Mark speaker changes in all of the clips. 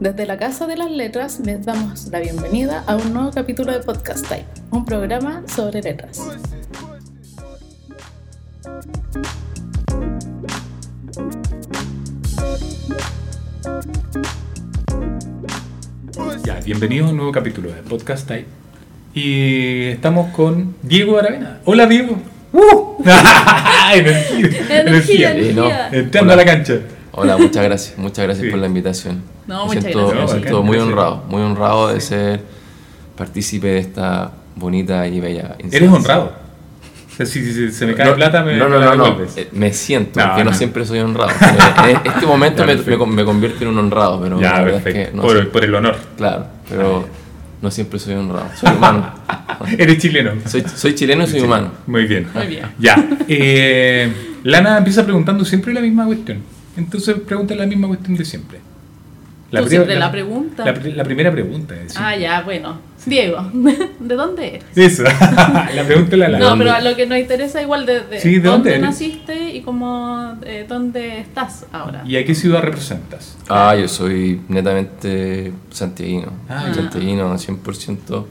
Speaker 1: Desde la Casa de las Letras les damos la bienvenida a un nuevo capítulo de Podcast Time, un programa sobre letras.
Speaker 2: Ya, bienvenidos a un nuevo capítulo de Podcast Type. Y estamos con Diego Aravena. Hola, Diego. ¡Uh! energía,
Speaker 3: Energía,
Speaker 2: energía.
Speaker 3: Sí, energía.
Speaker 2: Entrando a la cancha.
Speaker 3: Hola, muchas gracias, muchas gracias
Speaker 2: Sí.
Speaker 3: por la invitación.
Speaker 1: No,
Speaker 3: me
Speaker 1: muchas
Speaker 3: siento,
Speaker 1: gracias.
Speaker 3: me
Speaker 2: No, bacán,
Speaker 3: siento muy
Speaker 2: gracias.
Speaker 3: honrado, muy honrado de ser partícipe de esta bonita y bella
Speaker 2: Eres
Speaker 3: instancia.
Speaker 2: honrado. O sea, si, si- si se me cae
Speaker 3: no,
Speaker 2: plata, me
Speaker 3: no, no,
Speaker 2: me
Speaker 3: no,
Speaker 2: la
Speaker 3: no,
Speaker 2: devuelves.
Speaker 3: eh, me siento,
Speaker 2: No,
Speaker 3: porque no,
Speaker 2: no.
Speaker 3: siempre soy honrado. pero en este momento
Speaker 2: Ya,
Speaker 3: me, me,
Speaker 2: perfecto.
Speaker 3: con- me convierto en un honrado, pero la
Speaker 2: Ya,
Speaker 3: verdad es
Speaker 2: perfecto.
Speaker 3: que no
Speaker 2: por, Ah,
Speaker 3: siempre-
Speaker 2: por el honor.
Speaker 3: claro, pero no siempre soy honrado, soy humano.
Speaker 2: Eres chileno.
Speaker 3: soy, soy chileno y soy humano.
Speaker 2: Muy bien.
Speaker 1: Muy bien.
Speaker 2: Ya. Eh, Lana empieza preguntando siempre la misma cuestión. Entonces pregunta la misma cuestión de siempre.
Speaker 1: Tú
Speaker 2: pri-
Speaker 1: siempre la pregunta.
Speaker 2: La, pri- la primera pregunta. es
Speaker 1: Ah, ya, bueno. Diego, ¿de dónde eres?
Speaker 2: Eso. la pregunta la
Speaker 1: No,
Speaker 2: Lana.
Speaker 1: pero a lo que nos interesa igual desde
Speaker 2: Sí, ¿de dónde eres?
Speaker 1: naciste y cómo, eh, dónde estás ahora.
Speaker 2: ¿Y a qué ciudad representas?
Speaker 3: Ah, yo soy netamente santiaguino.
Speaker 2: Ah, ya.
Speaker 3: santiaguino, 100%.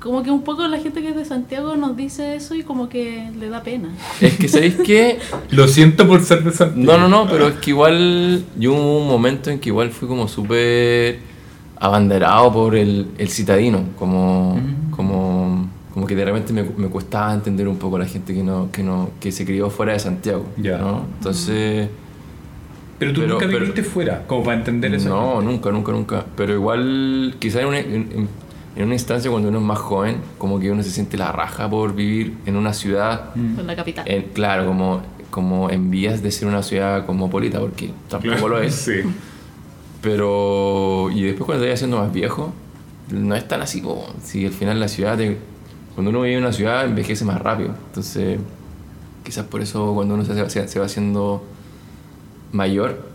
Speaker 1: Como que un poco la gente que es de Santiago nos dice eso y como que le da pena.
Speaker 3: Es que, ¿sabéis qué?
Speaker 2: Lo siento por ser de Santiago.
Speaker 3: No, no, no, pero es que igual yo hubo un momento en que igual fui como súper abanderado por el, el citadino, como, como, como que de repente me, me costaba entender un poco a la gente que, no, que, no, que se crió fuera de Santiago.
Speaker 2: Ya.
Speaker 3: ¿no? Entonces...
Speaker 2: Pero tú
Speaker 3: Pero-
Speaker 2: nunca
Speaker 3: pero-
Speaker 2: viviste fuera, como para entender eso.
Speaker 3: No, nunca, nunca, nunca. Pero igual, quizá en una, en- en una instancia cuando uno es más joven, como que uno se siente la raja por vivir en una
Speaker 4: Mm.
Speaker 3: ciudad,
Speaker 2: Mm.
Speaker 1: Con la capital.
Speaker 3: en- claro, como, como en vías de ser una ciudad cosmopolita, porque tampoco lo es.
Speaker 2: Sí.
Speaker 3: Pero. Y después cuando te vas haciendo más viejo, no es tan así como. Si al final la ciudad. te- cuando uno vive en una ciudad, envejece más rápido. Entonces. Quizás por eso cuando uno se, hace- se va haciendo mayor,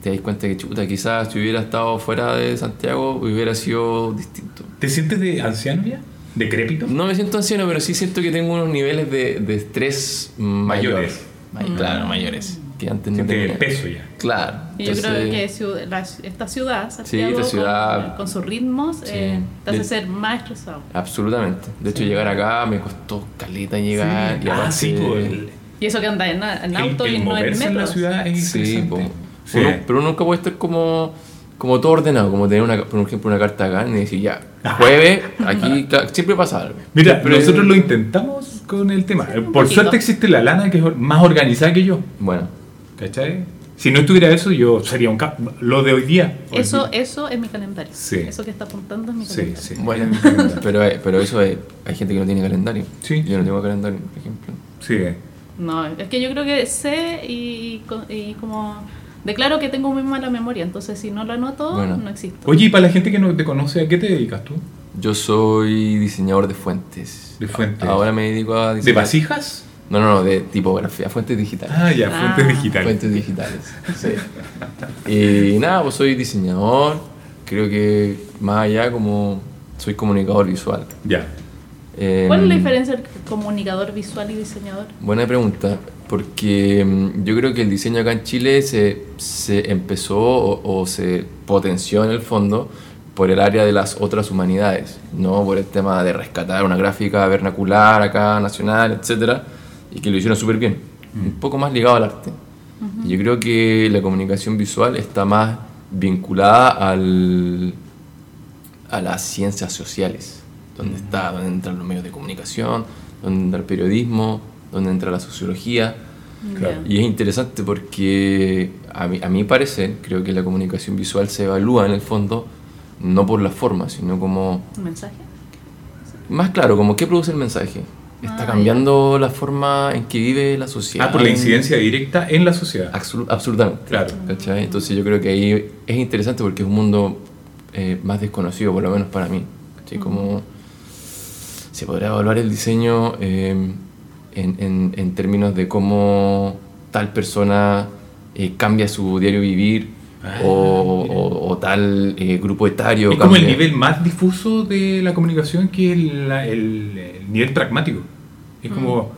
Speaker 3: te das cuenta que chuta, quizás si hubiera estado fuera de Santiago, hubiera sido distinto.
Speaker 2: ¿Te sientes de anciano ya? ¿Decrépito?
Speaker 3: No me siento anciano, pero sí siento que tengo unos niveles de, de estrés mayor.
Speaker 2: Mayores.
Speaker 3: May- Claro, mayores. Que antes no
Speaker 2: Sientes de
Speaker 3: tenía.
Speaker 2: peso ya.
Speaker 3: Claro.
Speaker 1: Y yo creo
Speaker 3: entonces-
Speaker 1: que ciu- la- esta ciudad, Santiago,
Speaker 3: esta
Speaker 1: con-
Speaker 3: ciudad-
Speaker 1: con, sus ritmos,
Speaker 3: Sí.
Speaker 1: eh, te hace
Speaker 3: De-
Speaker 1: ser más estresado.
Speaker 3: Absolutamente. De hecho, llegar acá me costó caleta llegar. y
Speaker 2: Ah,
Speaker 3: aparte-
Speaker 2: sí, po, el,
Speaker 1: Y eso que anda en, en
Speaker 2: el-
Speaker 1: auto
Speaker 2: el
Speaker 1: y no en
Speaker 2: moverse en
Speaker 1: metro.
Speaker 2: la ciudad es
Speaker 3: Sí, po.
Speaker 2: interesante. Sí.
Speaker 3: Uno- pero uno nunca puede estar como, como todo ordenado, como tener, una, por ejemplo, una carta acá y decir, ya, jueves, aquí, claro, siempre pasa algo.
Speaker 2: Mira,
Speaker 3: Siempre-
Speaker 2: nosotros lo intentamos con el tema.
Speaker 1: Sí, un
Speaker 2: Por
Speaker 1: poquito.
Speaker 2: suerte existe la lana que es or- más organizada que yo.
Speaker 3: Bueno,
Speaker 2: ¿Cachai? Si no estuviera eso, yo sería un ca- Lo de hoy día. hoy
Speaker 1: Eso,
Speaker 2: día.
Speaker 1: eso es mi calendario.
Speaker 2: Sí.
Speaker 1: Eso que está apuntando es mi
Speaker 2: Sí,
Speaker 1: calendario.
Speaker 2: sí.
Speaker 3: bueno, pero, eh, pero eso es, hay gente que no tiene calendario.
Speaker 2: Sí.
Speaker 3: Yo no tengo calendario, por ejemplo.
Speaker 2: Sí.
Speaker 1: No, es que yo creo que sé y, y co- y como declaro que tengo muy mala memoria, entonces si no lo anoto,
Speaker 3: Bueno.
Speaker 1: no existo.
Speaker 2: Oye, y para la gente que no te conoce, ¿a qué te dedicas tú?
Speaker 3: Yo soy diseñador de fuentes.
Speaker 2: De fuentes.
Speaker 3: Ahora me dedico a
Speaker 2: ¿De
Speaker 3: diseñar.
Speaker 2: vasijas?
Speaker 3: No, no, no, de tipografía, fuentes digitales.
Speaker 2: Ah, ya,
Speaker 1: Ah.
Speaker 2: fuentes digitales.
Speaker 3: Fuentes digitales. Sí. Y nada, pues soy diseñador. Creo que más allá como soy comunicador visual.
Speaker 2: Ya.
Speaker 3: Em,
Speaker 1: ¿Cuál es la diferencia entre comunicador visual y diseñador?
Speaker 3: Buena pregunta, porque mm, yo creo que el diseño acá en Chile se, se empezó o, o se potenció en el fondo por el área de las otras humanidades, ¿no? Por el tema de rescatar una gráfica vernacular acá, nacional, etcétera, y que lo hicieron súper bien. Un poco más ligado al arte. Yo creo que la comunicación visual está más vinculada al, a las ciencias sociales, donde está, donde entran los medios de comunicación, donde entra el periodismo, donde entra la sociología.
Speaker 2: Claro.
Speaker 1: Ya.
Speaker 3: Y es interesante porque a mi, a mi parecer creo que la comunicación visual se evalúa en el fondo no por la forma, sino como
Speaker 1: ¿Un mensaje?
Speaker 3: más claro, como qué produce el mensaje. Está
Speaker 1: Ah,
Speaker 3: cambiando la forma en que vive la sociedad.
Speaker 2: Ah, por la
Speaker 3: en-
Speaker 2: incidencia directa en la sociedad.
Speaker 3: Absolu- absolutamente.
Speaker 2: Claro.
Speaker 3: ¿Cachai? Entonces yo creo que ahí es interesante porque es un mundo eh, más desconocido, por lo menos para mí. ¿Cachai? Como se podría evaluar el diseño eh, en, en- en términos de cómo tal persona eh, cambia su diario vivir
Speaker 2: Ah,
Speaker 3: o, o- o tal eh, grupo etario.
Speaker 2: Es como el
Speaker 3: cambia.
Speaker 2: nivel más difuso de la comunicación que es la- el, el nivel pragmático. Es como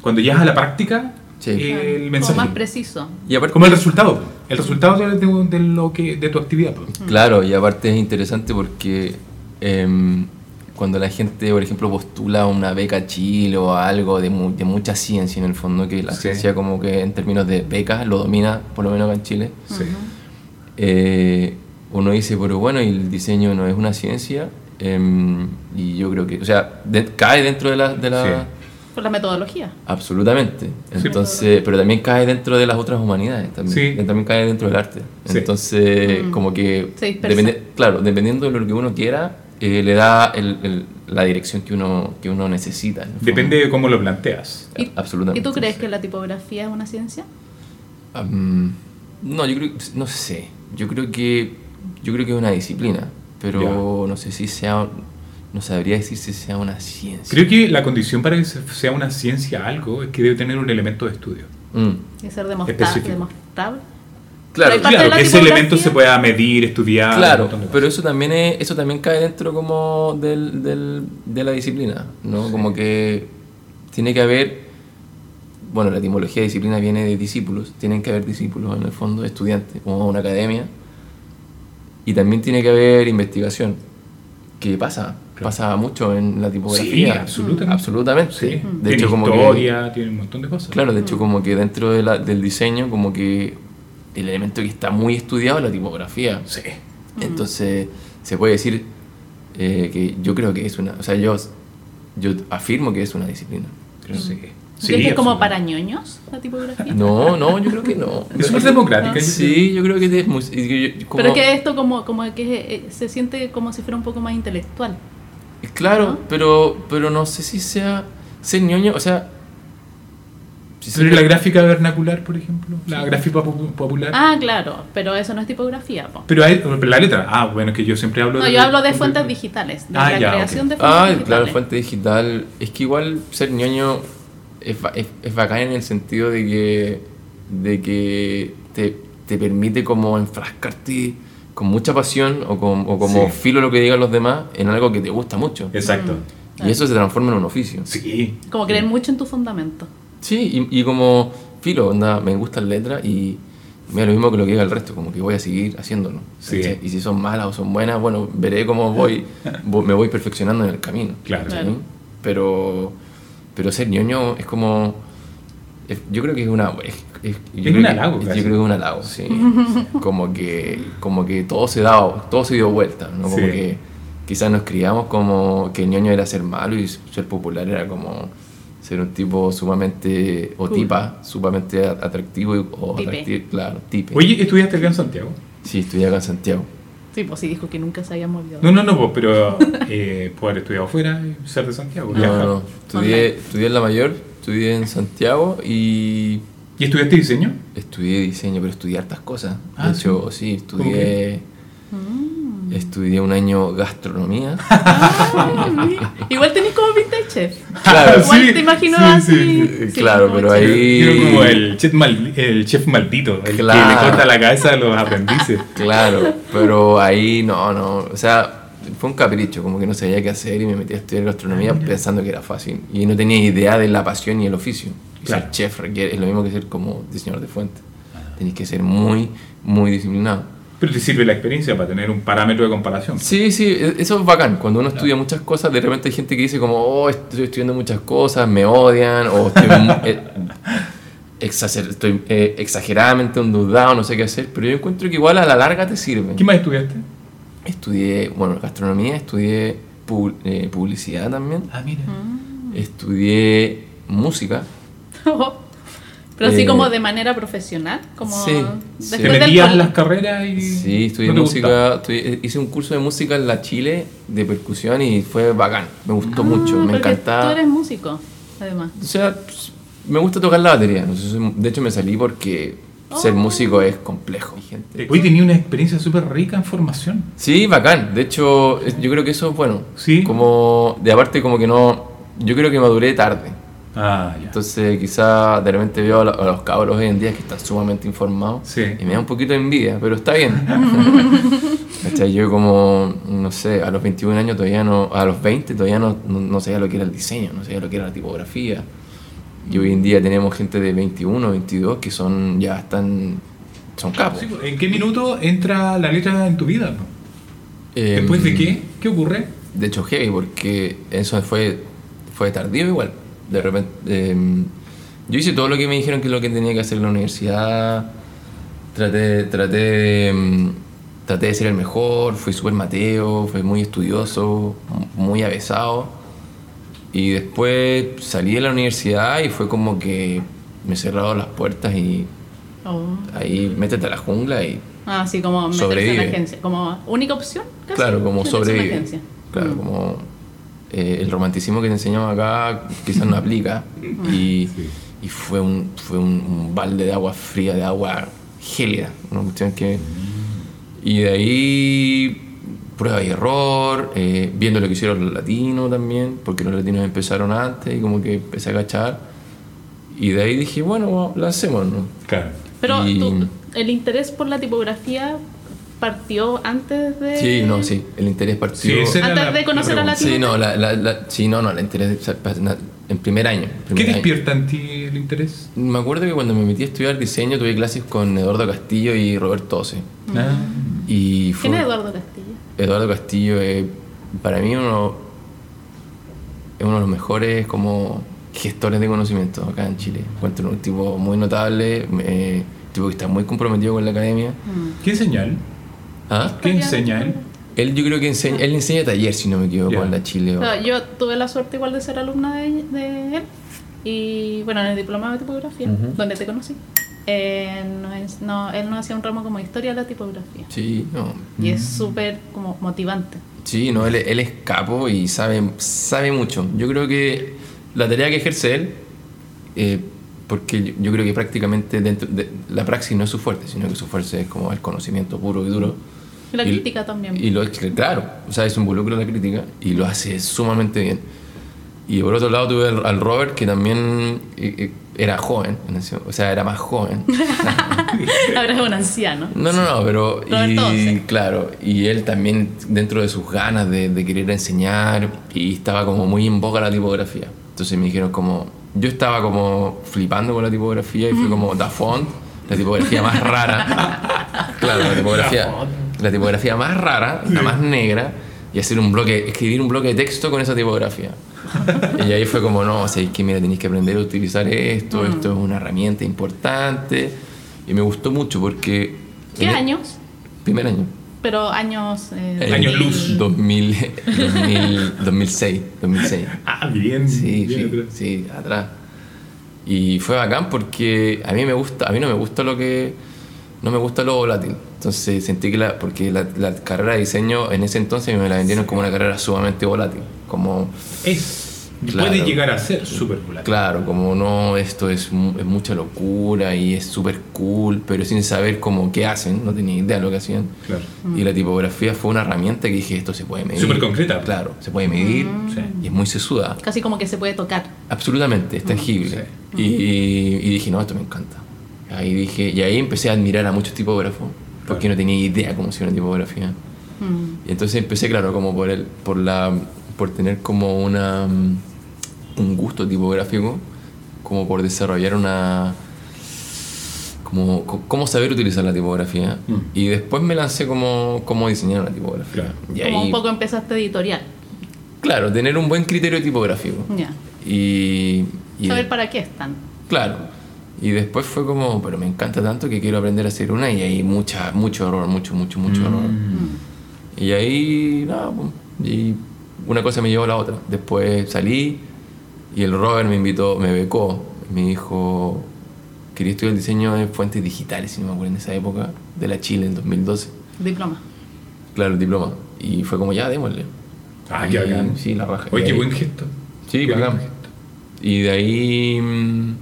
Speaker 2: cuando llegas a la práctica,
Speaker 3: Sí.
Speaker 1: Ah,
Speaker 2: eh,
Speaker 4: Mm.
Speaker 2: el
Speaker 4: Como más
Speaker 2: mensaje.
Speaker 4: preciso.
Speaker 3: Y aparte,
Speaker 2: Como el resultado. El resultado de, de- de lo que, de tu actividad. pues.
Speaker 3: Claro, y aparte es interesante porque em, cuando la gente, por ejemplo, postula una beca a Chile o a algo de, mu- de mucha ciencia en el fondo, que la
Speaker 2: Sí.
Speaker 3: ciencia como que en términos de becas lo domina, por lo menos acá en Chile,
Speaker 2: Sí.
Speaker 3: eh, uno dice, pero bueno, y el diseño no es una ciencia, Em, y yo creo que, o sea, de- cae dentro de la... de la-
Speaker 2: Sí.
Speaker 4: Por la metodología.
Speaker 3: Absolutamente.
Speaker 2: Sí.
Speaker 3: Entonces, pero también cae dentro de las otras humanidades, también,
Speaker 2: Sí.
Speaker 3: también cae dentro del arte.
Speaker 2: Sí.
Speaker 3: Entonces, como que
Speaker 4: Mm. Se dispersa.
Speaker 3: claro, dependiendo de lo que uno quiera, eh, le da el- el- la dirección que uno que uno necesita. en el fondo.
Speaker 2: Depende de cómo lo planteas.
Speaker 4: ¿Y,
Speaker 3: Absolutamente,
Speaker 4: ¿Y tú crees
Speaker 3: sí.
Speaker 4: que la tipografía es una ciencia?
Speaker 3: Ah, mm, no, yo creo no sé. Yo creo que yo creo que es una disciplina, pero
Speaker 2: Ya.
Speaker 3: no sé si sea no sabría decir si sea una ciencia.
Speaker 2: Creo que la condición para que se- sea una ciencia algo es que debe tener un elemento de estudio.
Speaker 3: Mm.
Speaker 4: ¿Y ser demostra-
Speaker 2: Específico.
Speaker 4: demostrable?
Speaker 3: Claro,
Speaker 4: Pero hay parte de
Speaker 2: Claro,
Speaker 4: la
Speaker 2: que ese
Speaker 4: tipografía.
Speaker 2: elemento se pueda medir, estudiar. Ah, un
Speaker 3: Claro,
Speaker 2: montón de
Speaker 3: pero
Speaker 2: cosas.
Speaker 3: eso también es, eso también cae dentro como del, del- de la disciplina, ¿no? Como que tiene que haber, bueno, la etimología de disciplina viene de discípulos, tienen que haber discípulos en el fondo, estudiantes, como una academia, y también tiene que haber investigación, que pasa, pasa mucho en la tipografía.
Speaker 2: Sí, absolutamente.
Speaker 3: Absolutamente.
Speaker 2: Sí.
Speaker 3: De
Speaker 2: tiene
Speaker 3: hecho, como que-
Speaker 2: historia, tiene un montón de cosas.
Speaker 3: Claro, de hecho como que dentro de la- del diseño, como que el elemento que está muy estudiado es la tipografía.
Speaker 2: Sí.
Speaker 3: Entonces, se puede decir eh, que yo creo que es una. O sea, yo, yo afirmo que es una disciplina.
Speaker 2: Sí. Sí,
Speaker 4: ¿Crees que es como
Speaker 2: absolutamente.
Speaker 4: para ñoños la tipografía?
Speaker 3: No, no, yo creo que no.
Speaker 2: Es súper democrática. yo creo.
Speaker 3: Sí, yo creo que es. muy- y yo- yo- como-
Speaker 4: Pero es que esto como, como que eh, se siente como si fuera un poco más intelectual.
Speaker 3: Claro,
Speaker 4: ¿no?
Speaker 3: pero, pero no sé si sea. Ser ñoño, o sea. si
Speaker 2: Pero
Speaker 3: se-
Speaker 2: la gráfica vernacular, por ejemplo, la gráfica popu-
Speaker 3: ¿Eh?
Speaker 2: popular.
Speaker 4: Ah, claro, pero eso no es tipografía. po.
Speaker 2: Pero hay, pero la letra. Ah, bueno, es que yo siempre hablo
Speaker 4: No, yo hablo de fuentes digitales, de
Speaker 2: Ah,
Speaker 4: la
Speaker 2: ya,
Speaker 4: creación
Speaker 2: ok.
Speaker 4: de fuentes
Speaker 3: Ah,
Speaker 4: digitales.
Speaker 3: claro, fuente digital. Es que igual ser ñoño es, ba- es, es bacán en el sentido de que, de que te, te permite como enfrascarte con mucha pasión o, con- o como
Speaker 2: Sí.
Speaker 3: filo lo que digan los demás en algo que te gusta mucho.
Speaker 2: Exacto.
Speaker 4: Mm.
Speaker 3: Y eso se transforma en un oficio.
Speaker 2: Sí.
Speaker 4: Como creer mucho en tus fundamentos.
Speaker 3: Sí, y, y como filo, onda, me gusta la letra y me da lo mismo que lo que diga el resto, como que voy a seguir haciéndolo.
Speaker 2: Sí.
Speaker 3: ¿cachai? Y si son malas o son buenas, bueno, veré cómo voy, vo- me voy perfeccionando en el camino.
Speaker 2: Claro.
Speaker 4: Claro.
Speaker 3: Pero, pero ser ñoño es como. es- yo creo que es una. Es, es- yo
Speaker 2: Es
Speaker 3: creo
Speaker 2: un
Speaker 3: que-
Speaker 2: halago,
Speaker 3: Yo
Speaker 2: casi.
Speaker 3: creo que es un halago, sí. como, que, como que todo se, da, todo se dio vuelta, ¿no? Como
Speaker 2: Sí.
Speaker 3: que quizás nos criamos como que el ñoño era ser malo y ser popular era como ser un tipo sumamente. o
Speaker 4: Cool.
Speaker 3: tipa, sumamente a- atractivo y- o
Speaker 4: Tipe.
Speaker 3: atractivo, claro, tipe.
Speaker 2: Oye, ¿estudiaste acá en Santiago?
Speaker 3: Sí, estudié acá en Santiago.
Speaker 4: Sí, pues sí, dijo que nunca se había movido.
Speaker 2: No, no, no, vos, pero eh, puedo haber estudiado fuera y ser de Santiago.
Speaker 3: No,
Speaker 2: viajar.
Speaker 3: no, no. Estudié, estudié en La Mayor, estudié en Santiago y
Speaker 2: ¿Y estudiaste diseño?
Speaker 3: Estudié diseño, pero estudié hartas cosas. De
Speaker 2: Ah,
Speaker 3: hecho, sí,
Speaker 2: ¿Cómo
Speaker 3: estudié.
Speaker 2: qué?
Speaker 4: Mm.
Speaker 3: Estudié un año gastronomía.
Speaker 4: Ah, Igual tenés como pinta de chef.
Speaker 3: Claro,
Speaker 4: Igual
Speaker 2: sí,
Speaker 4: te imagino
Speaker 2: sí,
Speaker 4: así.
Speaker 3: Ah, sí. Claro,
Speaker 4: como
Speaker 3: pero
Speaker 4: chef.
Speaker 3: ahí- Y-
Speaker 2: Yo como el chef, mal- el chef maldito, el que
Speaker 3: Claro.
Speaker 2: le corta la cabeza a los aprendices.
Speaker 3: Claro, pero ahí no, no. O sea, fue un capricho, como que no sabía qué hacer y me metí a estudiar gastronomía pensando que era fácil. Y no tenía idea de la pasión y el oficio. Y Ser
Speaker 2: Claro.
Speaker 3: chef requiere, es lo mismo que ser como diseñador de fuente. Tenés que ser muy, muy disciplinado.
Speaker 2: Pero te sirve la experiencia para tener un parámetro de comparación.
Speaker 3: Sí, sí, e- eso es bacán. Cuando uno estudia muchas cosas, de repente hay gente que dice como, oh, estoy estudiando muchas cosas, me odian, o estoy, mu- eh, exager- estoy, eh, exageradamente endeudado, no sé qué hacer, pero yo encuentro que igual a la larga te sirve.
Speaker 2: ¿Qué más estudiaste?
Speaker 3: Estudié, bueno, gastronomía, estudié pu- eh, publicidad también,
Speaker 2: Ah, mira.
Speaker 4: Mm.
Speaker 3: estudié música.
Speaker 4: pero así
Speaker 3: Eh,
Speaker 4: como de manera profesional, como
Speaker 3: sí, sí.
Speaker 2: Te
Speaker 4: después del
Speaker 2: metías
Speaker 4: col-
Speaker 2: las carreras y.
Speaker 3: Sí, estudié
Speaker 2: no te
Speaker 3: música, estudié- eh, hice un curso de música en la Chile de percusión y fue bacán, me gustó mucho,
Speaker 4: Ah,
Speaker 3: me
Speaker 4: porque
Speaker 3: encantaba.
Speaker 4: Tú eres músico, además.
Speaker 3: O sea, pues, me gusta tocar la batería. no sé, soy- De hecho, me salí porque ser músico es complejo. gente.
Speaker 2: gustaba. Hoy tenía una experiencia súper rica en formación.
Speaker 3: Sí, bacán. De hecho, es- yo creo que eso es bueno.
Speaker 2: Sí.
Speaker 3: Como, de aparte, como que no. Yo creo que maduré tarde.
Speaker 2: Ah, ya.
Speaker 3: Entonces, quizá de repente veo a, lo- a los cabros hoy en día que están sumamente informados.
Speaker 2: Sí.
Speaker 3: Y me da un poquito de envidia, pero está bien. ¿Cachai? Yo como, no sé, a los 21 años todavía no, a los 20 todavía no, no, no sabía lo que era el diseño, no sabía lo que era la tipografía. Y hoy en día tenemos gente de 21, 22 que son, ya están, son capos.
Speaker 2: Sí, pues, ¿En qué minuto entra la letra en tu vida? po? ¿Después de
Speaker 3: Em,
Speaker 2: qué? ¿Qué ocurre?
Speaker 3: De hecho, heavy, porque eso fue, fue tardío igual. De repente, em, yo hice todo lo que me dijeron que es lo que tenía que hacer en la universidad. Traté, traté, em, traté de ser el mejor, fui súper mateo, fui muy estudioso, muy avesado. Y después salí de la universidad y fue como que me cerraron las puertas y
Speaker 4: Oh.
Speaker 3: ahí métete a la jungla y
Speaker 4: Ah, sí, como meterse en
Speaker 3: Sobrevive.
Speaker 4: la agencia. Como única opción. casi,
Speaker 3: Claro, como
Speaker 4: meterse en la
Speaker 3: sobrevive.
Speaker 4: agencia.
Speaker 3: Claro,
Speaker 4: Mm.
Speaker 3: como eh, el romanticismo que te enseñamos acá quizás no aplica.
Speaker 4: Mm.
Speaker 3: Y, y fue, un, fue un, un balde de agua fría, de agua gélida. Una cuestión que. Y de ahí, prueba y error, eh, viendo lo que hicieron los latinos también, porque los latinos empezaron antes y como que empecé a cachar. Y de ahí dije, bueno, lancémonos.
Speaker 2: Claro.
Speaker 4: Pero
Speaker 3: Y-
Speaker 4: tú- el interés por la tipografía partió antes de.
Speaker 3: Sí, no, sí, el interés partió.
Speaker 2: Sí, ese- Era
Speaker 4: Antes
Speaker 2: la-
Speaker 4: de conocer
Speaker 2: la
Speaker 4: a la
Speaker 2: pregunta.
Speaker 3: Sí, no, la, la, la- sí, no, no, la interés en primer año.
Speaker 2: ¿Qué
Speaker 3: primer año.
Speaker 2: despierta en ti el interés?
Speaker 3: Me acuerdo que cuando me metí a estudiar diseño tuve clases con Eduardo Castillo y Roberto Ose.
Speaker 4: Mm.
Speaker 2: Ah.
Speaker 3: Y fue
Speaker 4: ¿Quién es Eduardo Castillo?
Speaker 3: Eduardo Castillo es para mí uno, es uno de los mejores como gestores de conocimiento acá en Chile. Encuentro un tipo muy notable, eh, tipo que está muy comprometido con la academia.
Speaker 4: Mm.
Speaker 2: ¿Qué señal?
Speaker 3: ¿Ah?
Speaker 2: ¿Qué
Speaker 4: Pero ya-
Speaker 2: enseña él?
Speaker 3: Él yo creo que enseña, él enseña taller, si no me equivoco,
Speaker 2: Ya.
Speaker 3: en la Chile. o-
Speaker 4: O sea, yo tuve la suerte igual de ser alumna de, de él y bueno, en el diplomado de tipografía,
Speaker 3: Ujú.
Speaker 4: donde te conocí, eh, no es- no, él no hacía un ramo como historia de la tipografía
Speaker 3: Sí, no,
Speaker 4: y es súper como motivante.
Speaker 3: Sí, no, él, él es capo y sabe, sabe mucho. Yo creo que la tarea que ejerce él, eh, porque yo, yo creo que prácticamente dentro de, la praxis no es su fuerte, sino que su fuerte es como el conocimiento puro y duro.
Speaker 4: Y la
Speaker 3: Y-
Speaker 4: crítica también.
Speaker 3: Y lo claro, o sea, es un involucra en la crítica y lo hace sumamente bien. Y por otro lado tuve al, al Robert, que también eh, eh, era joven, en ese- o sea, era más joven.
Speaker 4: Ahora es un anciano.
Speaker 3: No, no, no, pero.
Speaker 4: Roberto
Speaker 3: Y,
Speaker 4: Once.
Speaker 3: claro, y él también, dentro de sus ganas de, de querer enseñar, y estaba como muy en boca la tipografía. Entonces me dijeron, como. Yo estaba como flipando con la tipografía y fue como Da Font, la tipografía más rara. Claro, la tipografía, la tipografía más rara, la más negra, y hacer un bloque, escribir un bloque de texto con esa tipografía. Y ahí fue como, no, o sea, es que mira, tenéis que aprender a utilizar esto, esto es una herramienta importante. Y me gustó mucho porque...
Speaker 4: ¿Qué
Speaker 3: en el-
Speaker 4: años?
Speaker 3: Primer año.
Speaker 4: Pero años... eh,
Speaker 3: El
Speaker 2: Año
Speaker 4: de-
Speaker 2: luz.
Speaker 3: 2000, 2000, 2006, 2006.
Speaker 2: Ah, bien.
Speaker 3: Sí,
Speaker 2: bien
Speaker 3: sí,
Speaker 2: atrás.
Speaker 3: sí, atrás. Y fue bacán porque a mí me gusta, a mí no me gusta lo que no me gusta lo volátil. Entonces sentí que la porque la, la carrera de diseño en ese entonces me la vendieron como una carrera sumamente volátil, como
Speaker 2: Es,
Speaker 3: Claro.
Speaker 2: Puede llegar a ser súper volátil.
Speaker 3: Claro, como no, esto es, mu- es mucha locura y es súper cool, pero sin saber cómo qué hacen, no tenía idea de lo que hacían.
Speaker 2: Claro.
Speaker 3: Y la tipografía fue una herramienta que dije, esto se puede medir.
Speaker 2: Súper concreta. pues.
Speaker 3: Claro, se puede medir
Speaker 2: Sí.
Speaker 3: y es muy sesuda.
Speaker 4: Casi como que se puede tocar.
Speaker 3: Absolutamente,
Speaker 2: Mm,
Speaker 3: es tangible. Y, y dije, no, esto me encanta. Ahí dije, y ahí empecé a admirar a muchos tipógrafos, porque
Speaker 2: Claro.
Speaker 3: no tenía idea cómo hacía una tipografía.
Speaker 4: Mm.
Speaker 3: Y entonces empecé, claro, como por el, por la, por tener como una, mm, un gusto tipográfico, como por desarrollar una, como, co- cómo saber utilizar la tipografía.
Speaker 2: Mm.
Speaker 3: Y después me lancé como, como diseñar una tipografía.
Speaker 2: Claro.
Speaker 3: Y
Speaker 4: Como
Speaker 3: ahí,
Speaker 4: un poco empezaste editorial.
Speaker 3: claro, tener un buen criterio tipográfico.
Speaker 4: Ya.
Speaker 3: Y, y
Speaker 4: Mm. Saber para qué están.
Speaker 3: Claro. Y después fue como, pero me encanta tanto que quiero aprender a hacer una y hay mucha, mucho error, mucho, mucho,
Speaker 2: Mm.
Speaker 3: mucho error.
Speaker 4: Mm.
Speaker 3: Y ahí, nada, pum, y una cosa me llevó a la otra. Después salí y el Robert me invitó, me becó, me dijo, quería estudiar diseño de fuentes digitales, si no me acuerdo, en esa época, de la Chile, en 2012.
Speaker 4: Diploma.
Speaker 3: Claro, el diploma. Y fue como, ya, démosle.
Speaker 2: Ah, qué
Speaker 3: Y-
Speaker 2: bacán.
Speaker 3: Sí, la raja.
Speaker 2: Oye,
Speaker 3: Y
Speaker 2: qué
Speaker 3: ahí-
Speaker 2: buen gesto.
Speaker 3: Sí,
Speaker 2: Qué
Speaker 3: bacán.
Speaker 2: buen gesto.
Speaker 3: Y de ahí. mm,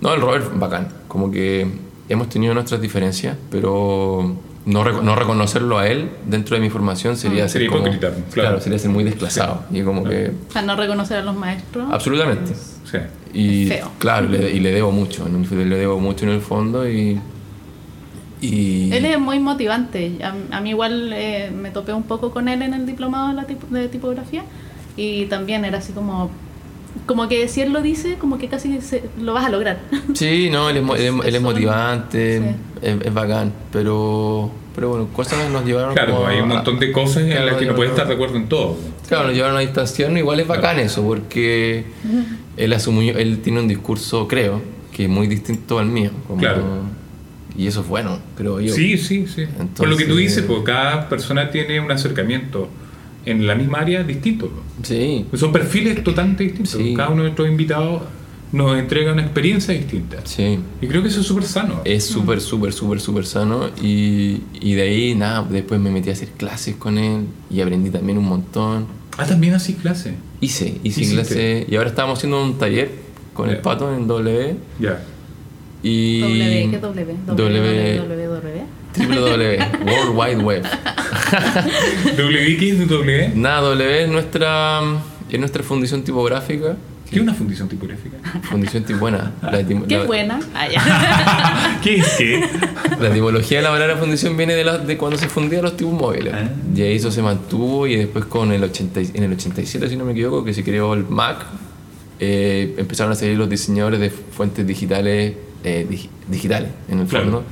Speaker 3: No, el Robert, bacán. Como que hemos tenido nuestras diferencias, pero no, reco- no reconocerlo a él dentro de mi formación sería ser.
Speaker 2: Ah, Sería
Speaker 3: como-
Speaker 2: hipócrita, claro.
Speaker 3: sería ser muy desclasado. Y como que.
Speaker 4: O sea, no reconocer a los maestros.
Speaker 3: Absolutamente.
Speaker 2: Sí.
Speaker 3: Y
Speaker 4: Feo.
Speaker 3: claro, le, y le debo mucho, en el- le debo mucho en el fondo y, Y
Speaker 4: Él es muy motivante. A, a mí igual eh, me topé un poco con él en el diplomado de, la tip- de tipografía y también era así como... Como que si él lo dice, como que casi se- lo vas a lograr.
Speaker 3: Sí, no, él es, mo- él es-
Speaker 4: Es-
Speaker 3: él es
Speaker 4: son-
Speaker 3: motivante,
Speaker 4: sí.
Speaker 3: es, es bacán, pero, pero bueno, cosas nos llevaron
Speaker 2: Claro,
Speaker 3: como
Speaker 2: hay un
Speaker 3: a-
Speaker 2: montón de cosas en
Speaker 3: claro,
Speaker 2: las que no
Speaker 3: yo-
Speaker 2: puedes estar de acuerdo en todo.
Speaker 3: Claro, nos llevaron a distanciarnos, igual es bacán eso, porque él, asumió, él tiene un discurso, creo, que es muy distinto al mío. como-
Speaker 2: Claro.
Speaker 3: Y eso es bueno, creo yo.
Speaker 2: Sí, sí, sí. Por lo que tú
Speaker 3: Entonces-
Speaker 2: dices, pues cada persona tiene un acercamiento en la misma área distinto. pues.
Speaker 3: Sí,
Speaker 2: Son perfiles totalmente distintos.
Speaker 3: Sí.
Speaker 2: Cada uno de nuestros invitados nos entrega una experiencia distinta.
Speaker 3: sí. Eh.
Speaker 2: Y creo que eso es súper sano.
Speaker 3: Es súper, súper, súper, súper sano. Y, y de ahí, nada, después me metí a hacer clases con él y aprendí también un montón.
Speaker 2: Ah, también así clase.
Speaker 3: Hice, hice
Speaker 2: Hiciste.
Speaker 3: clases. Y ahora estábamos haciendo un taller con el
Speaker 2: Ya.
Speaker 3: pato en W.
Speaker 2: Ya.
Speaker 3: Y.
Speaker 4: W, ¿qué W?
Speaker 3: W.
Speaker 4: W, W.
Speaker 3: www, World Wide Web.
Speaker 2: WX, W.
Speaker 3: Nada, W es nuestra, es nuestra fundición tipográfica.
Speaker 2: ¿Qué es una fundición tipográfica?
Speaker 3: Fundición tip buena. La, etim-
Speaker 4: Qué
Speaker 3: la-
Speaker 4: buena. Ah, ya.
Speaker 2: ¿Qué es qué?
Speaker 3: la etimología de la palabra fundición viene de, la- de cuando se fundían los tipos móviles.
Speaker 2: Ah.
Speaker 3: Y ahí eso se mantuvo y después con el 80, y- en el 87, si no me equivoco, que se creó el Mac, eh, empezaron a salir los diseñadores de fuentes digitales, eh, digi- digitales en el
Speaker 2: Claro.
Speaker 3: fondo.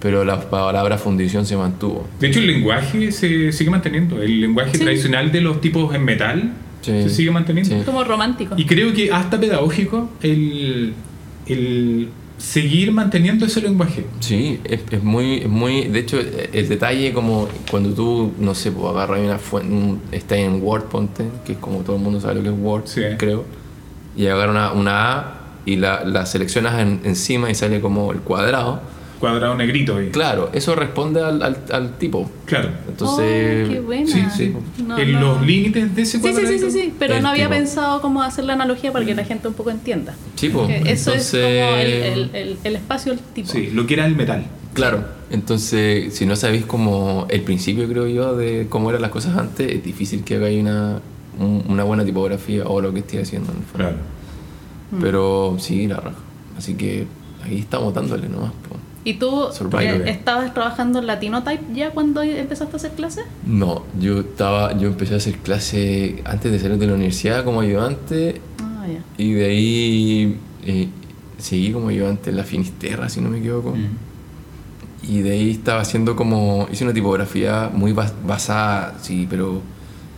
Speaker 3: Pero la palabra fundición se mantuvo.
Speaker 2: De hecho, el lenguaje se sigue manteniendo. El lenguaje
Speaker 4: Sí.
Speaker 2: tradicional de los tipos en metal
Speaker 3: Sí.
Speaker 2: se sigue manteniendo.
Speaker 3: Sí.
Speaker 4: Como romántico.
Speaker 2: Y creo que hasta pedagógico el, el seguir manteniendo ese lenguaje.
Speaker 3: Sí, es, es muy, es muy, de hecho, eh, el detalle como cuando tú, no sé, pues agarras una fuente, un- está en Word, ponte, que es como todo el mundo sabe lo que es Word,
Speaker 2: Sí.
Speaker 3: creo, y agarras una, una A y la, la seleccionas en- encima y sale como el cuadrado.
Speaker 2: Cuadrado negrito. ahí.
Speaker 3: Claro, eso responde al, al- al tipo.
Speaker 2: Claro.
Speaker 3: Entonces,
Speaker 4: Oh, qué buena.
Speaker 3: sí, sí.
Speaker 4: No,
Speaker 2: En
Speaker 4: no.
Speaker 2: los límites de
Speaker 4: Sí,
Speaker 2: ese
Speaker 4: sí,
Speaker 2: cuadradito.
Speaker 4: sí, sí, sí, pero
Speaker 3: El
Speaker 4: no había
Speaker 3: tipo.
Speaker 4: pensado cómo hacer la analogía para que la gente un poco entienda.
Speaker 3: Sí, pues, po,
Speaker 4: Que Eso es como el,
Speaker 3: Oh, entonces- eh,
Speaker 4: el, el, el espacio, el tipo.
Speaker 2: Sí, lo que era el metal.
Speaker 3: Claro, entonces si no sabéis como el principio, creo yo, de cómo eran las cosas antes, es difícil que hagáis una, un- una buena tipografía o lo que esté haciendo. en el fondo.
Speaker 2: Claro.
Speaker 3: Pero sí, la raja. Así que ahí estamos dándole nomás. po.
Speaker 4: ¿Y tú
Speaker 3: Survivor.
Speaker 4: eh, estabas trabajando en Latinotype ya cuando empezaste a hacer clases?
Speaker 3: No, yo estaba, yo empecé a hacer clase antes de salir de la universidad como ayudante
Speaker 4: Ah, ya.
Speaker 3: y de ahí eh, seguí como ayudante en la Finisterra, si no me equivoco.
Speaker 2: Mm.
Speaker 3: Y de ahí estaba haciendo como. Hice una tipografía muy bas- basada, sí, pero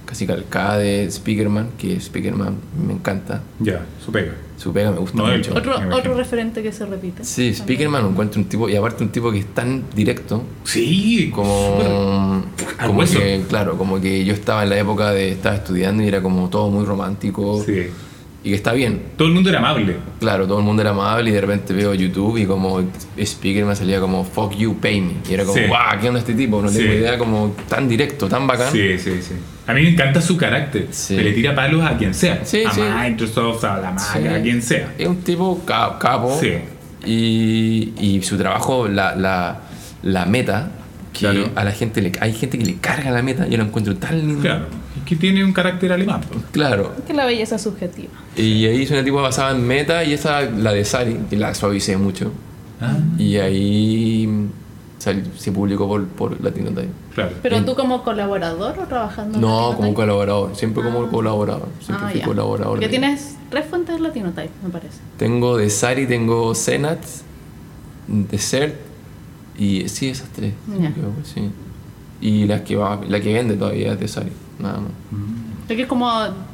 Speaker 3: casi calcada de Speakerman, que Speakerman me encanta.
Speaker 2: Ya, su pega.
Speaker 3: Su pega me gusta
Speaker 2: No, el-
Speaker 3: mucho.
Speaker 4: Otro,
Speaker 2: me imagino.
Speaker 4: otro referente que se repite.
Speaker 3: Sí, Speakerman lo encuentro un tipo, y aparte un tipo que es tan directo,
Speaker 2: Sí, súper.
Speaker 3: como.
Speaker 2: Al
Speaker 3: como
Speaker 2: hueso.
Speaker 3: que, claro, como que yo estaba en la época de. Estaba estudiando y era como todo muy romántico.
Speaker 2: Sí.
Speaker 3: Y que está bien.
Speaker 2: Todo el mundo era amable.
Speaker 3: Claro, todo el mundo era amable y de repente veo YouTube y como Speakerman salía como fuck you, pay me. Y era como,
Speaker 2: Sí.
Speaker 3: guau, ¿qué onda este tipo? No tengo
Speaker 2: Sí.
Speaker 3: idea, como tan directo, tan bacán.
Speaker 2: Sí, sí, sí. A mí me encanta su carácter.
Speaker 3: Sí.
Speaker 2: Que le tira palos a quien sea.
Speaker 3: Sí,
Speaker 2: a
Speaker 3: sí.
Speaker 2: Microsoft, a la marca,
Speaker 3: Sí.
Speaker 2: a quien sea.
Speaker 3: Es un tipo ca- capo.
Speaker 2: Sí.
Speaker 3: Y, y su trabajo, la, la, la meta, que
Speaker 2: Claro.
Speaker 3: a la gente le, hay gente que le carga la meta, yo la encuentro tan linda.
Speaker 2: Claro. Es que tiene un carácter alemán. pues.
Speaker 3: Claro.
Speaker 4: Que la belleza es subjetiva.
Speaker 3: Y ahí hice una tipo basada en meta y esa, la de Sari, que la suavicé mucho.
Speaker 2: Ah,
Speaker 3: Y ahí sal- se publicó por, por Latinotype.
Speaker 2: claro.
Speaker 4: ¿Pero
Speaker 3: Bien.
Speaker 4: tú como colaborador o trabajando en
Speaker 3: No, como
Speaker 4: Latinotype?
Speaker 3: colaborador, siempre como
Speaker 4: Ah.
Speaker 3: colaborador, siempre
Speaker 4: Ah,
Speaker 3: fui
Speaker 4: ya.
Speaker 3: colaborador.
Speaker 4: Porque
Speaker 3: de-
Speaker 4: tienes tres fuentes de Latinotype, me parece.
Speaker 3: Tengo de Sari, tengo Senat, Desert y sí, esas tres. si
Speaker 4: Ya.
Speaker 3: me equivoco, sí. Y las que va, la que vende todavía es de Sari, nada más.
Speaker 4: Creo que es como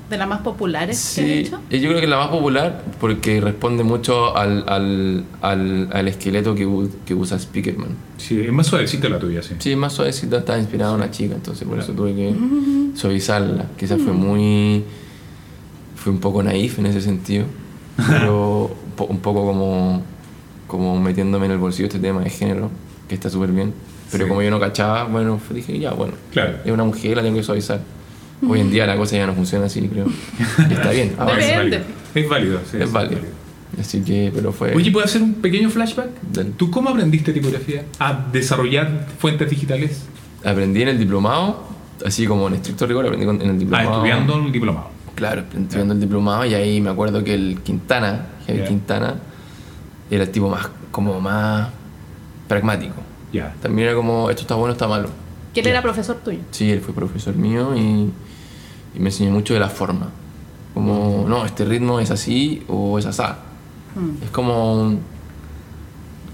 Speaker 4: de las más populares que has
Speaker 3: Sí,
Speaker 4: hecho.
Speaker 3: eh, yo creo que es la más popular porque responde mucho al, al, al, al esqueleto que, u- que usa Speakerman.
Speaker 2: Sí, es más suavecita la tuya, sí.
Speaker 3: Sí, es más suavecita, estaba inspirada en una chica, entonces por eso tuve que suavizarla. Quizás fue muy. fue un poco naif en ese sentido, pero po- un poco como, como metiéndome en el bolsillo este tema de género, que está súper bien. Pero
Speaker 2: Sí.
Speaker 3: como yo no cachaba, bueno, fue- dije, ya, bueno,
Speaker 2: Claro.
Speaker 3: es una mujer, la tengo que suavizar. Hoy en día la cosa ya no funciona así, creo. Y está bien,
Speaker 2: Ah,
Speaker 3: ahora
Speaker 2: es
Speaker 4: Depende.
Speaker 2: válido. Es válido, sí,
Speaker 3: es
Speaker 2: sí,
Speaker 3: válido. Así que, pero fue.
Speaker 2: Oye, ¿puedo hacer un pequeño flashback?
Speaker 3: Dale.
Speaker 2: ¿Tú cómo aprendiste tipografía? ¿A desarrollar fuentes digitales? Ah,
Speaker 3: Aprendí en el diplomado, así como en estricto rigor, aprendí con- en el
Speaker 2: Ah,
Speaker 3: diplomado.
Speaker 2: estudiando un diplomado.
Speaker 3: Claro, estudiando el diplomado y ahí me acuerdo que el Quintana, Javier
Speaker 2: Ya.
Speaker 3: Quintana, era el tipo más, como más pragmático.
Speaker 2: Ya.
Speaker 3: También era como, esto está bueno, está malo.
Speaker 4: Que él era profesor tuyo.
Speaker 3: Sí, él fue profesor mío y, y me enseñó mucho de la forma. Como, no, este ritmo es así o es asá.
Speaker 4: Mm.
Speaker 3: Es como un-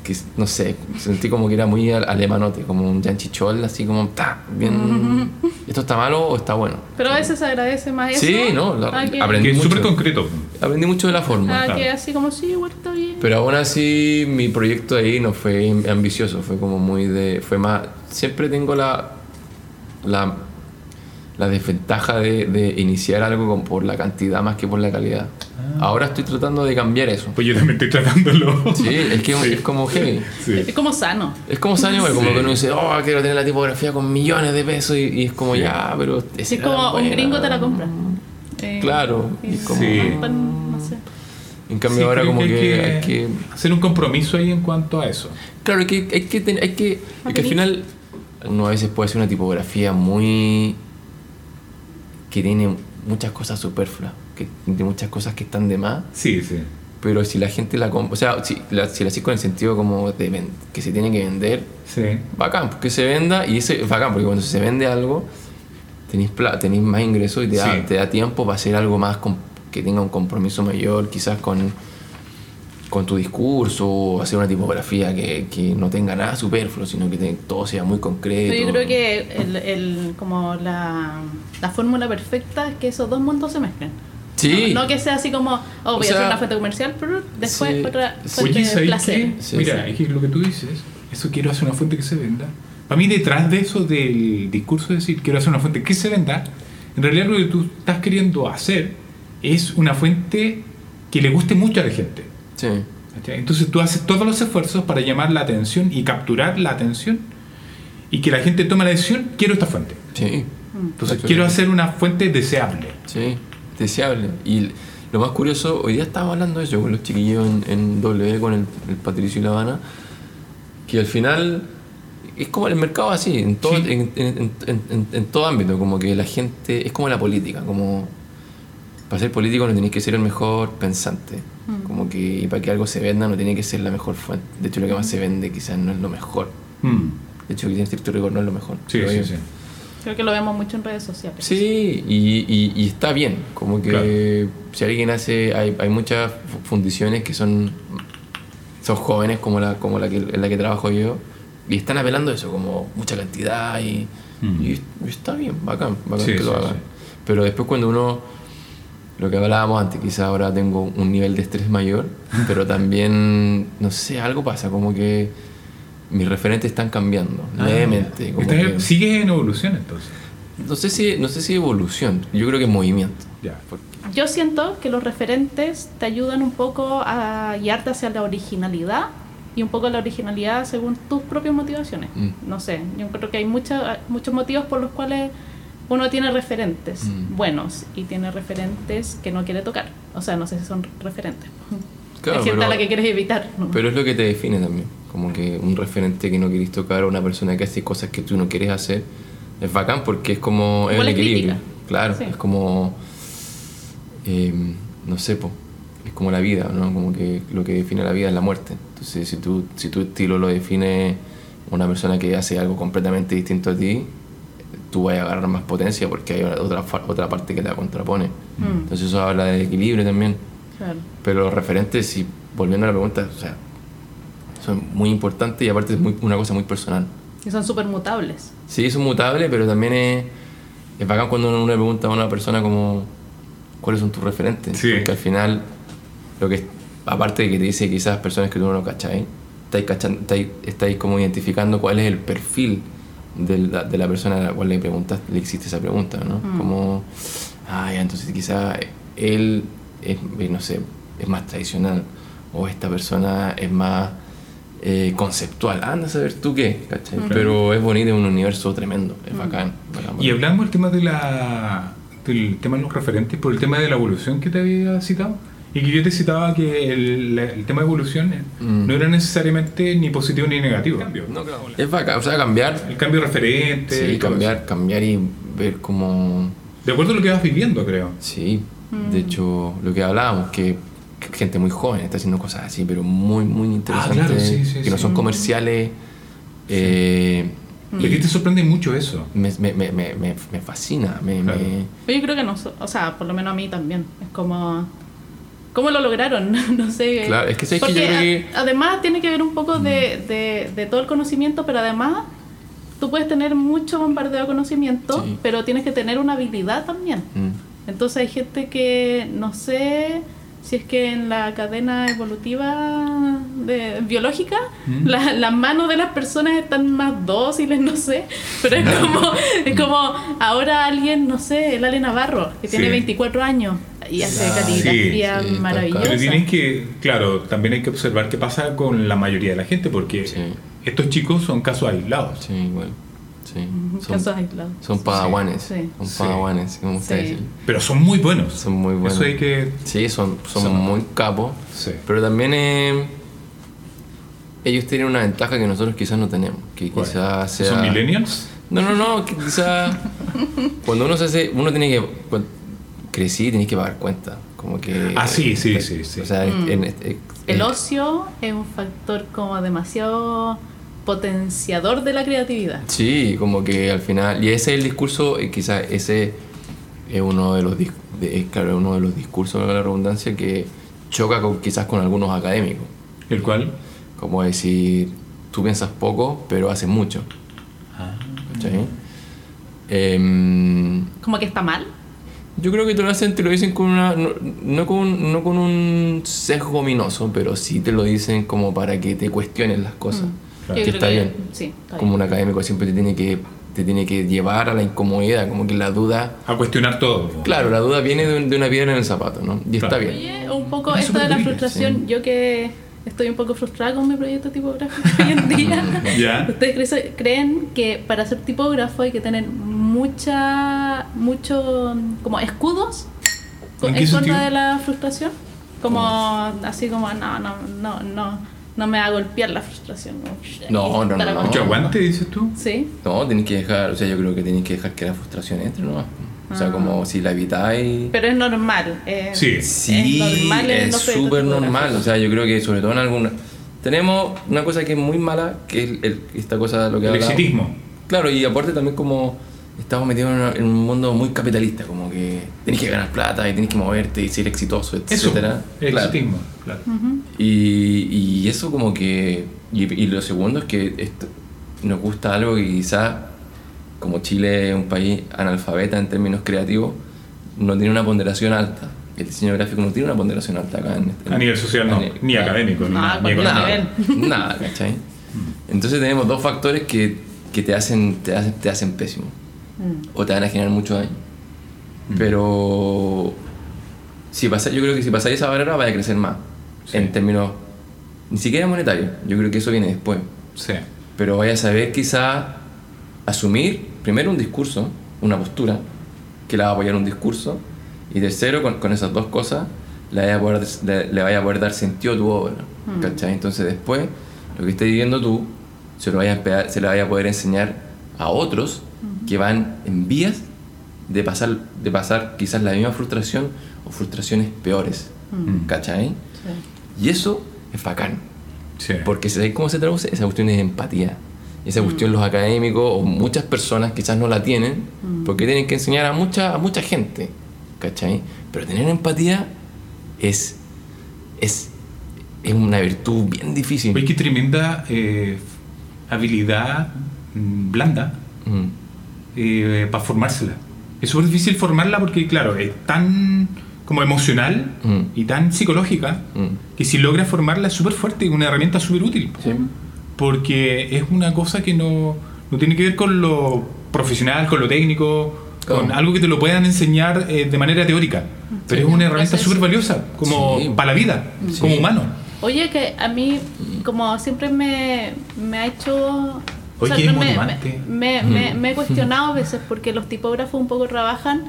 Speaker 3: que, es- no sé, sentí como que era muy al- alemanote, como un yanchichol, así como, ta, bien, esto está malo o está bueno.
Speaker 4: Pero a veces se agradece más eso.
Speaker 3: Sí, no, la-
Speaker 4: a que,
Speaker 3: aprendí.
Speaker 2: Que es
Speaker 3: Mucho.
Speaker 2: súper concreto.
Speaker 3: Aprendí mucho de la forma.
Speaker 4: a
Speaker 2: Claro.
Speaker 4: Ah, que así como, sí, igual está bien.
Speaker 3: Pero aún así mi proyecto ahí no fue ambicioso, fue como muy de... fue más... siempre tengo la... la, la desventaja de, de iniciar algo con- por la cantidad más que por la calidad.
Speaker 2: Ah.
Speaker 3: Ahora estoy tratando de cambiar eso.
Speaker 2: Pues yo también estoy tratándolo.
Speaker 3: Sí, es que
Speaker 2: Sí.
Speaker 3: es como heavy.
Speaker 4: Es
Speaker 2: Sí.
Speaker 4: como sano.
Speaker 3: Es como sano, igual, como
Speaker 2: Sí.
Speaker 3: que uno dice, oh, quiero tener la tipografía con millones de pesos y, y es como
Speaker 2: Sí.
Speaker 3: ya, pero...
Speaker 4: Si es como un gringo te la compra. Eh,
Speaker 3: Claro, y
Speaker 4: es
Speaker 3: como-
Speaker 2: Sí.
Speaker 4: pan- pan- no sé.
Speaker 3: En cambio
Speaker 2: Sí,
Speaker 3: ahora
Speaker 2: creo
Speaker 3: como que, hay
Speaker 2: hay
Speaker 3: que
Speaker 2: hacer un compromiso ahí en cuanto a eso.
Speaker 3: Claro, hay que, hay que, ten- hay que, es que al
Speaker 4: Mantener.
Speaker 3: final uno a veces puede hacer una tipografía muy... que tiene muchas cosas superfluas, que tiene muchas cosas que están de más,
Speaker 2: Sí, sí.
Speaker 3: pero si la gente la compra, o sea, si la, si la haces con el sentido como de ven- que se tiene que vender,
Speaker 2: Sí.
Speaker 3: bacán, pues que se venda, y ese es bacán, porque cuando se vende algo, tenéis pla- tenéis más ingresos y te da,
Speaker 2: Sí.
Speaker 3: te da tiempo para hacer algo más com- que tenga un compromiso mayor, quizás con, con tu discurso, o hacer una tipografía que, que no tenga nada superfluo, sino que te- todo sea muy concreto.
Speaker 4: Pero yo creo que el, el- como la, la fórmula perfecta es que esos dos mundos se mezclen.
Speaker 3: Sí,
Speaker 4: No, no que sea así como, oh, voy
Speaker 3: sea,
Speaker 4: a hacer una fuente comercial, pero después
Speaker 3: sí.
Speaker 4: otra
Speaker 3: Sí.
Speaker 4: fuente
Speaker 2: Oye,
Speaker 4: de
Speaker 2: ¿sabéis
Speaker 4: placer.
Speaker 2: qué?
Speaker 3: Sí,
Speaker 2: Mira,
Speaker 3: sí.
Speaker 2: es que lo que tú dices, eso quiero hacer una fuente que se venda. Para mí detrás de eso del discurso de decir quiero hacer una fuente que se venda, en realidad lo que tú estás queriendo hacer es una fuente que le guste mucho a la gente.
Speaker 3: sí.
Speaker 2: ¿cachai? Entonces tú haces todos los esfuerzos para llamar la atención y capturar la atención y que la gente tome la decisión, quiero esta fuente.
Speaker 3: Sí.
Speaker 4: Mm.
Speaker 2: Entonces quiero hacer una fuente deseable.
Speaker 3: Sí, deseable. Y lo más curioso, hoy día estábamos hablando de eso con los chiquillos en, en W, con el, el Patricio y la Habana, que al final es como el mercado así, en todo,
Speaker 2: Sí.
Speaker 3: en, en- en- en- en todo ámbito, como que la gente, es como la política, como para ser político no tenés que ser el mejor pensante. Como que y para que algo se venda no tiene que ser la mejor fuente. De hecho, lo que más se vende quizás no es lo mejor.
Speaker 2: Mm.
Speaker 3: De hecho, que tiene cierto rigor no es lo mejor.
Speaker 2: Sí,
Speaker 3: Pero
Speaker 2: sí,
Speaker 3: yo-
Speaker 2: sí.
Speaker 4: Creo que lo vemos mucho en redes sociales.
Speaker 3: Sí, y, y- y está bien. Como que
Speaker 2: Claro.
Speaker 3: si alguien hace. Hay, hay muchas fu- fundiciones que son. Son jóvenes como la, como la que, en la que trabajo yo. Y están apelando a eso, como mucha cantidad y.
Speaker 2: Mm.
Speaker 3: y- y está bien, bacán, bacán
Speaker 2: Sí,
Speaker 3: que lo
Speaker 2: sí,
Speaker 3: hagan.
Speaker 2: sí.
Speaker 3: Pero después cuando uno. Lo que hablábamos antes, quizás ahora tengo un nivel de estrés mayor, pero también, no sé, algo pasa, como que mis referentes están cambiando, levemente. como
Speaker 2: Ah. Estás-
Speaker 3: que-
Speaker 2: Sigues en evolución entonces.
Speaker 3: no sé si, no sé si evolución, yo creo que movimiento.
Speaker 2: Ya.
Speaker 4: Yo siento que los referentes te ayudan un poco a guiarte hacia la originalidad y un poco la originalidad según tus propias motivaciones.
Speaker 3: Mm.
Speaker 4: No sé, yo creo que hay mucha- muchos motivos por los cuales uno tiene referentes
Speaker 3: Mm.
Speaker 4: buenos y tiene referentes que no quiere tocar. O sea, no sé si son referentes.
Speaker 3: Claro,
Speaker 4: Hay gente a la que
Speaker 3: pero,
Speaker 4: quieres evitar. ¿no?
Speaker 3: pero es lo que te define también. Como que un referente que no querés tocar o una persona que hace cosas que tú no quieres hacer es bacán porque es como. Es
Speaker 4: Igual
Speaker 3: el
Speaker 4: es
Speaker 3: equilibrio.
Speaker 4: crítica.
Speaker 3: Claro,
Speaker 4: Sí.
Speaker 3: es como. eh, no sé, po, es como la vida, ¿no? Como que lo que define la vida es la muerte. Entonces, si, tú, si tu estilo lo define una persona que hace algo completamente distinto a ti, tú vas a agarrar más potencia porque hay otra, fa- otra parte que la contrapone.
Speaker 4: Mm.
Speaker 3: Entonces, eso habla de equilibrio también.
Speaker 4: Claro.
Speaker 3: Pero los referentes, y volviendo a la pregunta, o sea, son muy importantes y aparte es muy- una cosa muy personal.
Speaker 4: Y son súper mutables.
Speaker 3: Sí, son mutables, pero también es, es bacán cuando uno le pregunta a una persona como, ¿cuáles son tus referentes?
Speaker 2: Sí.
Speaker 3: Porque al final, lo que aparte de que te dice quizás personas que tú no lo cacháis, estáis, cachan- estáis, estáis como identificando cuál es el perfil de la, de la persona a la cual le preguntaste, le hiciste esa pregunta, ¿no?
Speaker 4: Mm.
Speaker 3: Como, ah, ya, entonces quizás él es, eh, no sé, es más tradicional, o esta persona es más eh, conceptual, anda a saber tú qué, ¿cachai? Pero es bonito, es un universo tremendo, es bacán. bacán,
Speaker 2: Mm. Y
Speaker 3: bacán.
Speaker 2: hablamos del tema de la, del tema de los referentes por el tema de la evolución que te había citado. Y que yo te citaba que el, la- el tema de evolución eh,
Speaker 3: Mm.
Speaker 2: no era necesariamente ni positivo ni negativo.
Speaker 3: No, claro. Es bacán, o sea, cambiar,
Speaker 2: El cambio referente.
Speaker 3: sí,
Speaker 2: y todo
Speaker 3: cambiar, cambiar y ver como...
Speaker 2: eso. De acuerdo a lo que vas viviendo, creo.
Speaker 3: Sí,
Speaker 2: Mm.
Speaker 3: de hecho, lo que hablábamos, que gente muy joven está haciendo cosas así, pero muy, muy interesantes,
Speaker 2: claro, Ah, sí, sí,
Speaker 3: que no
Speaker 2: sí.
Speaker 3: son comerciales Eh,
Speaker 2: ¿De qué te sorprende mucho eso?
Speaker 3: me, me- me- me- me- me fascina. me-
Speaker 2: Claro.
Speaker 3: me-
Speaker 4: Pero Pues yo creo que no, so- o sea, por lo menos a mí también. Es como. ¿Cómo lo lograron? no sé.
Speaker 3: Claro, es que sabes que
Speaker 4: Porque
Speaker 3: yo creo
Speaker 4: a-
Speaker 3: que- Mm.
Speaker 4: Además, tiene que ver un poco de, de- de todo el conocimiento, pero además. Tú puedes tener mucho bombardeo de conocimiento,
Speaker 3: Sí.
Speaker 4: pero tienes que tener una habilidad también.
Speaker 3: Mm.
Speaker 4: Entonces hay gente que no sé si es que en la cadena evolutiva de- biológica
Speaker 2: Mm.
Speaker 4: la- las manos de las personas están más dóciles, no sé, pero es como, es como ahora alguien, no sé, el Ale Navarro, que tiene
Speaker 2: Sí.
Speaker 4: 24 años y hace
Speaker 3: Ah,
Speaker 4: caligrafía
Speaker 3: sí, sí,
Speaker 4: maravillosa.
Speaker 3: tal
Speaker 2: Pero tienes que, claro, también hay que observar qué pasa con la mayoría de la gente, porque
Speaker 3: Sí.
Speaker 2: estos chicos son casos aislados.
Speaker 3: Sí, igual. Sí. Son,
Speaker 4: Casos aislados.
Speaker 3: son padawanes.
Speaker 4: Sí.
Speaker 3: Son
Speaker 2: Sí.
Speaker 3: padawanes, como ustedes
Speaker 4: Sí.
Speaker 3: dicen.
Speaker 2: Pero son muy buenos.
Speaker 3: Son muy buenos.
Speaker 2: Eso hay que.
Speaker 3: Sí, son, son
Speaker 2: Son-
Speaker 3: muy capos.
Speaker 2: Sí.
Speaker 3: Pero también eh, ellos tienen una ventaja que nosotros quizás no tenemos. Que
Speaker 2: ¿Cuál?
Speaker 3: quizás sea...
Speaker 2: ¿Son millennials?
Speaker 3: No, no, no, que quizá cuando uno se hace, uno tiene que cuan- crecí tenés que pagar cuenta, como que eh,
Speaker 2: Ah, sí, sí, sí, sí.
Speaker 3: O sea,
Speaker 4: Mm.
Speaker 3: en- eh, en-
Speaker 4: El ocio es un factor como demasiado potenciador de la creatividad.
Speaker 3: Sí, como que al final y ese es el discurso, eh, quizás ese es uno de los dis- de- es, claro, uno de los discursos de la redundancia que choca con, quizás con algunos académicos,
Speaker 2: ¿El cual?
Speaker 3: como decir tú piensas poco pero haces mucho, Ah. ¿cachai? Em,
Speaker 4: Como que está mal.
Speaker 3: Yo creo que te lo hacen, te lo dicen con una. No, no con, no con un sesgo ominoso, pero sí te lo dicen como para que te cuestionen las cosas.
Speaker 2: Claro.
Speaker 4: Yo
Speaker 3: Que
Speaker 4: creo
Speaker 3: está bien.
Speaker 4: Sí, está
Speaker 3: Como
Speaker 4: bien.
Speaker 3: un académico siempre te tiene que te tiene que llevar a la incomodidad, como que la duda.
Speaker 2: A cuestionar todo.
Speaker 3: Claro, la duda viene de, un- de una piedra en el zapato, ¿no? Y está
Speaker 2: Claro.
Speaker 3: bien.
Speaker 4: Oye, un poco
Speaker 2: Eso
Speaker 4: esto de
Speaker 2: me
Speaker 4: la
Speaker 2: duele,
Speaker 4: frustración, yo que estoy un poco frustrada con mi proyecto tipográfico hoy en día.
Speaker 2: ¿Ya?
Speaker 4: ¿Ustedes crece- creen que para ser tipógrafo hay que tener mucha, mucho, mm, como escudos co-
Speaker 2: ¿En
Speaker 4: en,
Speaker 2: qué
Speaker 4: contra
Speaker 2: sentido?
Speaker 4: de la frustración? Como así como, no, no, no, no, no me va a golpear la frustración. como, shh,
Speaker 3: No,
Speaker 4: ahí
Speaker 3: no,
Speaker 4: está
Speaker 3: no,
Speaker 4: la
Speaker 3: no.
Speaker 2: ¿Mucho
Speaker 4: cosa.
Speaker 2: aguante, dices tú?
Speaker 4: Sí,
Speaker 3: No, tenés que dejar, o sea, yo creo que tenés que dejar que la frustración entre, ¿no? O sea,
Speaker 4: Ah.
Speaker 3: como si la evitáis.
Speaker 4: pero es normal. eh,
Speaker 2: Sí.
Speaker 3: Sí,
Speaker 4: Es normal en
Speaker 3: es
Speaker 4: los proyectos
Speaker 3: súper normal.
Speaker 4: tipográficos.
Speaker 3: O sea, yo creo que sobre todo en alguna... Tenemos una cosa que es muy mala, que es el- esta cosa de lo que
Speaker 2: El
Speaker 3: hablamos.
Speaker 2: exitismo.
Speaker 3: Claro, y aparte también como estamos metidos en, una- en un mundo muy capitalista, como que tenés que ganar plata y tenés que moverte y ser exitoso,
Speaker 2: Eso.
Speaker 3: etcétera.
Speaker 2: El
Speaker 3: Claro. Mm.
Speaker 2: exitismo. Claro.
Speaker 3: Y, y eso como que... Y, y lo segundo es que esto- nos gusta algo que quizás, como Chile es un país analfabeta en términos creativos, no tiene una ponderación alta. El diseño gráfico no tiene una ponderación alta acá en este
Speaker 2: A nivel social no,
Speaker 3: a ni-
Speaker 2: ni
Speaker 3: claro.
Speaker 2: académico, ni,
Speaker 4: No,
Speaker 2: nada, ni
Speaker 4: cualquier
Speaker 2: económico.
Speaker 4: nivel.
Speaker 3: Nada, nada, ¿cachai? Entonces tenemos dos factores que, que te, hacen, te, hacen, te hacen pésimo
Speaker 4: Mm.
Speaker 3: o te van a generar mucho daño. Pero si pasa, yo creo que si pasáis esa barrera vaya a crecer más. En términos ni siquiera monetarios. Yo creo que eso viene después.
Speaker 2: Sí.
Speaker 3: Pero vaya a saber quizá asumir primero un discurso, una postura, que la va a apoyar un discurso. Y tercero, con, con esas dos cosas, le vaya, a poder, le, le vaya a poder dar sentido a tu obra. ¿cachai? Entonces después, lo que estés viviendo tú, se lo vaya a, empea- se le vaya a poder enseñar a otros que van en vías de pasar, de pasar quizás la misma frustración o frustraciones peores. ¿Cachai?
Speaker 4: Sí.
Speaker 3: Y eso es bacán.
Speaker 2: Sí.
Speaker 3: Porque ¿sabéis cómo se traduce? Esa cuestión es empatía. Esa cuestión los académicos o muchas personas quizás no la tienen porque tienen que enseñar a mucha, a mucha gente. ¿Cachai? Pero tener empatía es, es, es una virtud bien difícil.
Speaker 2: Oye, qué tremenda eh, habilidad mm, blanda
Speaker 3: Mm.
Speaker 2: para formársela. Es súper difícil formarla porque, claro, es tan como emocional
Speaker 3: Mm.
Speaker 2: y tan psicológica
Speaker 3: Mm.
Speaker 2: que si logras formarla es súper fuerte y una herramienta súper útil.
Speaker 3: Mm.
Speaker 2: Porque es una cosa que no, no tiene que ver con lo profesional, con lo técnico,
Speaker 3: Claro.
Speaker 2: con algo que te lo puedan enseñar eh, de manera teórica. Pero es una herramienta
Speaker 4: Entonces-
Speaker 2: súper valiosa, como
Speaker 3: Sí.
Speaker 2: para la vida,
Speaker 3: Sí.
Speaker 2: como humano.
Speaker 4: Oye, que a mí, como siempre me, me ha hecho.
Speaker 2: Oye,
Speaker 4: me,
Speaker 2: es
Speaker 4: me-
Speaker 2: motivante.
Speaker 4: me- me- me he cuestionado a veces porque los tipógrafos un poco trabajan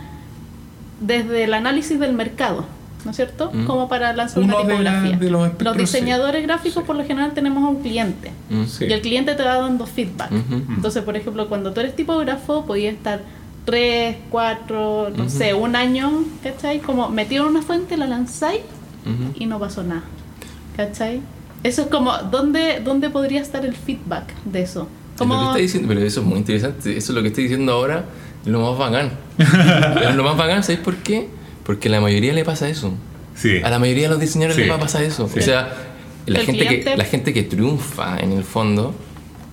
Speaker 4: desde el análisis del mercado, ¿no es cierto?
Speaker 3: Mm.
Speaker 4: Como para lanzar
Speaker 2: Uno
Speaker 4: una
Speaker 2: de la-
Speaker 4: tipografía.
Speaker 2: de los espectros, sí.
Speaker 4: diseñadores gráficos, por lo general, tenemos a un cliente.
Speaker 3: Mm.
Speaker 2: Sí.
Speaker 4: Y el cliente te va dando feedback.
Speaker 3: Ujú.
Speaker 4: Entonces, por ejemplo, cuando tú eres tipógrafo, podías estar tres, cuatro, no
Speaker 3: Ujú.
Speaker 4: sé, un año, ¿cachai? Como metido en una fuente, la lanzáis
Speaker 3: Ujú.
Speaker 4: y no pasó nada. ¿Cachai? Eso es como, ¿dónde, ¿dónde podría estar el feedback de eso?
Speaker 3: Es lo que
Speaker 4: Como-
Speaker 3: está diciendo, pero eso es muy interesante. Eso es lo que estoy diciendo ahora, es lo más bacán. Pero es lo más bacán, ¿sabéis por qué? Porque a la mayoría le pasa eso.
Speaker 5: Sí.
Speaker 3: A la mayoría de los diseñadores
Speaker 5: Sí.
Speaker 3: les va a pasar eso.
Speaker 5: Sí.
Speaker 3: O sea, la
Speaker 4: El
Speaker 3: gente, que,
Speaker 4: cliente-
Speaker 3: la gente que triunfa en el fondo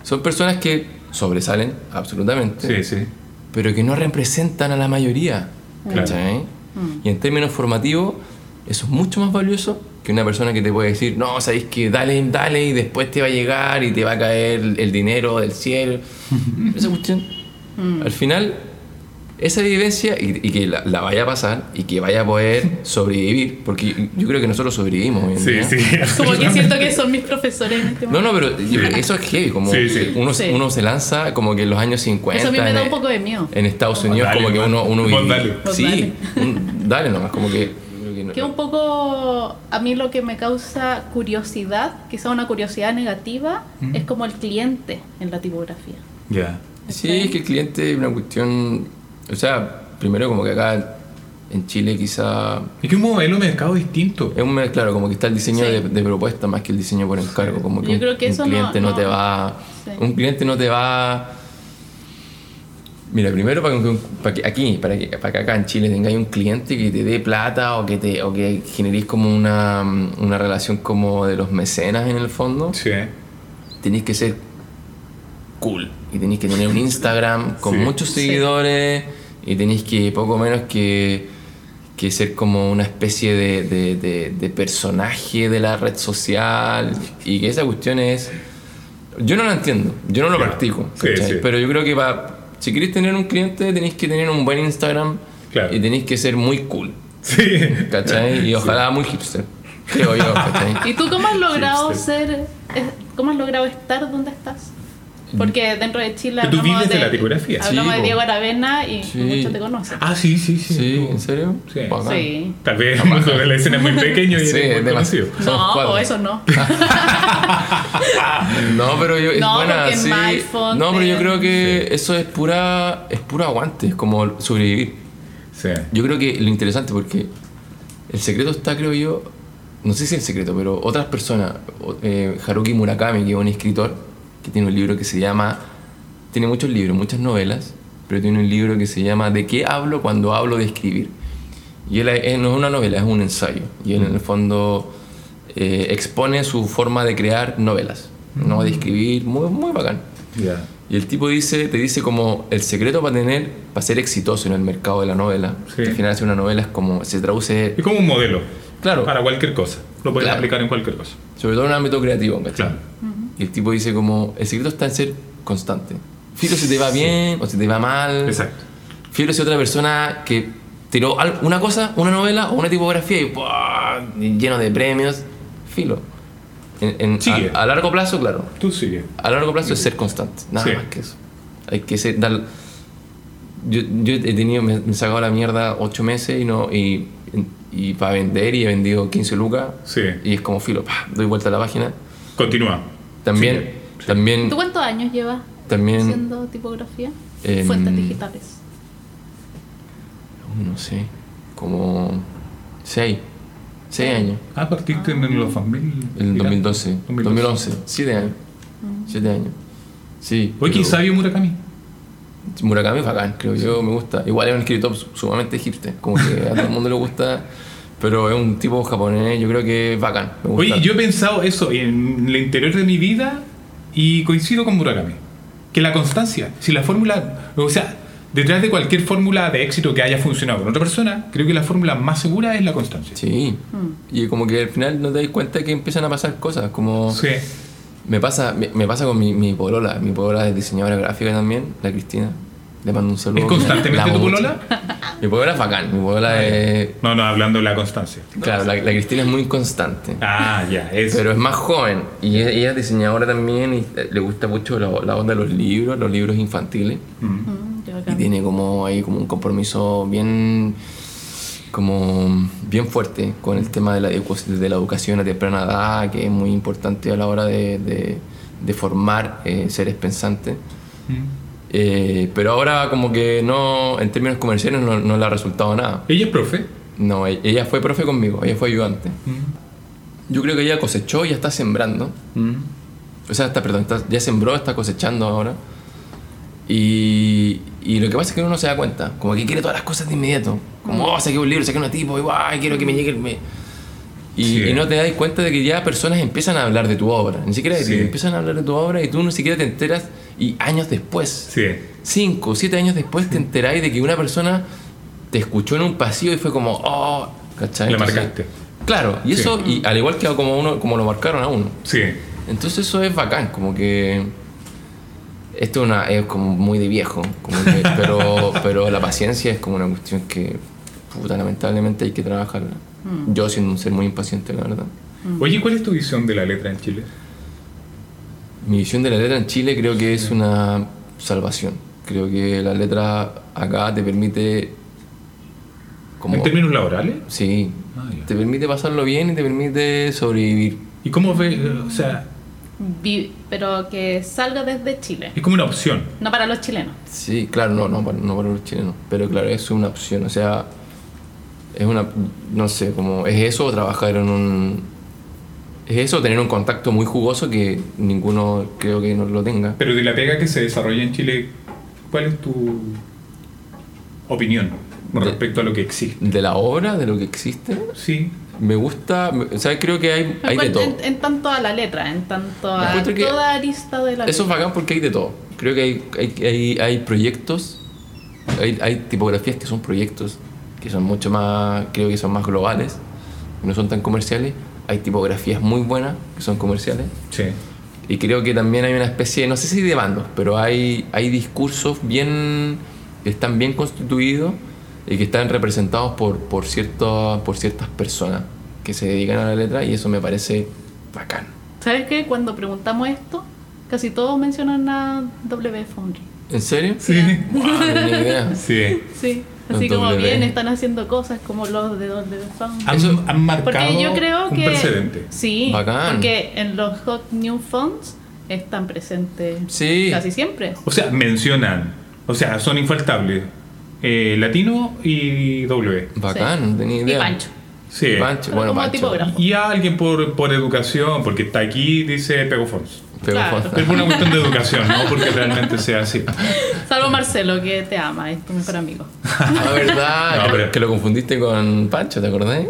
Speaker 3: son personas que sobresalen absolutamente,
Speaker 5: Sí, sí.
Speaker 3: pero que no representan a la mayoría.
Speaker 5: Claro.
Speaker 3: ¿cachai?
Speaker 4: Mm.
Speaker 3: Y en términos formativos, eso es mucho más valioso que una persona que te puede decir, no, sabéis que dale, dale, y después te va a llegar y te va a caer el dinero del cielo. Esa cuestión.
Speaker 4: Mm.
Speaker 3: Al final, esa vivencia, y, y que la, la vaya a pasar, y que vaya a poder sobrevivir, porque yo, yo creo que nosotros sobrevivimos. hoy en
Speaker 5: Sí,
Speaker 3: día.
Speaker 5: sí.
Speaker 4: Como que siento que son mis profesores en este
Speaker 3: No,
Speaker 4: momento.
Speaker 3: no, pero yo creo que eso es heavy, como
Speaker 5: Sí, sí.
Speaker 3: Uno,
Speaker 4: Sí.
Speaker 3: uno se lanza como que en los años 50.
Speaker 4: Eso a mí me da
Speaker 3: en-
Speaker 4: un poco de miedo.
Speaker 3: En Estados Unidos
Speaker 5: Dale,
Speaker 3: como que
Speaker 5: man.
Speaker 3: uno... uno
Speaker 5: Vos dale.
Speaker 4: Vos
Speaker 3: Sí,
Speaker 4: dale.
Speaker 3: un- dale nomás, como que...
Speaker 4: Que un poco a mí lo que me causa curiosidad, quizá una curiosidad negativa, es como el cliente en la tipografía.
Speaker 5: Ya.
Speaker 3: Sí, es que el cliente es una cuestión... O sea, primero como que acá en Chile quizá...
Speaker 2: Es que un modelo de mercado distinto.
Speaker 3: Es un mes, claro, como que está el diseño
Speaker 4: Sí.
Speaker 3: de, de propuesta más que el diseño por encargo. Como que
Speaker 4: Yo
Speaker 3: un,
Speaker 4: creo que
Speaker 3: un
Speaker 4: eso no-
Speaker 3: cliente no,
Speaker 4: no-
Speaker 3: te va...
Speaker 4: Sí.
Speaker 3: Un cliente no te va... Mira, primero para que, para que aquí, para que, para que acá en Chile tengáis un cliente que te dé plata o que te o que generéis como una, una relación como de los mecenas en el fondo,
Speaker 2: Sí.
Speaker 3: tenéis que ser cool y tenéis que tener un Instagram con
Speaker 5: Sí.
Speaker 3: muchos seguidores y tenéis que poco menos que, que ser como una especie de, de- de- de personaje de la red social y que esa cuestión es... Yo no la entiendo, yo no lo
Speaker 5: Claro.
Speaker 3: practico,
Speaker 5: Sí,
Speaker 3: ¿cachai?
Speaker 5: sí.
Speaker 3: pero yo creo que para... Si queréis tener un cliente tenéis que tener un buen Instagram
Speaker 5: Claro.
Speaker 3: y tenéis que ser muy cool,
Speaker 5: Sí.
Speaker 3: ¿cachai? Y ojalá muy hipster, creo yo, ¿cachai?
Speaker 4: ¿Y tú cómo has logrado
Speaker 5: sí.
Speaker 4: ser, eh, cómo has logrado estar donde estás? Porque dentro de Chile
Speaker 2: Pero tú
Speaker 4: hablamos
Speaker 2: vives de la tipografía.
Speaker 4: hablamos
Speaker 3: Mm. Sí,
Speaker 4: de
Speaker 3: po.
Speaker 4: Diego Aravena y
Speaker 3: Sí.
Speaker 4: muchos te conocen.
Speaker 2: Ah, sí, sí, sí.
Speaker 3: Sí,
Speaker 2: Tú-
Speaker 3: ¿en serio?
Speaker 2: Sí.
Speaker 3: Bacán.
Speaker 4: sí.
Speaker 2: Tal vez el mundo de la escena es muy pequeño y
Speaker 3: Sí,
Speaker 2: eres muy
Speaker 3: es demasiado.
Speaker 2: conocido.
Speaker 3: Somos
Speaker 4: No,
Speaker 3: cuatro.
Speaker 4: po, eso no.
Speaker 3: Ah. No, pero yo, es
Speaker 4: No,
Speaker 3: buena,
Speaker 4: porque en
Speaker 3: sí.
Speaker 4: Malfont,
Speaker 3: No, pero yo
Speaker 4: en-
Speaker 3: creo que eso es pura es puro aguante, es como sobrevivir.
Speaker 2: Sí.
Speaker 3: Yo creo que lo interesante porque el secreto está, creo yo, no sé si el secreto, pero otras personas, o- eh, Haruki Murakami, que es un escritor que tiene un libro que se llama tiene muchos libros, muchas novelas, pero tiene un libro que se llama ¿De qué hablo cuando hablo de escribir? Y él, eh, no es una novela, es un ensayo. Y él en el fondo eh, expone su forma de crear novelas, no de escribir, muy, muy bacán.
Speaker 2: Ya.
Speaker 3: Y el tipo dice, te dice como el secreto para tener, para ser exitoso en el mercado de la novela.
Speaker 2: Sí.
Speaker 3: que Al final hacer una novela es como, se traduce,
Speaker 2: Es como un modelo.
Speaker 3: Claro.
Speaker 2: Para cualquier cosa. Lo puedes
Speaker 3: Claro.
Speaker 2: aplicar en cualquier cosa.
Speaker 3: sobre todo en el ámbito creativo, ¿cachai?
Speaker 2: Claro.
Speaker 3: Y el tipo dice como, el secreto está en ser constante. Fíjate si te va bien o si te va mal.
Speaker 2: Exacto.
Speaker 3: Fíjate si otra persona que tiró al- una cosa, una novela o una tipografía y ¡buah! lleno de premios. Filo. En- en-
Speaker 2: Sigue.
Speaker 3: a, a largo plazo, claro.
Speaker 2: Tú sigue.
Speaker 3: A largo plazo es ser constante. Nada
Speaker 2: Sí.
Speaker 3: más que eso. Hay que ser, dar- yo, yo he tenido, me, me he sacado la mierda 8 meses y no. Y, para vender y he vendido 15 lucas.
Speaker 2: Sí.
Speaker 3: Y es como filo, pa, doy vuelta a la página.
Speaker 2: Continúa.
Speaker 3: También,
Speaker 2: Sigue.
Speaker 3: también,
Speaker 4: ¿Tú cuántos años llevas
Speaker 3: también,
Speaker 4: haciendo tipografía?
Speaker 3: en-
Speaker 4: Fuentes digitales.
Speaker 3: uh, no sé, como 6, 6 años.
Speaker 2: Ah, partiste en los 2000.
Speaker 3: El
Speaker 2: mira.
Speaker 3: 2012,
Speaker 2: 2011.
Speaker 3: 2011, 7 años.
Speaker 4: Mm.
Speaker 3: 7 años. Sí.
Speaker 2: Oye,
Speaker 3: pero
Speaker 2: qué sabio Murakami.
Speaker 3: Murakami es bacán, creo yo, me gusta. Igual es un escritor su- sumamente hipster, como que a todo el mundo le gusta, pero es un tipo japonés, yo creo que es bacán. Me gusta.
Speaker 2: Oye, yo he pensado eso en el interior de mi vida y coincido con Murakami. Que la constancia, si la fórmula, o sea, detrás de cualquier fórmula de éxito que haya funcionado con otra persona, creo que la fórmula más segura es la constancia.
Speaker 3: Sí. Y como que al final no te das cuenta que empiezan a pasar cosas, como...
Speaker 2: Sí.
Speaker 3: Me pasa, me, me pasa con mi, mi polola, mi polola es diseñadora gráfica también, la Cristina. Le mando un saludo.
Speaker 2: ¿Es constantemente
Speaker 3: La amo
Speaker 2: tu
Speaker 3: mucho.
Speaker 2: polola?
Speaker 3: Mi polola es bacán, mi polola es...
Speaker 2: No, no, hablando de la constancia.
Speaker 3: Claro, la, la Cristina es muy constante.
Speaker 2: Ah, ya, eso.
Speaker 3: Pero es más joven y e- ella es diseñadora también y eh, le gusta mucho la, la onda de los libros, los libros infantiles.
Speaker 2: Mm.
Speaker 4: Mm, qué
Speaker 3: Y
Speaker 4: bacán.
Speaker 3: tiene como ahí como un compromiso bien como bien fuerte con el tema de la, edu- de la educación a temprana edad, que es muy importante a la hora de, de- de formar eh, seres pensantes.
Speaker 2: Mm.
Speaker 3: Eh, pero ahora como que no, en términos comerciales no, no le ha resultado nada.
Speaker 2: Ella es profe.
Speaker 3: No, e- ella fue profe conmigo, ella fue ayudante.
Speaker 2: Mm.
Speaker 3: Mm. Yo creo que ella cosechó y ya está sembrando. O sea, está, perdón, está- ya sembró, está cosechando ahora. Y, y lo que pasa es que uno no se da cuenta. Como que quiere todas las cosas de inmediato. Como, oh, saqué un libro, saqué un tipo, y guay, quiero que me llegue el... me-". Y,
Speaker 2: Sí.
Speaker 3: y no te das cuenta de que ya personas empiezan a hablar de tu obra. Ni siquiera de ti,
Speaker 2: Sí.
Speaker 3: empiezan a hablar de tu obra y tú ni siquiera te enteras. Y años después,
Speaker 2: Sí.
Speaker 3: cinco, siete años después te enteráis de que una persona te escuchó en un pasillo y fue como, oh, ¿cachai?
Speaker 2: Le
Speaker 3: Entonces-
Speaker 2: marcaste.
Speaker 3: Claro, y
Speaker 2: Sí.
Speaker 3: eso, y al igual que como, uno, como lo marcaron a uno.
Speaker 2: Sí.
Speaker 3: Entonces eso es bacán, como que... Esto es, una, es como muy de viejo, como que- pero, pero la paciencia es como una cuestión que, puta, lamentablemente hay que trabajarla. Yo siendo un ser muy impaciente, la verdad.
Speaker 2: Oye, ¿cuál es tu visión de la letra en Chile?
Speaker 3: Mi visión de la letra en Chile creo que es una salvación. Creo que la letra acá te permite...
Speaker 2: ¿En términos laborales?
Speaker 3: Sí.
Speaker 2: Ah, ya.
Speaker 3: Te permite pasarlo bien y te permite sobrevivir.
Speaker 2: ¿Y cómo ves? O sea,
Speaker 4: Vi- pero que salga desde Chile,
Speaker 2: es como una opción.
Speaker 4: no para los chilenos.
Speaker 3: Sí, claro, no, no, para- no para los chilenos. Pero claro, es una opción. O sea, es una... No sé, como... ¿Es eso o trabajar en un... Es eso o tener un contacto muy jugoso que ninguno creo que no lo tenga.
Speaker 2: Pero de la pega que se desarrolla en Chile, ¿cuál es tu opinión con
Speaker 3: De-
Speaker 2: respecto a lo que existe?
Speaker 3: De la obra, de lo que existe,
Speaker 2: Sí.
Speaker 3: me gusta... me- O sea, creo que hay, hay de
Speaker 4: Encuentro-
Speaker 3: todo.
Speaker 4: en, en tanto a la letra, en tanto a
Speaker 3: Encuentro que-
Speaker 4: toda arista de la
Speaker 3: Eso es
Speaker 4: letra.
Speaker 3: bacán porque hay de todo. Creo que hay, hay, hay, hay proyectos, hay, hay tipografías que son proyectos, que son mucho más, creo que son más globales, no son tan comerciales. Hay tipografías muy buenas que son comerciales.
Speaker 2: Sí.
Speaker 3: Y creo que también hay una especie, no sé si de bandos, pero hay, hay discursos bien, que están bien constituidos y que están representados por, por, cierto, por ciertas personas que se dedican a la letra y eso me parece bacán.
Speaker 4: ¿Sabes qué? Cuando preguntamos esto, casi todos mencionan a W Foundry.
Speaker 3: ¿En serio?
Speaker 2: Sí.
Speaker 3: Wow, no tenía idea.
Speaker 2: Sí.
Speaker 4: Sí,
Speaker 3: Los
Speaker 4: así como
Speaker 3: W.
Speaker 4: bien están haciendo cosas como los de W Foundry.
Speaker 2: Han,
Speaker 3: Eso-
Speaker 2: han marcado
Speaker 4: Porque yo creo
Speaker 2: un
Speaker 4: que.
Speaker 2: precedente.
Speaker 4: Sí,
Speaker 3: Bacán.
Speaker 4: porque en los Hot New Fonts están presentes
Speaker 3: Sí.
Speaker 4: casi siempre.
Speaker 2: O sea, mencionan. O sea, son infaltables. Eh, latino y W.
Speaker 3: Bacán, no tenía
Speaker 4: Y
Speaker 3: idea.
Speaker 4: Pancho.
Speaker 2: Sí.
Speaker 3: Pancho,
Speaker 4: Pero
Speaker 3: bueno,
Speaker 4: como
Speaker 3: Pancho.
Speaker 4: tipógrafo.
Speaker 2: Y a alguien por, por educación, porque está aquí, dice Pego Fons.
Speaker 3: Pero
Speaker 4: Claro.
Speaker 3: fue-
Speaker 2: Es por una cuestión de educación, no porque realmente sea así.
Speaker 4: Salvo Marcelo, que te ama, es tu mejor amigo.
Speaker 3: Ah, verdad,
Speaker 2: No, pero-
Speaker 3: que lo confundiste con Pancho, ¿te acordás?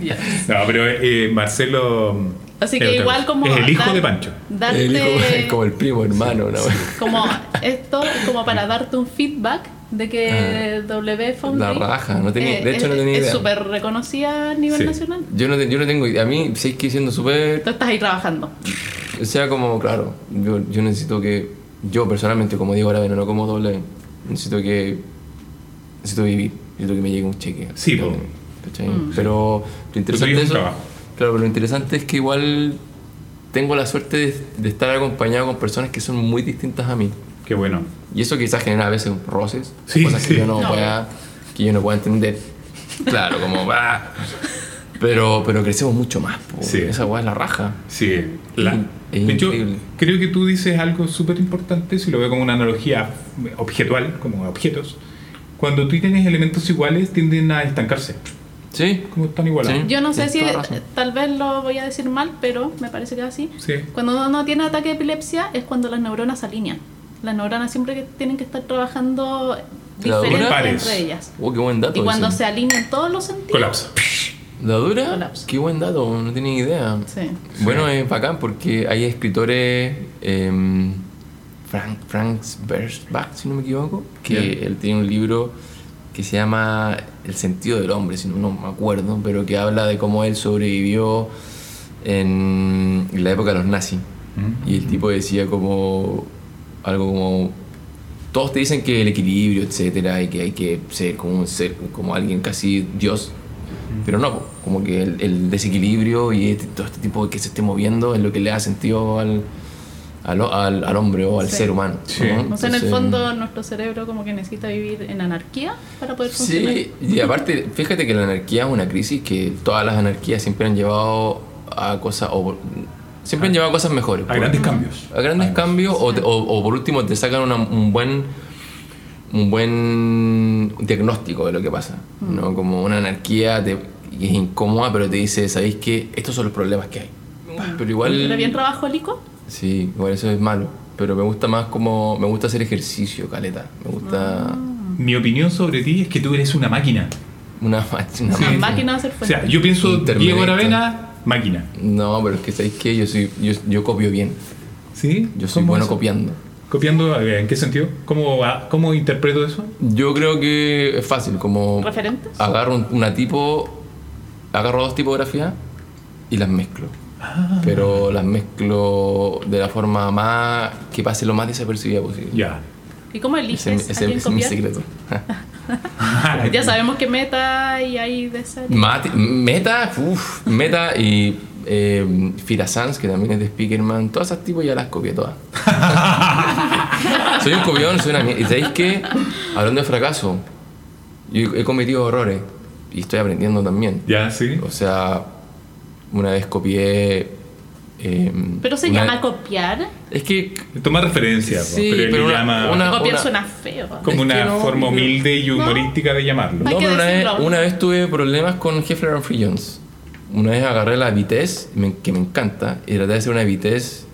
Speaker 4: Yes.
Speaker 2: No, pero eh, Marcelo.
Speaker 4: Así
Speaker 2: es
Speaker 4: que
Speaker 2: otra
Speaker 4: igual
Speaker 2: cosa.
Speaker 4: como...
Speaker 2: Es el hijo
Speaker 4: dar-
Speaker 2: de Pancho.
Speaker 4: Darte,
Speaker 3: El hijo- es como el primo, hermano, una wea.
Speaker 4: como esto, como para darte un feedback de que W Foundry...
Speaker 3: Ah. La raja, no tenía- de hecho
Speaker 4: Eh, es,
Speaker 3: no tenía
Speaker 4: Es
Speaker 3: idea.
Speaker 4: súper reconocida a nivel
Speaker 2: Sí.
Speaker 4: nacional.
Speaker 3: Yo no, te- yo no tengo idea. A mí, sí que siendo súper.
Speaker 4: Tú estás ahí trabajando.
Speaker 3: O sea, como, claro, yo, yo necesito que. Yo personalmente, como Diego Aravena, no como doble, necesito que. Necesito vivir. Necesito que me llegue un cheque.
Speaker 2: Sí, po.
Speaker 3: ¿Cachai? Pero lo
Speaker 2: Pero
Speaker 3: interesante,
Speaker 2: es
Speaker 3: de
Speaker 2: un
Speaker 3: eso-
Speaker 2: trabajo.
Speaker 3: claro, pero lo interesante es que igual tengo la suerte de, de estar acompañado con personas que son muy distintas a mí.
Speaker 2: Qué bueno.
Speaker 3: Y eso quizás genera a veces roces,
Speaker 2: Sí,
Speaker 3: cosas
Speaker 2: sí.
Speaker 3: que yo no,
Speaker 4: No.
Speaker 3: pueda que yo no pueda entender. Claro, como va. Pero pero crecemos mucho más, po.
Speaker 2: Sí.
Speaker 3: esa weá es la raja.
Speaker 2: Sí, la-
Speaker 3: Es
Speaker 2: de hecho,
Speaker 3: increíble.
Speaker 2: creo que tú dices algo súper importante, si lo veo como una analogía objetual, como objetos. Cuando tú tienes elementos iguales, tienden a estancarse,
Speaker 3: Sí.
Speaker 2: como están igualados.
Speaker 3: Sí.
Speaker 4: Yo no sé
Speaker 3: Tienes
Speaker 4: si,
Speaker 3: toda razón.
Speaker 4: tal vez lo voy a decir mal, pero me parece que es así.
Speaker 2: Sí.
Speaker 4: Cuando uno no tiene ataque de epilepsia es cuando las neuronas se alinean. Las neuronas siempre que tienen que estar trabajando
Speaker 3: ¿La
Speaker 4: diferentes
Speaker 3: dura?
Speaker 4: entre ellas.
Speaker 3: Oh, qué buen dato.
Speaker 4: Y cuando
Speaker 3: ese.
Speaker 4: se alinean todos los sentidos.
Speaker 2: Colapsa.
Speaker 3: ¿La dura?
Speaker 4: Colapso.
Speaker 3: Qué buen dato, no tenía idea.
Speaker 4: pues. Sí.
Speaker 3: Bueno, es bacán porque hay escritores, em, Frank, Frank Bersbach, si no me equivoco, que
Speaker 2: Ya.
Speaker 3: él tiene un libro que se llama El sentido del hombre, si no, no me acuerdo, pero que habla de cómo él sobrevivió en la época de los nazis.
Speaker 2: Mm.
Speaker 3: Y el tipo decía como algo como todos te dicen que el equilibrio, etcétera, y que hay que ser como un ser, como alguien casi Dios, pero no, po, como que el, el desequilibrio y este- todo este tipo que se esté moviendo es lo que le da sentido al, al, al- al hombre o al
Speaker 4: Sí.
Speaker 3: ser humano.
Speaker 4: O
Speaker 2: Sí.
Speaker 4: sea, en el
Speaker 3: Entonces,
Speaker 4: fondo nuestro cerebro como que necesita vivir en anarquía para poder funcionar.
Speaker 3: Sí, y aparte, fíjate que la anarquía es una crisis que todas las anarquías siempre han llevado a cosas, o- siempre han llevado a cosas mejores.
Speaker 2: A
Speaker 3: po.
Speaker 2: grandes cambios.
Speaker 3: a grandes cambios o, te- o- o por último te sacan una- un buen un buen diagnóstico de lo que pasa
Speaker 4: Mm.
Speaker 3: no como una anarquía te, y es incómoda pero te dice sabéis que estos son los problemas que hay Pa, Pero igual-
Speaker 4: Era Mm. bien trabajólico.
Speaker 3: Sí, igual eso es malo. Pero me gusta más como. Me gusta hacer ejercicio, caleta. Me gusta.
Speaker 4: Ah.
Speaker 2: Mi opinión sobre ti es que tú eres una máquina.
Speaker 3: Una máquina.
Speaker 4: Una máquina de hacer
Speaker 2: O
Speaker 4: fuente.
Speaker 2: sea, yo pienso
Speaker 3: Terminator.
Speaker 2: Diego Aravena, máquina.
Speaker 3: No, pero es que sabéis que yo, soy, yo, yo copio bien.
Speaker 2: ¿Sí?
Speaker 3: Yo soy
Speaker 2: ¿Cómo
Speaker 3: bueno
Speaker 2: eso?
Speaker 3: copiando.
Speaker 2: ¿Copiando? a ver, ¿En qué sentido? ¿Cómo, a- cómo interpreto eso?
Speaker 3: Yo creo que es fácil, como.
Speaker 4: ¿Referentes?
Speaker 3: Agarro un- una tipo. Agarro dos tipografías y las mezclo.
Speaker 4: Ah.
Speaker 3: Pero las mezclo de la forma más. que pase lo más desapercibida posible.
Speaker 2: Ya.
Speaker 4: ¿Y cómo
Speaker 3: Ese,
Speaker 4: eliges
Speaker 3: ese-
Speaker 4: a quién
Speaker 3: ese es mi
Speaker 4: copiar? Pues
Speaker 3: secreto.
Speaker 4: Ya sabemos que meta y hay de esa.
Speaker 3: Mate- meta, uff, Meta y eh, Fira Sans, que también es de Speakerman, todas esas tipos ya las copié todas. soy un copión, soy una mierda. Y sabéis que, hablando de fracaso, yo he cometido errores y estoy aprendiendo también.
Speaker 2: Ya, sí.
Speaker 3: O sea, una vez copié. eh,
Speaker 4: Pero se
Speaker 3: una-
Speaker 4: llama copiar.
Speaker 3: Es que.
Speaker 2: Toma referencia,
Speaker 3: Sí,
Speaker 2: po, pero, él
Speaker 3: pero
Speaker 2: le
Speaker 3: una-
Speaker 2: llama
Speaker 3: Ah, una-
Speaker 4: copiar
Speaker 3: ahora-
Speaker 4: suena feo.
Speaker 2: como
Speaker 3: es
Speaker 2: una
Speaker 3: que no,
Speaker 2: forma
Speaker 3: yo-
Speaker 2: humilde y humorística de llamarlo.
Speaker 4: Hay
Speaker 3: No,
Speaker 4: que
Speaker 3: pero una vez,
Speaker 4: decirlo.
Speaker 3: una vez tuve problemas con Heffler and Free Jones. Una vez agarré la Vitesse, me- que me encanta, y traté de hacer una Vitesse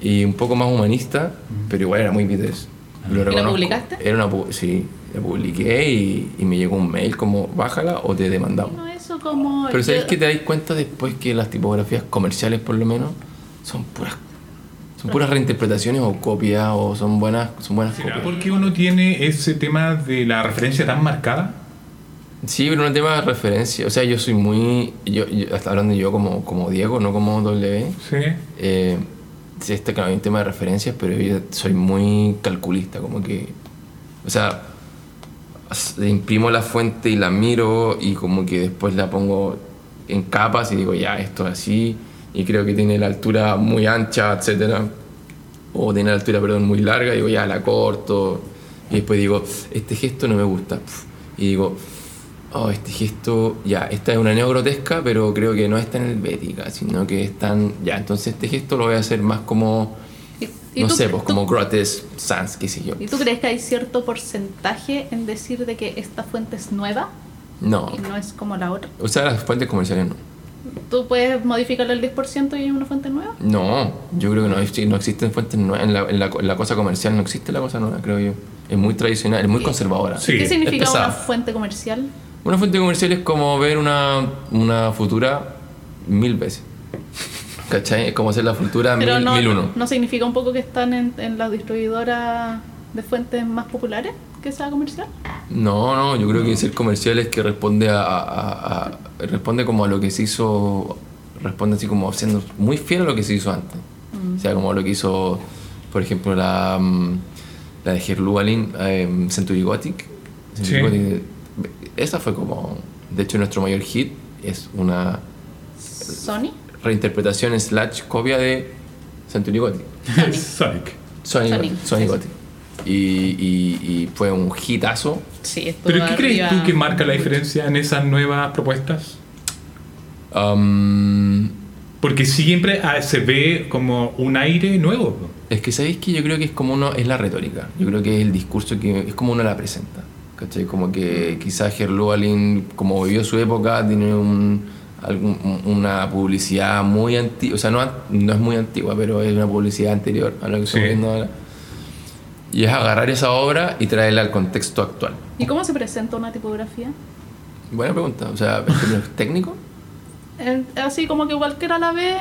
Speaker 3: y un poco más humanista, pero igual era muy Vitesse. Lo reconozco.
Speaker 4: publicaste?
Speaker 3: Era una pu- sí, la publiqué y, y me llegó un mail como, bájala o te demandamos.
Speaker 4: No, eso como.
Speaker 3: Pero ¿sabes
Speaker 4: yo-
Speaker 3: que te das cuenta después que las tipografías comerciales, por lo menos, son puras, son puras reinterpretaciones o copias o son buenas, son buenas
Speaker 2: ¿Será
Speaker 3: copias?
Speaker 2: porque uno tiene ese tema de la referencia tan marcada?
Speaker 3: Sí, pero un tema de referencia. O sea, yo soy muy. Yo, yo- hasta hablando yo como, como Diego, no como W.
Speaker 2: Sí.
Speaker 3: Eh, sí, está claro, hay un tema de referencias, pero yo soy muy calculista. Como que. O sea, as- imprimo la fuente y la miro y como que después la pongo en capas y digo, ya, esto es así. Y creo que tiene la altura muy ancha, etcétera. O tiene la altura, perdón, muy larga. Y digo, ya, la corto. Y después digo, este gesto no me gusta. Pf. Y digo, oh, este gesto, ya, esta es una neogrotesca, pero creo que no es tan helvética, sino que es tan, ya, entonces este gesto lo voy a hacer más como,
Speaker 4: y
Speaker 3: no
Speaker 4: tú-
Speaker 3: sé, pues
Speaker 4: tú-
Speaker 3: como grotesque, sans, qué sé yo.
Speaker 4: ¿Y tú crees que hay cierto porcentaje en decir de que esta fuente es nueva
Speaker 3: No,
Speaker 4: y no es como la otra?
Speaker 3: o sea, las fuentes comerciales no.
Speaker 4: ¿Tú puedes modificarle el 10% y hay una fuente nueva?
Speaker 3: No, yo creo que no, exi- no existen fuentes nuevas, en la, en la- en la cosa comercial no existe la cosa nueva, creo yo. Es muy tradicional, es muy conservadora.
Speaker 2: Sí.
Speaker 4: ¿Qué
Speaker 2: es
Speaker 4: significa
Speaker 3: pesada.
Speaker 4: una fuente comercial?
Speaker 3: Una fuente comercial es como ver una, una futura mil veces. ¿Cachai? Es como hacer la futura Ah, mil,
Speaker 4: Pero no,
Speaker 3: mil uno.
Speaker 4: no significa un poco que están en, en las distribuidoras de fuentes más populares que sea comercial.
Speaker 3: No, no, yo creo que ser comercial es que responde a, a- a- a- responde como a lo que se hizo, responde así como siendo muy fiel a lo que se hizo antes.
Speaker 4: Mm.
Speaker 3: O sea, como lo que hizo, por ejemplo, la, mm, la de Gerlu Balin, eh, Century Gothic. Century
Speaker 2: Sí.
Speaker 3: Gothic, eh, Esa fue como, de hecho, nuestro mayor hit es una
Speaker 4: Sony.
Speaker 3: reinterpretación slash copia de Century Gothic.
Speaker 2: Sonic.
Speaker 3: Sonic,
Speaker 4: Sonic,
Speaker 3: Gothic.
Speaker 4: sí,
Speaker 3: Sonic
Speaker 4: sí.
Speaker 3: Gothic. Y, y- y fue un hitazo.
Speaker 4: Sí, estuvo
Speaker 2: ¿Pero qué crees
Speaker 4: arriba.
Speaker 2: tú que marca la diferencia en esas nuevas propuestas?
Speaker 3: Um,
Speaker 2: Porque siempre ah, se ve como un aire nuevo.
Speaker 3: Es que sabéis que yo creo que es como uno, es la retórica, yo creo que es el discurso que es como uno la presenta, ¿cachai? Como que quizás Gerlualin, como vivió su época, tiene un, algún- un- una publicidad muy antigua, o sea, no, an- no es muy antigua, pero es una publicidad anterior a lo que
Speaker 2: Sí.
Speaker 3: estamos viendo ahora. Y es agarrar esa obra y traerla al contexto actual.
Speaker 4: ¿Y cómo se presenta una tipografía?
Speaker 3: Buena pregunta, o sea, ¿en términos técnicos?
Speaker 4: En- Eh, Así como que cualquiera la ve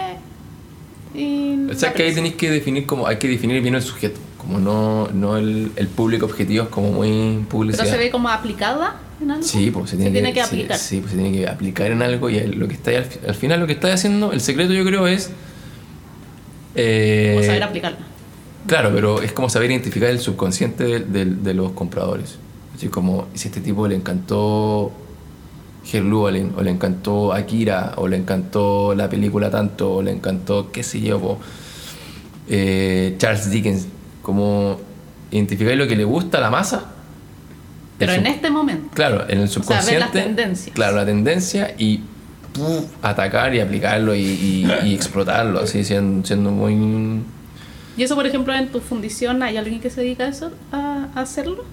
Speaker 4: y...
Speaker 3: O sea,
Speaker 4: la
Speaker 3: que ahí
Speaker 4: presenta.
Speaker 3: tenéis que definir como, hay que definir bien el sujeto, como no, no el, el público objetivo es como muy publicidad.
Speaker 4: Pero se ve como aplicada en algo.
Speaker 3: Sí, pues se tiene,
Speaker 4: tiene que
Speaker 3: sí,
Speaker 4: aplicar.
Speaker 3: Sí, pues se tiene que aplicar en algo y el- lo que está ahí al, fi- al final lo que está haciendo, el secreto yo creo es... eh,
Speaker 4: Como saber aplicarla.
Speaker 3: Claro, pero es como saber identificar el subconsciente de, de- de los compradores. Así como si a este tipo le encantó Gerlu o le, o le encantó Akira o le encantó la película tanto o le encantó qué sé yo, po, eh, Charles Dickens. Como identificar lo que le gusta a la masa.
Speaker 4: Pero
Speaker 3: el
Speaker 4: en
Speaker 3: sub-
Speaker 4: este momento.
Speaker 3: Claro, en el
Speaker 4: sea, ver
Speaker 3: subconsciente.
Speaker 4: las tendencias.
Speaker 3: Claro, la tendencia y puf, atacar y aplicarlo y, y- y explotarlo, así siendo, siendo muy.
Speaker 4: ¿Y eso, por ejemplo, en tu fundición hay alguien que se dedica a eso, a, a hacerlo?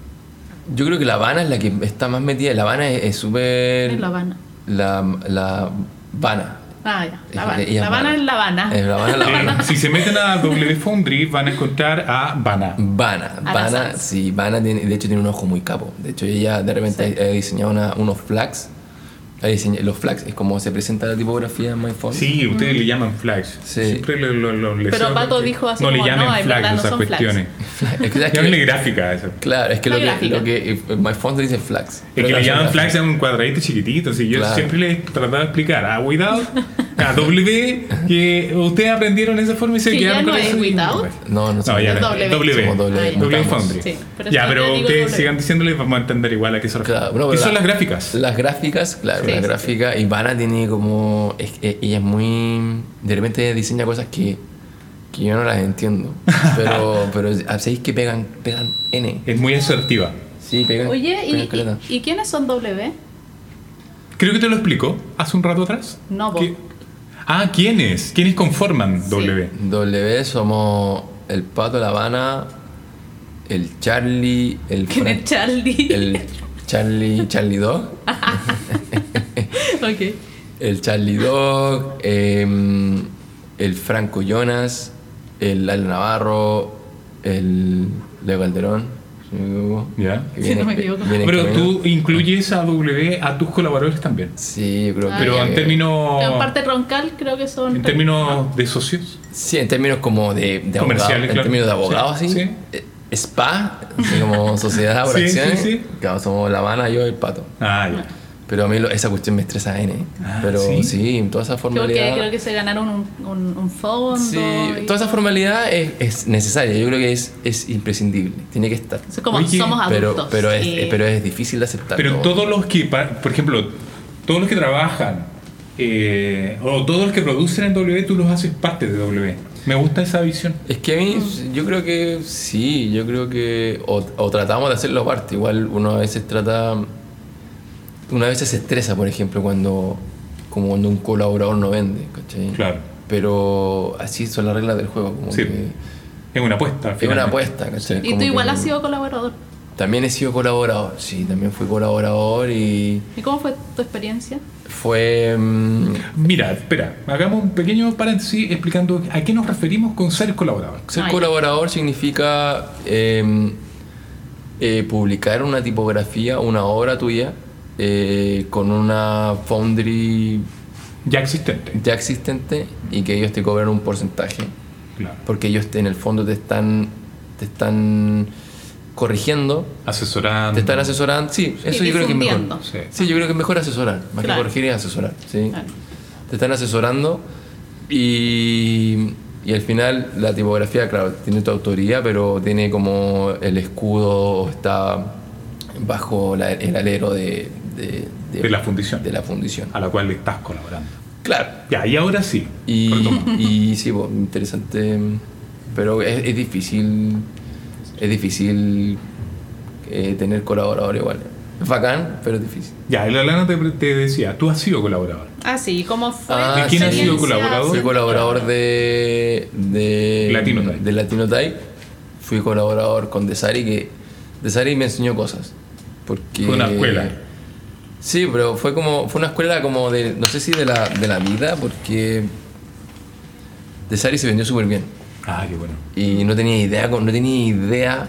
Speaker 3: Yo creo que La Habana es la que está más metida. La Habana es es súper.
Speaker 4: En La Habana.
Speaker 3: La, la Habana.
Speaker 4: Ah, ya. La
Speaker 3: Ella-
Speaker 4: Habana. La
Speaker 3: ella es
Speaker 4: Habana
Speaker 3: mala.
Speaker 4: es La Habana.
Speaker 3: Es La Habana, La
Speaker 2: Eh,
Speaker 3: Habana.
Speaker 2: si se meten a W Foundry van a encontrar a Bana.
Speaker 3: Vana,
Speaker 4: Ana
Speaker 3: Vana,
Speaker 4: Sanz.
Speaker 3: sí, Vana tiene- de hecho tiene un ojo muy capo. De hecho ella de repente
Speaker 4: Sí.
Speaker 3: ha, ha diseñado una- unos flags. Ha diseñado- los flags es como se presenta la tipografía en MyPhone.
Speaker 2: Sí, ustedes le llaman flags.
Speaker 3: Sí.
Speaker 2: Siempre lo, lo- lo- les-
Speaker 4: Mm. Pero Pato dijo así
Speaker 2: No le
Speaker 4: como,
Speaker 2: llamen
Speaker 4: no, en
Speaker 2: flags
Speaker 4: verdad no
Speaker 2: esas
Speaker 4: son flags.
Speaker 2: cuestiones.
Speaker 3: Es que, es que-
Speaker 2: Llámenle gráfica a eso.
Speaker 3: claro, es que lo
Speaker 4: La
Speaker 3: que,
Speaker 4: gráfica.
Speaker 3: lo que eh, MyPhone dice flags.
Speaker 2: Es
Speaker 3: pero
Speaker 2: que
Speaker 3: no
Speaker 2: le
Speaker 3: son
Speaker 2: llaman
Speaker 3: gráficas.
Speaker 2: flags a un cuadradito chiquitito. Si yo
Speaker 3: Claro.
Speaker 2: siempre les trataba de explicar a Without, a W, que ustedes aprendieron esa forma y se
Speaker 4: Que
Speaker 2: quedaron
Speaker 4: ya no
Speaker 2: con
Speaker 4: es
Speaker 2: eso.
Speaker 4: Without.
Speaker 3: No, no,
Speaker 2: No,
Speaker 3: son
Speaker 2: ya
Speaker 4: Es
Speaker 2: no,
Speaker 4: W. Ah,
Speaker 2: W. W,
Speaker 3: Somos W, mutamos.
Speaker 2: Foundry.
Speaker 4: Sí, pero
Speaker 2: ya,
Speaker 4: siempre
Speaker 2: pero
Speaker 4: digo
Speaker 2: ustedes
Speaker 4: W.
Speaker 2: sigan diciéndole vamos a entender igual a qué se refiere.
Speaker 3: Claro, bueno,
Speaker 2: ¿Qué
Speaker 3: pero
Speaker 2: son
Speaker 3: la-
Speaker 2: las gráficas?
Speaker 3: Las gráficas, claro,
Speaker 4: Sí,
Speaker 3: las
Speaker 4: sí,
Speaker 3: gráficas. Y Vana tiene como. es- e- ella es muy. De repente diseña cosas que. que yo no las entiendo. Pero. pero sabéis que pegan. pegan N.
Speaker 2: Es muy asertiva.
Speaker 3: Sí, pegan.
Speaker 4: Oye, ¿y,
Speaker 3: pegan
Speaker 4: y-
Speaker 3: caleta.
Speaker 4: y quiénes son W?
Speaker 2: Creo que te lo explico hace un rato atrás.
Speaker 4: No,
Speaker 2: Que-
Speaker 4: vos.
Speaker 2: Ah, ¿quiénes? ¿Quiénes conforman
Speaker 4: Sí.
Speaker 2: W?
Speaker 3: W somos. El Pato La Habana. El Charlie. El.
Speaker 4: ¿Quién es
Speaker 3: Fran-
Speaker 4: Charlie?
Speaker 3: El Charlie. Charlie Dog.
Speaker 4: ok.
Speaker 3: El Charlie Dog, em, el Franco Jonas, el Lalo Navarro, el Leo Calderón. si no me equivoco.
Speaker 2: Ya.
Speaker 3: Que
Speaker 4: Sí, no me equivoco.
Speaker 3: viene en
Speaker 2: Pero
Speaker 3: camino.
Speaker 2: tú incluyes a W a tus colaboradores también.
Speaker 3: Sí, yo creo
Speaker 4: Ah,
Speaker 3: que.
Speaker 2: Pero en términos.
Speaker 4: Pero en parte roncal creo que son.
Speaker 2: En términos de socios.
Speaker 3: Sí, en términos como de, de
Speaker 2: Comerciales,
Speaker 3: abogado,
Speaker 2: claro.
Speaker 3: En términos de abogados,
Speaker 2: Sí,
Speaker 3: sí.
Speaker 2: sí.
Speaker 3: Eh, Spa, así como sociedad por
Speaker 2: Sí, sí,
Speaker 3: acciones.
Speaker 2: sí.
Speaker 3: Claro, somos La Habana, yo y el pato.
Speaker 2: Ah, ya.
Speaker 3: Pero a mí lo- esa cuestión me estresa N.
Speaker 2: Ah,
Speaker 3: Pero
Speaker 2: ¿sí?
Speaker 3: sí, toda esa
Speaker 4: Creo
Speaker 3: formalidad.
Speaker 4: que, creo que se ganaron un, un, un fondo.
Speaker 3: Sí,
Speaker 4: y-
Speaker 3: toda esa formalidad es, es necesaria, yo creo que es, es imprescindible, tiene que estar.
Speaker 4: Es como
Speaker 2: Oye,
Speaker 4: somos adultos.
Speaker 3: Pero, pero, es,
Speaker 4: y-
Speaker 3: eh, pero es difícil de aceptar.
Speaker 2: Pero
Speaker 3: ¿no?
Speaker 2: todos los que, pa- por ejemplo, todos los que trabajan eh, o todos los que producen en W, tú los haces parte de W. Me gusta esa visión.
Speaker 3: Es que a mí,
Speaker 4: Mm.
Speaker 3: yo creo que sí, yo creo que. O, o tratamos de hacerlo aparte, igual uno a veces trata. Una vez se estresa, por ejemplo, cuando. Como cuando un colaborador no vende, ¿cachai?
Speaker 2: Claro.
Speaker 3: Pero así son las reglas del juego, como
Speaker 2: Sí.
Speaker 3: que.
Speaker 2: Es una apuesta.
Speaker 3: Es
Speaker 2: finalmente.
Speaker 3: una apuesta, ¿cachai?
Speaker 4: Y
Speaker 3: Como
Speaker 4: tú igual
Speaker 3: que-
Speaker 4: has sido colaborador.
Speaker 3: También he sido colaborador, sí, también fui colaborador y.
Speaker 4: ¿Y cómo fue tu experiencia?
Speaker 3: Fue. mm,
Speaker 2: Mira, espera, hagamos un pequeño paréntesis explicando a qué nos referimos con ser colaborador.
Speaker 3: Ser
Speaker 4: Ah, ya.
Speaker 3: colaborador significa eh, eh, publicar una tipografía, una obra tuya, eh, con una foundry
Speaker 2: Ya existente.
Speaker 3: ya existente y que ellos te cobran un porcentaje.
Speaker 2: Claro.
Speaker 3: Porque ellos te- en el fondo te están, te están corrigiendo,
Speaker 2: Asesorando.
Speaker 3: te están asesorando. Sí, eso yo creo que es mejor.
Speaker 4: difundiendo.
Speaker 2: Sí.
Speaker 3: Sí, yo creo que es mejor asesorar.
Speaker 4: Claro.
Speaker 3: Más que corregir es asesorar. ¿sí?
Speaker 4: Claro.
Speaker 3: te están asesorando y, y al final la tipografía, claro, tiene tu autoría, pero tiene como el escudo está bajo la- el alero de, de,
Speaker 2: De la fundición.
Speaker 3: de la fundición.
Speaker 2: A la cual estás colaborando.
Speaker 3: Claro.
Speaker 2: Ya, y ahora sí.
Speaker 3: Y,
Speaker 2: Retoma.
Speaker 3: y sí, pues, interesante, pero es, es difícil, es difícil eh, tener colaboradores igual. Es bacán, pero es difícil.
Speaker 2: Ya, y la Lana te, te decía, tú has sido colaborador.
Speaker 4: Ah, sí, ¿cómo fue?
Speaker 3: Ah,
Speaker 4: tu
Speaker 3: ¿de quién has sido
Speaker 4: experiencia
Speaker 2: colaborador?
Speaker 3: Fui
Speaker 4: siendo
Speaker 3: colaborador de, de
Speaker 2: Latino Type.
Speaker 3: de Latino Type. Fui colaborador con Desari que Desari me enseñó cosas. Porque
Speaker 2: Fue una escuela.
Speaker 3: Sí, pero fue como fue una escuela como de no sé si de la de la vida porque Desari se vendió súper bien
Speaker 2: Ah, qué bueno.
Speaker 3: y no tenía idea con- no tenía idea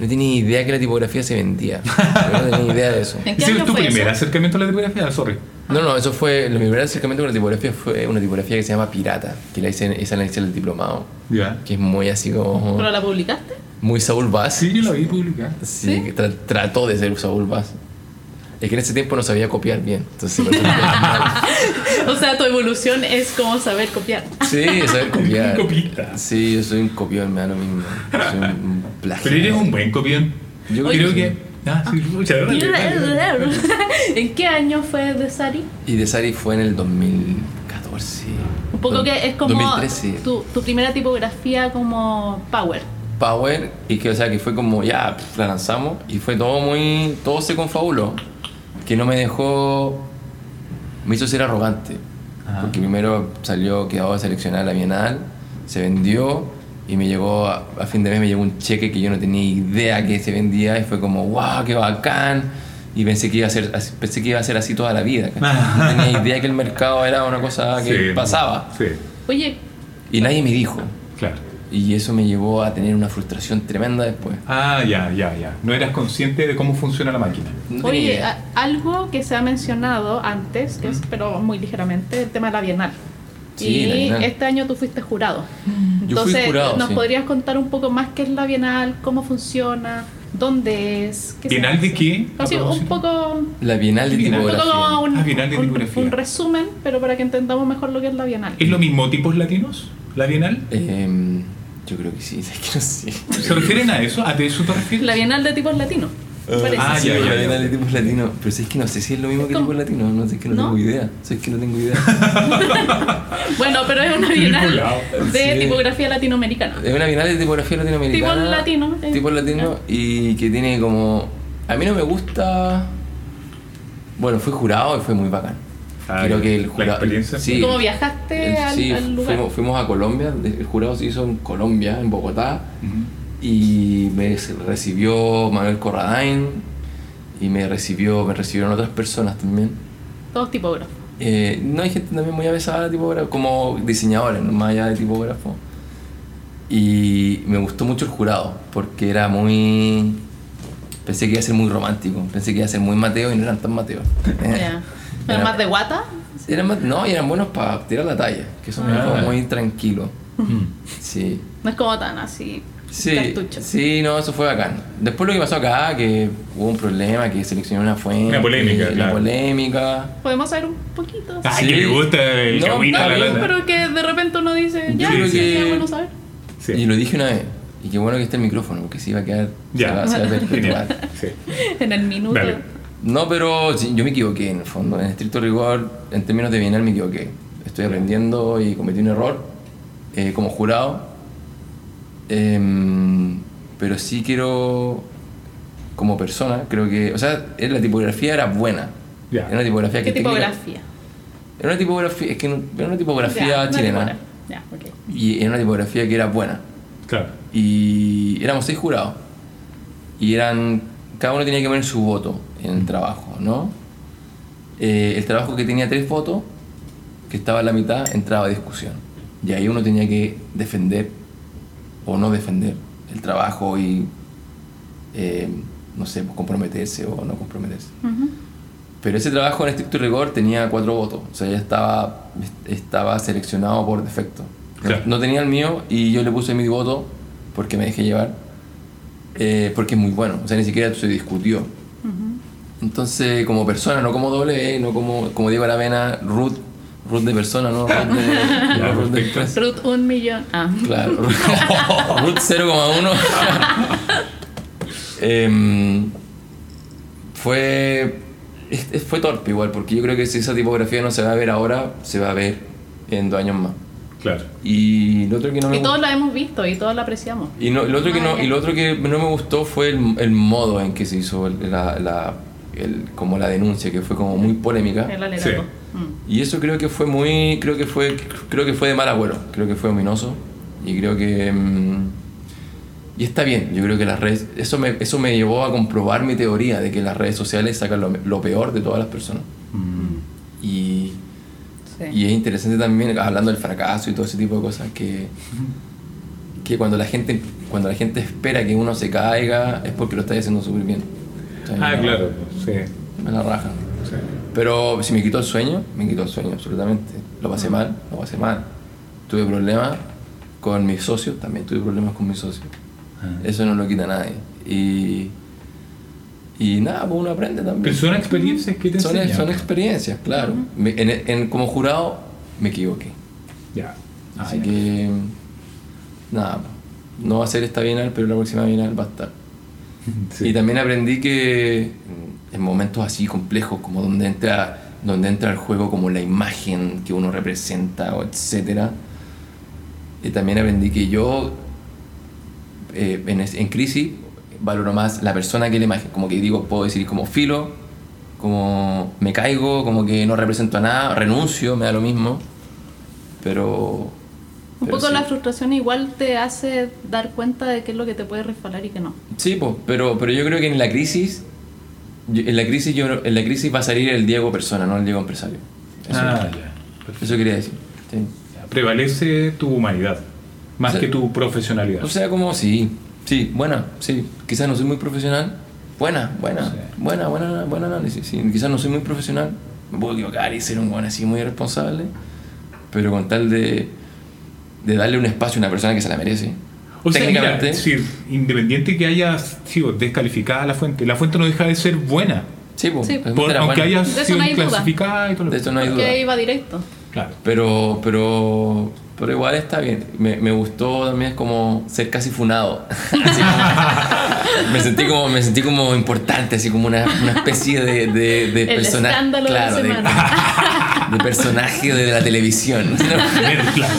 Speaker 3: no tenía idea que la tipografía se vendía. Yo no tenía idea de eso.
Speaker 4: ¿En qué
Speaker 2: ¿Ese
Speaker 4: año
Speaker 2: es tu
Speaker 4: fue eso?
Speaker 2: primer acercamiento a la tipografía? Sorry.
Speaker 3: No, no, eso fue. Lo, mi primer acercamiento con la tipografía fue una tipografía que se llama Pirata, que la hice, en- esa la hice en el diplomado,
Speaker 2: Ya.
Speaker 3: que es muy así como.
Speaker 4: ¿Pero la publicaste?
Speaker 3: Muy Saúl Bass.
Speaker 2: Sí, yo la vi publicada.
Speaker 3: Sí, que tra- trató de ser Saúl Bass. Es que en ese tiempo no sabía copiar bien, entonces. por eso me quedaba mal.
Speaker 4: O sea, tu evolución es como saber copiar.
Speaker 3: sí, saber copiar.
Speaker 2: Un copista.
Speaker 3: Sí, yo soy un copión, me da lo mismo. Soy un- un plagio.
Speaker 2: Pero eres un buen copión.
Speaker 3: Yo
Speaker 2: creo
Speaker 3: creo que
Speaker 2: que.
Speaker 3: sí.
Speaker 2: Ah, sí, muchas
Speaker 4: ¿En qué año fue de Sari?
Speaker 3: Y de Sari fue en el 2014.
Speaker 4: Un poco
Speaker 3: Dos-
Speaker 4: que es como
Speaker 3: 2013.
Speaker 4: Tu, tu primera tipografía como Power.
Speaker 3: Power y que, o sea, que fue como, ya, pf, la lanzamos y fue todo muy, todo se confabuló, que no me dejó, me hizo ser arrogante,
Speaker 2: Ah.
Speaker 3: porque primero salió, quedó seleccionada la Bienal, se vendió y me llegó, a, a fin de mes me llegó un cheque que yo no tenía idea que se vendía y fue como, wow, qué bacán, y pensé que iba a ser así, pensé que iba a ser así toda la vida. ¿cachai? No tenía idea que el mercado era una cosa que
Speaker 2: Sí,
Speaker 3: pasaba.
Speaker 2: Sí,
Speaker 4: Oye,
Speaker 3: Y nadie me dijo.
Speaker 2: claro.
Speaker 3: Y eso me llevó a tener una frustración tremenda después.
Speaker 2: Ah, ya, ya, ya. No eras consciente de cómo funciona la máquina.
Speaker 3: No tenía
Speaker 4: oye ah,
Speaker 3: idea.
Speaker 4: a- algo que se ha mencionado antes, que es, pero muy ligeramente, el tema de la Bienal.
Speaker 3: Sí,
Speaker 4: y
Speaker 3: la Bienal.
Speaker 4: este año tú fuiste jurado.
Speaker 3: Yo fui
Speaker 4: Entonces,
Speaker 3: jurado,
Speaker 4: ¿nos
Speaker 3: sí.
Speaker 4: podrías contar un poco más qué es la Bienal, cómo funciona, dónde es? se
Speaker 2: ¿Bienal de
Speaker 4: hace?
Speaker 2: qué?
Speaker 4: No, sí,
Speaker 2: A
Speaker 4: un
Speaker 2: propósito.
Speaker 4: poco, un
Speaker 3: La Bienal de
Speaker 2: ¿Qué Bienal?
Speaker 4: poco como
Speaker 3: Tipografía.
Speaker 4: un,
Speaker 2: Ah, Bienal de
Speaker 4: un-
Speaker 2: tipografía.
Speaker 4: un resumen, pero para que entendamos mejor lo que es la Bienal.
Speaker 2: ¿Es lo mismo tipos latinos? ¿La Bienal?
Speaker 3: Em, yo creo que sí, es que no sé.
Speaker 2: ¿Se refieren a eso? ¿A de eso te refieres?
Speaker 4: La Bienal de tipos latinos. me parece.
Speaker 2: ah,
Speaker 3: Sí,
Speaker 2: ya, ya,
Speaker 3: la
Speaker 2: ya.
Speaker 3: Bienal de tipos latinos. Pero si es que no sé si es lo mismo que
Speaker 4: ¿Cómo?
Speaker 3: tipos latinos, no sé, es que no,
Speaker 4: ¿No?
Speaker 3: tengo idea. O sea, es que no tengo idea.
Speaker 4: Bueno, pero es una
Speaker 2: Vinculado.
Speaker 4: bienal de
Speaker 3: Sí.
Speaker 4: tipografía latinoamericana.
Speaker 3: Es una Bienal de tipografía latinoamericana.
Speaker 4: Tipo latino, eh.
Speaker 3: Tipo latino y que tiene como... A mí no me gusta... Bueno, fui jurado y fue muy bacán.
Speaker 2: Ah,
Speaker 3: creo que el
Speaker 2: la
Speaker 3: jurado...
Speaker 2: experiencia.
Speaker 3: Sí,
Speaker 4: ¿Cómo viajaste
Speaker 3: el-
Speaker 4: al,
Speaker 3: sí,
Speaker 4: al lugar?
Speaker 3: fuimos, fuimos a Colombia, el jurado se hizo en Colombia, en Bogotá.
Speaker 2: Ujú.
Speaker 3: y me recibió Manuel Corradain y me recibió me recibieron otras personas también
Speaker 4: Todos tipógrafos.
Speaker 3: Eh, no hay gente también muy avesada de tipógrafo como diseñadores ¿no? más allá de tipógrafo y me gustó mucho el jurado porque era muy pensé que iba a ser muy romántico pensé que iba a ser muy mateo y no eran tan mateos
Speaker 4: Ya. Pero
Speaker 3: Eh. Era-
Speaker 4: más de guata.
Speaker 3: Eran más- no y eran buenos para tirar la talla que son
Speaker 2: Ah.
Speaker 3: como muy tranquilos
Speaker 2: Mm.
Speaker 3: sí
Speaker 4: No es como tan así.
Speaker 3: Sí,
Speaker 4: Cartucho.
Speaker 3: sí, no, eso fue bacán. Después lo que pasó acá, que hubo un problema, que seleccionó una fuente.
Speaker 2: Una polémica,
Speaker 3: Una
Speaker 2: claro.
Speaker 3: polémica.
Speaker 4: Podemos saber un poquito.
Speaker 2: Ah,
Speaker 3: Sí.
Speaker 2: que le gusta el
Speaker 3: No,
Speaker 2: camino
Speaker 4: no,
Speaker 2: a la
Speaker 3: bien,
Speaker 2: lata.
Speaker 4: pero que de repente uno dice,
Speaker 3: Yo
Speaker 4: ya,
Speaker 2: creo
Speaker 4: sí,
Speaker 3: que-
Speaker 4: ya, bueno saber.
Speaker 2: Sí.
Speaker 3: Y lo dije una vez. Y qué bueno que está el micrófono, porque si iba a quedar.
Speaker 2: Ya.
Speaker 3: se va- se va a
Speaker 2: Genial.
Speaker 3: perpetuar.
Speaker 2: Sí.
Speaker 4: En el minuto.
Speaker 2: Dale.
Speaker 3: No, pero sí, yo me equivoqué en el fondo. En estricto rigor, en términos de bienal, me equivoqué. Estoy aprendiendo y cometí un error eh, como jurado. Em, pero sí quiero, como persona, creo que. O sea, eh, la tipografía era buena.
Speaker 2: Ya.
Speaker 3: Era una tipografía
Speaker 4: ¿Qué
Speaker 3: que técnica-
Speaker 4: tipografía?
Speaker 3: Era una tipografía, es que no- era una tipografía
Speaker 4: Ya, una
Speaker 3: chilena.
Speaker 4: tipografía. Ya, ok.
Speaker 3: Y era una tipografía que era buena.
Speaker 2: Claro.
Speaker 3: Y éramos seis jurados. Y eran. Cada uno tenía que poner su voto en el trabajo, ¿no? Eh, el trabajo que tenía tres votos, que estaba en la mitad, entraba a discusión. Y ahí uno tenía que defender o no defender el trabajo y. eh, no sé, pues, comprometerse o no comprometerse.
Speaker 4: Ujú.
Speaker 3: Pero ese trabajo en estricto rigor tenía cuatro votos. O sea, ya estaba, estaba seleccionado por defecto. No-
Speaker 2: Claro.
Speaker 3: No, tenía el mío y yo le puse mi voto porque me dejé llevar. eh, porque es muy bueno. O sea, ni siquiera se discutió. Entonces, como persona, no como doble E, no como, como Diego Aravena, Ruth, Ruth de persona, no Ruth de, no Ruth de empresa.
Speaker 4: Ruth, un millón. Ah,
Speaker 3: Claro. Root 0,1. Em, fue. es- es- Fue torpe igual, porque yo creo que si esa tipografía no se va a ver ahora, se va a ver en dos años más.
Speaker 2: Claro.
Speaker 3: Y lo otro que no me
Speaker 4: y Ah, todos
Speaker 3: gustó.
Speaker 4: la hemos visto y todos la apreciamos.
Speaker 3: Y, no- lo otro que no, y lo otro que no me gustó fue el, el modo en que se hizo el- la, la- el- como la denuncia, que fue como muy polémica.
Speaker 4: El alegato. Mm.
Speaker 3: Y eso creo que fue muy, creo que fue, creo que fue de mal agüero, creo que fue ominoso y creo que mm, y está bien. Yo creo que las redes, eso me, eso me llevó a comprobar mi teoría de que las redes sociales sacan lo, lo peor de todas las personas
Speaker 2: Mm.
Speaker 3: y,
Speaker 4: Sí.
Speaker 3: y es interesante también hablando del fracaso y todo ese tipo de cosas que que cuando la gente cuando la gente espera que uno se caiga es porque lo está haciendo súper bien. O sea,
Speaker 2: Ah,
Speaker 3: me-
Speaker 2: claro. Sí.
Speaker 3: Me la rajan.
Speaker 2: sí.
Speaker 3: Pero si me quitó el sueño, me quitó el sueño, absolutamente. Lo
Speaker 2: Mm.
Speaker 3: pasé mal, lo pasé mal. Tuve problemas con mis socios, también tuve problemas con mis socios.
Speaker 2: Mm.
Speaker 3: Eso no lo quita nadie. Y, y nada, pues uno aprende
Speaker 2: Pero
Speaker 3: también.
Speaker 2: son experiencias que te
Speaker 3: Son,
Speaker 2: enseñan.
Speaker 3: son experiencias, claro. Me- en- en- como jurado me equivoqué.
Speaker 2: Ah, Ya.
Speaker 3: Así que nada, no va a ser esta bienal, pero la próxima bienal va a estar.
Speaker 2: Sí.
Speaker 3: Y también aprendí que en momentos así complejos, como donde entra, donde entra el juego como la imagen que uno representa, o etcétera, y también aprendí que yo eh, en, es- en crisis valoro más la persona que la imagen. Como que digo, puedo decir como filo, como me caigo, como que no represento a nada, renuncio, me da lo mismo. Pero.
Speaker 4: Un
Speaker 3: pero
Speaker 4: poco
Speaker 3: sí.
Speaker 4: la frustración igual te hace dar cuenta de qué es lo que te puede resbalar y qué no.
Speaker 3: Sí, pues, pero, pero yo creo que en la crisis yo- en la crisis yo, en la crisis va a salir el Diego persona, no el Diego empresario. Eso,
Speaker 2: Ah, ya. Perfecto.
Speaker 3: eso quería decir. sí.
Speaker 2: Prevalece tu humanidad, más
Speaker 3: Sí.
Speaker 2: que tu profesionalidad.
Speaker 3: O sea, como sí, sí, buena, sí. Quizás no soy muy profesional. Buena, buena,
Speaker 2: Sí.
Speaker 3: buena, buena, buena análisis. Sí. Quizás no soy muy profesional. Me puedo equivocar y ser un buen así muy irresponsable. Pero con tal de, de darle un espacio a una persona que se la merece.
Speaker 2: O sea, mira,
Speaker 3: Técnicamente, sí,
Speaker 2: sí, independiente que haya sido descalificada la fuente, la fuente no deja de ser buena,
Speaker 3: po,
Speaker 4: Sí.
Speaker 3: la gente
Speaker 2: por-
Speaker 3: era
Speaker 2: aunque
Speaker 3: buena.
Speaker 2: haya
Speaker 4: De eso
Speaker 2: sido
Speaker 4: no hay duda.
Speaker 2: clasificada y todo lo
Speaker 3: De
Speaker 2: que-
Speaker 3: esto no hay duda.
Speaker 4: Que iba directo.
Speaker 2: Claro.
Speaker 3: Pero, pero, pero igual está bien. Me, me gustó también como ser casi funado. Así como- me, sentí como, me sentí como importante, así como una, una especie de, de, de
Speaker 4: El
Speaker 3: persona-
Speaker 4: escándalo de la
Speaker 3: claro, de, personaje de la televisión.
Speaker 2: Ver, claro.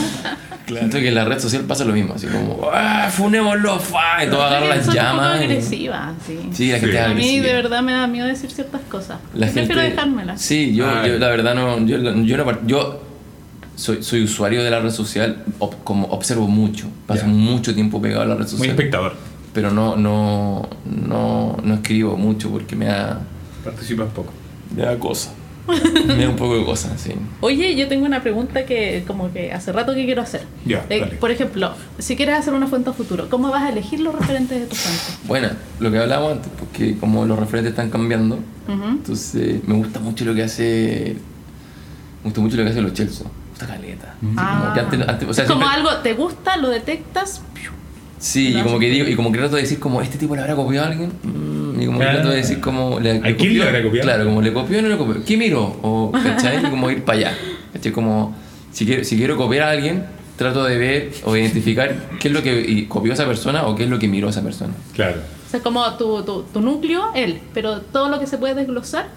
Speaker 3: Siento que en la red social pasa lo mismo, así como, ¡ah, funémoslo! fa", Y todo agarra las
Speaker 4: Soy
Speaker 3: llamas.
Speaker 4: Un poco
Speaker 3: y-
Speaker 4: agresiva, sí.
Speaker 3: Sí, la
Speaker 2: Sí.
Speaker 3: gente es
Speaker 4: A mí
Speaker 3: agresiva.
Speaker 4: de verdad me da miedo decir ciertas cosas.
Speaker 3: La
Speaker 4: Yo Prefiero
Speaker 3: gente-
Speaker 4: dejármelas.
Speaker 3: Sí, yo,
Speaker 2: Ah,
Speaker 3: yo
Speaker 2: ya.
Speaker 3: la verdad no. Yo, yo, no par- yo soy, soy usuario de la red social, ob- como observo mucho, paso
Speaker 2: Ya.
Speaker 3: mucho tiempo pegado a la red
Speaker 2: Muy
Speaker 3: social.
Speaker 2: espectador.
Speaker 3: pero no, no, no, no escribo mucho porque me da.
Speaker 2: Participas poco.
Speaker 3: Me da cosa. me da un poco de cosa, sí.
Speaker 4: Oye, yo tengo una pregunta que como que hace rato que quiero hacer.
Speaker 2: Ya,
Speaker 4: Eh,
Speaker 2: dale.
Speaker 4: por ejemplo, si quieres hacer una fuente a futuro, ¿cómo vas a elegir los referentes de tu fuente?
Speaker 3: Bueno, lo que hablábamos antes, porque como los referentes están cambiando,
Speaker 4: Ujú.
Speaker 3: entonces me gusta mucho lo que hace. Me gusta mucho lo que hace los Chelsea. Me gusta caleta. Así como
Speaker 4: Ah.
Speaker 3: que antes- antes- o sea,
Speaker 4: Es como
Speaker 3: siempre-
Speaker 4: algo te gusta, lo detectas, ¡piu!
Speaker 3: Sí, y
Speaker 4: Lo
Speaker 3: como
Speaker 4: hace.
Speaker 3: que digo, y como que trato de decir como este tipo le habrá copiado a alguien. Mm, y como que
Speaker 2: Ah.
Speaker 3: trato de decir como le,
Speaker 2: ¿A quién le habrá copiado?
Speaker 3: Claro, como le copió o no le copió. ¿Qué miró? O ¿cachai? Y como ir para allá. ¿Cachai? Como si quiero, si quiero copiar a alguien, trato de ver o identificar qué es lo que y copió esa persona o qué es lo que miró esa persona.
Speaker 2: Claro.
Speaker 4: o sea, como tu, tu, tu núcleo, él, pero todo lo que se puede desglosar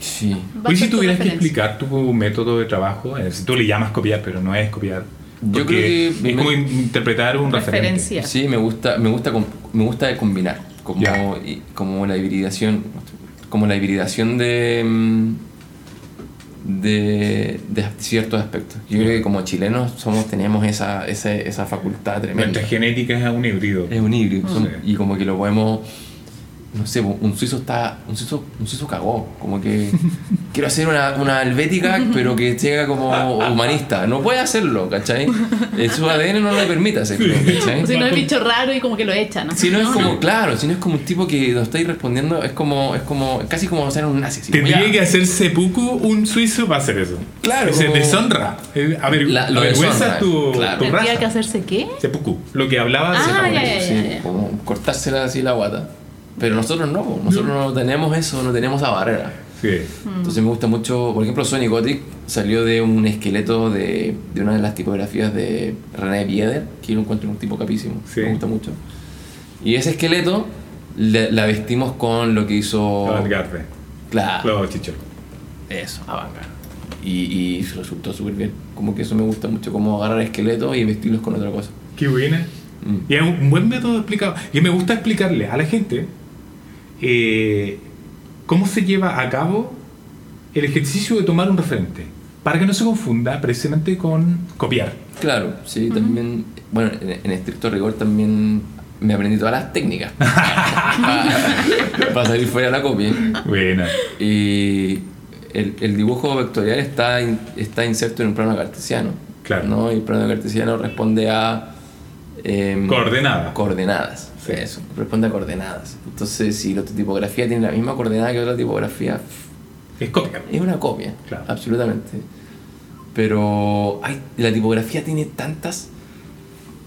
Speaker 3: Sí.
Speaker 4: va
Speaker 2: Hoy
Speaker 4: a ser
Speaker 2: si
Speaker 4: tu
Speaker 2: tuvieras que
Speaker 4: referencia.
Speaker 2: explicar tu método de trabajo, eh, si tú le llamas copiar, pero no es copiar.
Speaker 3: Yo
Speaker 2: porque
Speaker 3: creo que-
Speaker 2: es como in- interpretar un referente.
Speaker 4: Referencia.
Speaker 3: Sí, me gusta, me gusta, com- me gusta combinar, como,
Speaker 2: Ya.
Speaker 3: y- como la hibridación, como la hibridación de, mm, de, de ciertos aspectos. Yo creo que como chilenos somos, teníamos esa, esa, esa facultad tremenda.
Speaker 2: Nuestra genética es un híbrido.
Speaker 3: Es un híbrido. son-
Speaker 2: Sí.
Speaker 3: Y como que lo podemos. No sé, un suizo está. Un suizo, un suizo cagó. Como que. quiero hacer una, una helvética, pero que sea como humanista. No puede hacerlo, ¿cachai? Eh, Su ADN no le permite hacerlo, ¿cachai?
Speaker 4: Si no es bicho raro y como que lo echan. ¿no?
Speaker 3: Si no es como, claro, si no es como un tipo que lo estáis respondiendo, es como, es como, casi como ser un nazi. así como,
Speaker 2: Tendría
Speaker 3: ya.
Speaker 2: que hacer seppuku un suizo para hacer eso.
Speaker 3: Claro,
Speaker 2: Se
Speaker 3: como-
Speaker 2: deshonra. Eh, Aver,
Speaker 3: La- lo
Speaker 2: avergüenza
Speaker 3: deshonra,
Speaker 2: tu,
Speaker 3: claro.
Speaker 2: tu
Speaker 4: ¿Tendría
Speaker 2: raza.
Speaker 4: que hacerse qué?
Speaker 2: Seppuku. Lo que hablaba de
Speaker 4: Ah,
Speaker 2: Japón.
Speaker 4: ya, ya, ya,
Speaker 3: Sí,
Speaker 4: ya.
Speaker 3: como cortársela así la guata. Pero nosotros no, po. nosotros no tenemos eso, no tenemos esa barrera.
Speaker 2: Sí.
Speaker 4: Mm.
Speaker 3: Entonces me gusta mucho, por ejemplo, Sonic Gothic salió de un esqueleto de, de una de las tipografías de René Bieder, que yo lo encuentro un tipo capísimo,
Speaker 2: Sí.
Speaker 3: me gusta mucho. Y ese esqueleto le- la vestimos con lo que hizo...
Speaker 2: Avantgarde.
Speaker 3: Claro.
Speaker 2: Los chichos.
Speaker 3: Eso, avantgarde. Y, y resultó súper bien. Como que eso me gusta mucho, como agarrar esqueletos y vestirlos con otra cosa.
Speaker 2: Qué buena.
Speaker 3: Mm.
Speaker 2: Y es un buen método explicado. Y me gusta explicarle a la gente eh, cómo se lleva a cabo el ejercicio de tomar un referente. Para que no se confunda precisamente con copiar.
Speaker 3: Claro, sí, también, bueno, en, en estricto rigor también me aprendí todas las técnicas para salir fuera de la copia.
Speaker 2: Buena.
Speaker 3: Y el, el dibujo vectorial está, in- está inserto en un plano cartesiano.
Speaker 2: Claro.
Speaker 3: ¿no? Y el plano cartesiano responde a... em,
Speaker 2: Coordenadas.
Speaker 3: Coordenadas.
Speaker 2: Sí.
Speaker 3: Eso, responde a coordenadas. Entonces, si la otra tipografía tiene la misma coordenada que otra tipografía,
Speaker 2: Es copia.
Speaker 3: es una copia,
Speaker 2: Claro.
Speaker 3: absolutamente. Pero hay- la tipografía tiene tantas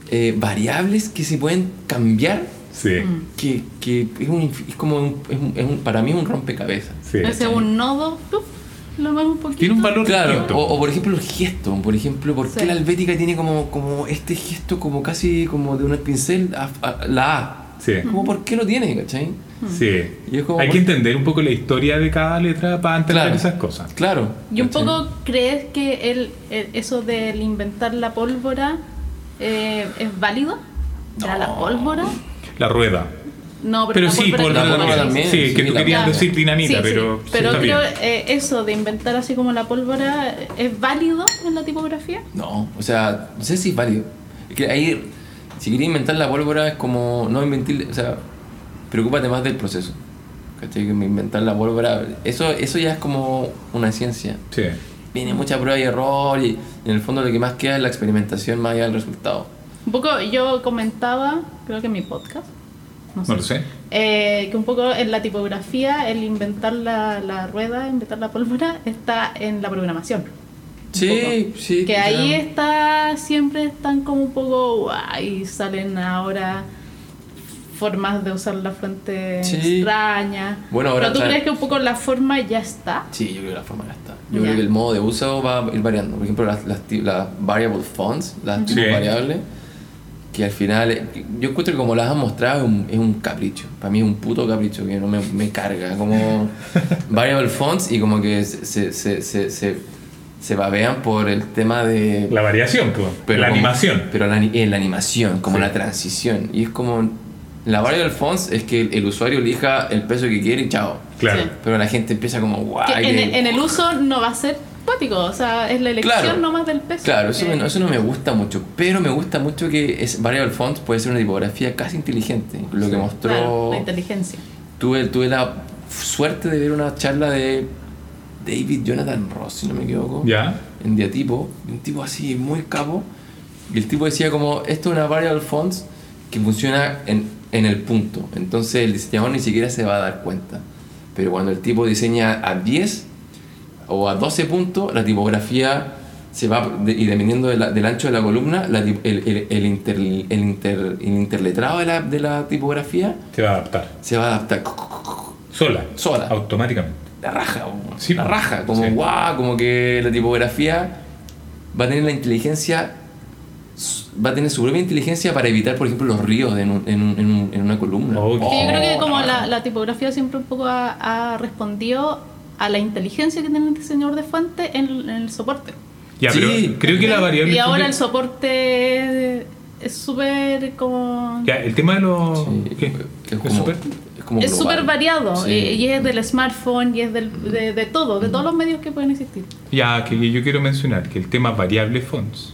Speaker 3: eh, variables que se pueden cambiar
Speaker 2: Sí.
Speaker 4: Mm.
Speaker 3: que, que es, un inf- es como un- es un- es un- para mí es un rompecabezas.
Speaker 2: Sí.
Speaker 4: Hace un nodo, ¡puf! lo muevo un poquito.
Speaker 2: Tiene un valor
Speaker 3: Claro,
Speaker 2: distinto.
Speaker 3: o, o por ejemplo el gesto, por ejemplo, ¿por qué
Speaker 4: Sí.
Speaker 3: la helvética tiene como, como este gesto como casi como de un pincel a- a- la A?
Speaker 2: Sí.
Speaker 3: Como, ¿Por qué lo tiene, cachai?
Speaker 2: Sí.
Speaker 3: Y es como-
Speaker 2: Hay que entender un poco la historia de cada letra para entender
Speaker 3: Claro.
Speaker 2: esas cosas.
Speaker 3: Claro.
Speaker 4: Y un
Speaker 3: ¿cachai?
Speaker 4: poco crees que el, el- eso del inventar la pólvora eh, es válido. ¿Era la pólvora?
Speaker 2: La rueda.
Speaker 4: No, pero,
Speaker 2: Pero
Speaker 4: la
Speaker 2: sí, por
Speaker 4: pólvora
Speaker 3: la
Speaker 4: sí.
Speaker 3: pólvora también,
Speaker 2: Sí,
Speaker 3: sí,
Speaker 2: que tú
Speaker 3: la
Speaker 2: querías
Speaker 4: pólvora.
Speaker 2: decir dinamita,
Speaker 4: Sí, sí.
Speaker 2: pero.
Speaker 4: Pero
Speaker 2: está
Speaker 4: creo
Speaker 2: bien.
Speaker 4: eh, eso de inventar así como la pólvora eh, es válido en la tipografía.
Speaker 3: No, o sea, no sé si es válido. Es que ahí, si quería inventar la pólvora, es como no inventar, o sea, preocúpate más del proceso. ¿Cachai? Que me inventar la pólvora. Eso, eso ya es como una ciencia.
Speaker 2: Sí.
Speaker 3: Viene mucha prueba y error y en el fondo lo que más queda es la experimentación más allá del resultado.
Speaker 4: Un poco yo comentaba, creo que en mi podcast, no sé,
Speaker 2: No lo sé.
Speaker 4: eh, que un poco en la tipografía, el inventar la, la rueda, inventar la pólvora, está en la programación.
Speaker 3: Sí, sí.
Speaker 4: Que ahí
Speaker 3: ya.
Speaker 4: está, siempre están como un poco guay, salen ahora formas de usar la fuente
Speaker 3: Sí.
Speaker 4: extraña.
Speaker 3: Bueno, ahora
Speaker 4: Pero tú
Speaker 3: está-
Speaker 4: crees que un poco la forma ya está.
Speaker 3: Sí, yo creo que la forma ya está. Yo
Speaker 4: Ya.
Speaker 3: creo que el modo de uso va a ir variando. Por ejemplo, las, las, ti- las variable fonts, las tipos
Speaker 2: Sí.
Speaker 3: variables, que al final, eh, yo encuentro que como las han mostrado es un, es un capricho. Para mí es un puto capricho que no me, me carga. Como variable fonts y como que se, se, se, se, se, se babean por el tema de...
Speaker 2: La variación, pues.
Speaker 3: pero
Speaker 2: la
Speaker 3: como-
Speaker 2: animación.
Speaker 3: Pero la, ni- eh, la animación, como
Speaker 2: Sí.
Speaker 3: la transición. Y es como... La variable fonts es que el, el usuario elija el peso que quiere y chao.
Speaker 2: Claro.
Speaker 4: Sí.
Speaker 3: Pero la gente empieza como, wow.
Speaker 4: Que en, el- en el uso no va a ser cuático, o sea, es la elección
Speaker 3: Claro.
Speaker 4: nomás del peso.
Speaker 3: Claro, eso,
Speaker 4: Eh,
Speaker 3: me- eso no me gusta mucho, pero me gusta mucho que es Variable Fonts puede ser una tipografía casi inteligente. Lo que
Speaker 4: claro,
Speaker 3: mostró.
Speaker 4: la inteligencia.
Speaker 3: tuve, tuve la suerte de ver una charla de David Jonathan Ross, si no me equivoco,
Speaker 2: ¿Ya?
Speaker 3: en Diatipo, un tipo así muy capo. Y el tipo decía como, esto es una Variable Fonts que funciona en, en el punto. Entonces el diseñador ni siquiera se va a dar cuenta. Pero cuando el tipo diseña a 10, o a 12 puntos, la tipografía se va, de- y dependiendo de la- del ancho de la columna, la tip- el, el- el inter- el inter- el interletrado de la, de la tipografía
Speaker 2: Te va a adaptar.
Speaker 3: se va a adaptar.
Speaker 2: Sola.
Speaker 3: Sola.
Speaker 2: Automáticamente.
Speaker 3: La raja, bo.
Speaker 2: Sí,
Speaker 3: la
Speaker 2: bo.
Speaker 3: raja, como
Speaker 2: Sí.
Speaker 3: guau, como que la tipografía va a tener la inteligencia, s- va a tener su propia inteligencia para evitar, por ejemplo, los ríos en, un- en un- en un- en una columna.
Speaker 2: Oh,
Speaker 4: Que yo creo que
Speaker 2: Oh,
Speaker 4: como
Speaker 2: claro.
Speaker 4: la, la tipografía siempre un poco ha, ha respondido a la inteligencia que tiene el diseñador de fuente en, en el soporte.
Speaker 2: Ya,
Speaker 3: Sí.
Speaker 2: pero creo que la variable.
Speaker 4: Y ahora
Speaker 2: fue-
Speaker 4: el soporte es súper como...
Speaker 2: Ya, el tema de los.
Speaker 3: Sí,
Speaker 2: Oh, ¿Qué?
Speaker 3: que es
Speaker 2: ¿Es
Speaker 3: como,
Speaker 2: súper?
Speaker 3: es como
Speaker 4: Es
Speaker 3: global.
Speaker 4: súper variado eh,
Speaker 3: Sí.
Speaker 4: y, y es del smartphone y es del- de, de todo, de todos los medios que pueden existir.
Speaker 2: Ya, que yo quiero mencionar que el tema variable fonts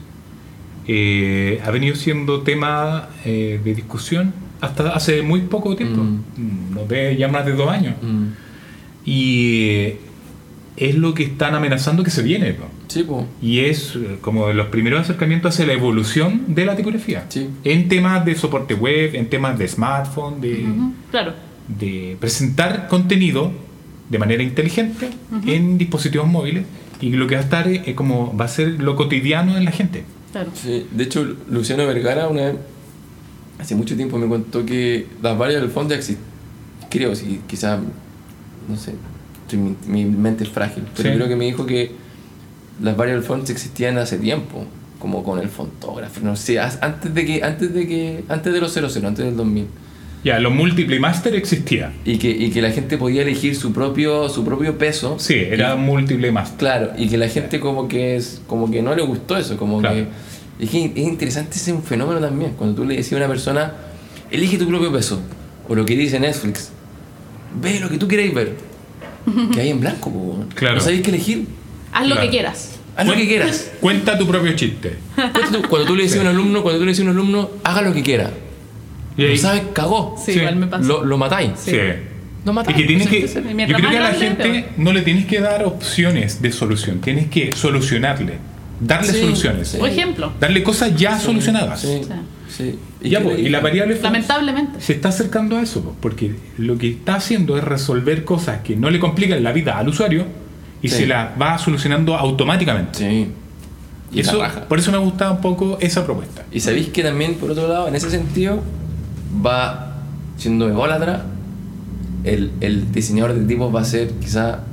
Speaker 2: eh, ha venido siendo tema eh, de discusión hasta hace muy poco tiempo, Mm, no ve ya más de dos años.
Speaker 3: Mm.
Speaker 2: Y eh, es lo que están amenazando que se viene. po.
Speaker 3: Sí, po.
Speaker 2: Y es eh, como de los primeros acercamientos hacia la evolución de la tipografía.
Speaker 3: Sí.
Speaker 2: En temas de soporte web, en temas de smartphone, de,
Speaker 4: Ujú, Claro.
Speaker 2: de presentar contenido de manera inteligente en dispositivos móviles y lo que va a estar eh, como va a ser lo cotidiano en la gente.
Speaker 4: Claro.
Speaker 3: Sí, de hecho, Luciano Vergara una vez, hace mucho tiempo me contó que las variables del fondo existen. Creo, si quizá, no sé, estoy- mi, mi mente es frágil, pero
Speaker 2: Sí.
Speaker 3: creo que me dijo que las variables fonts existían hace tiempo, como con el fontógrafo, no sé, as- antes de que, antes de que, antes de los 00, antes del 2000.
Speaker 2: Ya, lo múltiple master existía.
Speaker 3: Y que, y que la gente podía elegir su propio, su propio peso.
Speaker 2: Sí, era
Speaker 3: Y-
Speaker 2: múltiple master.
Speaker 3: Claro, y que la gente como que es, como que no le gustó eso, como
Speaker 2: Claro.
Speaker 3: que es, que es interesante ese fenómeno también, cuando tú le decís a una persona, elige tu propio peso, o lo que dice Netflix, ve lo que tú queréis ver, que hay en blanco, po, weón.
Speaker 2: Claro.
Speaker 3: no sabéis qué elegir,
Speaker 4: Haz lo
Speaker 2: Claro.
Speaker 4: que quieras.
Speaker 3: haz lo que quieras.
Speaker 2: Cuenta tu propio chiste.
Speaker 3: Cuando tú, cuando tú le decís a un alumno, cuando tú le decís a un alumno, haga lo que quiera,
Speaker 2: Y ahí-
Speaker 3: lo sabes, cagó,
Speaker 4: Sí,
Speaker 2: Sí.
Speaker 4: igual me pasa.
Speaker 3: lo, lo matáis,
Speaker 2: Sí.
Speaker 4: Sí.
Speaker 3: lo
Speaker 2: Y
Speaker 3: matáis.
Speaker 2: que tienes
Speaker 3: O sea,
Speaker 2: que.
Speaker 3: ese-
Speaker 2: Yo
Speaker 4: Mientras
Speaker 2: creo que a la
Speaker 4: más grande,
Speaker 2: gente no le tienes que dar opciones de solución, tienes que solucionarle, darle
Speaker 3: Sí,
Speaker 2: soluciones,
Speaker 3: sí.
Speaker 4: Por ejemplo,
Speaker 2: darle cosas ya solucionadas.
Speaker 3: Sí,
Speaker 4: O sea.
Speaker 3: sí.
Speaker 2: Y, ya,
Speaker 3: que
Speaker 2: pues, y la variable fonts-
Speaker 4: lamentablemente.
Speaker 2: se está acercando a eso, po, porque lo que está haciendo es resolver cosas que no le complican la vida al usuario y
Speaker 3: Sí.
Speaker 2: se la va solucionando automáticamente.
Speaker 3: Sí. Y la
Speaker 2: eso,
Speaker 3: raja.
Speaker 2: por eso me gusta un poco esa propuesta.
Speaker 3: Y sabéis que también, por otro lado, en ese sentido, va siendo ególatra, el, el diseñador de tipos va a ser quizá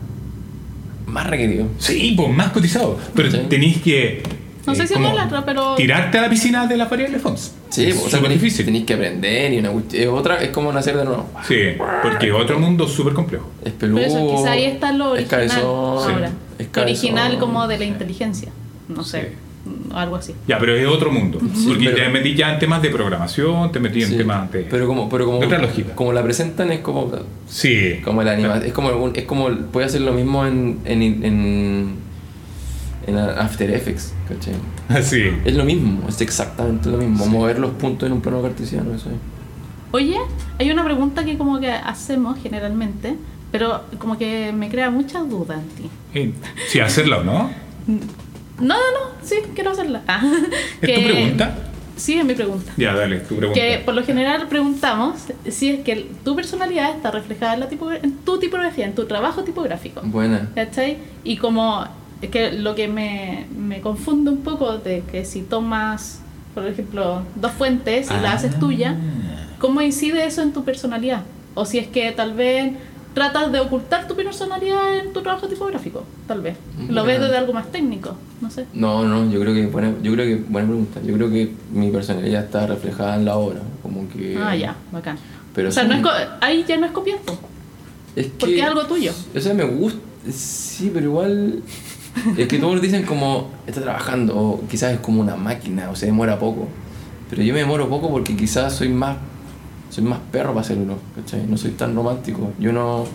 Speaker 3: más requerido.
Speaker 2: Sí, pues más cotizado, pero
Speaker 3: Sí.
Speaker 2: tenéis que eh,
Speaker 4: No sé si
Speaker 2: como
Speaker 4: ególatra, pero-
Speaker 2: tirarte a la piscina de las variables fonts.
Speaker 3: Sí,
Speaker 2: es
Speaker 3: o sea,
Speaker 2: súper
Speaker 3: tenéis,
Speaker 2: difícil.
Speaker 3: tenéis que aprender y una cuest- es otra es como nacer de nuevo.
Speaker 2: Sí, porque otro mundo súper complejo.
Speaker 3: Es
Speaker 4: Pero
Speaker 3: peludo.
Speaker 4: eso, quizá ahí está lo
Speaker 3: es
Speaker 4: original
Speaker 3: cabezón,
Speaker 4: ahora.
Speaker 3: es
Speaker 4: Lo original
Speaker 3: cabezón.
Speaker 4: como de la inteligencia. No sé, mm, algo así.
Speaker 2: Ya, pero es otro mundo.
Speaker 3: Sí,
Speaker 2: porque
Speaker 3: pero-
Speaker 2: te metí ya en temas de programación, te metí en
Speaker 3: Sí,
Speaker 2: temas de.
Speaker 3: Pero como, pero como,
Speaker 2: de otra lógica.
Speaker 3: como la presentan es como
Speaker 2: sí.
Speaker 3: Como el anima, es como un- es como puede hacer lo mismo en en, en, en After Effects, ¿cachai?
Speaker 2: Sí.
Speaker 3: Es lo mismo, es exactamente lo mismo, mover los puntos en un plano cartesiano, eso es.
Speaker 4: Oye, hay una pregunta que como que hacemos generalmente, pero como que me crea mucha duda en ti.
Speaker 2: Eh, si hacerla o no.
Speaker 4: No, no, no, sí, quiero hacerla. Ah,
Speaker 2: ¿Es tu
Speaker 4: que-
Speaker 2: pregunta?
Speaker 4: Sí, es mi pregunta.
Speaker 2: Ya, dale, tu pregunta.
Speaker 4: Que por lo general preguntamos si es que tu personalidad está reflejada en, la tipo, en tu tipografía, en tu trabajo tipográfico.
Speaker 3: Buena.
Speaker 4: ¿Cachai? Y como es que lo que me, me confunde un poco de que si tomas, por ejemplo, dos fuentes y las
Speaker 2: Ah.
Speaker 3: Ah.
Speaker 4: haces tuya, ¿cómo incide eso en tu personalidad? O si es que tal vez tratas de ocultar tu personalidad en tu trabajo tipográfico, tal vez. Lo ves
Speaker 3: Ya.
Speaker 4: desde algo más técnico, no sé.
Speaker 3: No, no, yo creo que buena, yo creo que buena pregunta. Yo creo que mi personalidad está reflejada en la obra, como que
Speaker 4: Ah, ya, bacán.
Speaker 3: Eh, Pero
Speaker 4: o sea,
Speaker 3: sí.
Speaker 4: no es co- ahí ya no es copiando.
Speaker 3: Es que
Speaker 4: Porque es algo tuyo.
Speaker 3: O sea, me gusta sí, pero igual es que todos dicen como está trabajando o quizás es como una máquina o se demora poco. Pero yo me demoro poco porque quizás soy más soy más perro para hacerlo, ¿cachai? No soy tan romántico. Yo no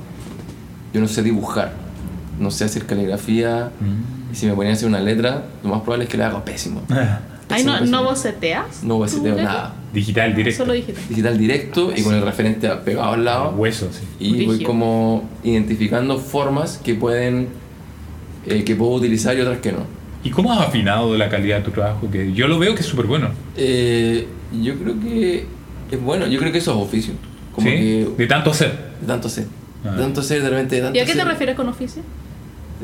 Speaker 3: yo no sé dibujar, no sé hacer caligrafía.
Speaker 2: Mm.
Speaker 3: Y si me ponía a hacer una letra, lo más probable es que la haga pésimo.
Speaker 2: Ah,
Speaker 4: Ahí no,
Speaker 3: Pésimo,
Speaker 4: no
Speaker 3: pésimo.
Speaker 4: boceteas.
Speaker 3: No boceteo
Speaker 4: ¿Tú,
Speaker 3: nada.
Speaker 2: Digital, directo.
Speaker 4: Ah, Solo digital.
Speaker 3: Digital directo y con el referente pegado al
Speaker 2: Ah,
Speaker 3: lado.
Speaker 2: Hueso, sí.
Speaker 3: y voy
Speaker 4: Brígido.
Speaker 3: como identificando formas que pueden eh, que puedo utilizar y otras que no
Speaker 2: ¿Y cómo has afinado la calidad de tu trabajo? Que yo lo veo que es súper bueno.
Speaker 3: Eh, yo creo que es bueno yo creo que eso es oficio como
Speaker 2: ¿Sí?
Speaker 3: que
Speaker 2: De tanto hacer.
Speaker 3: de tanto ser
Speaker 2: Ah.
Speaker 3: de tanto ser de repente de tanto
Speaker 4: ¿Y a qué te
Speaker 3: ser.
Speaker 4: refieres con oficio?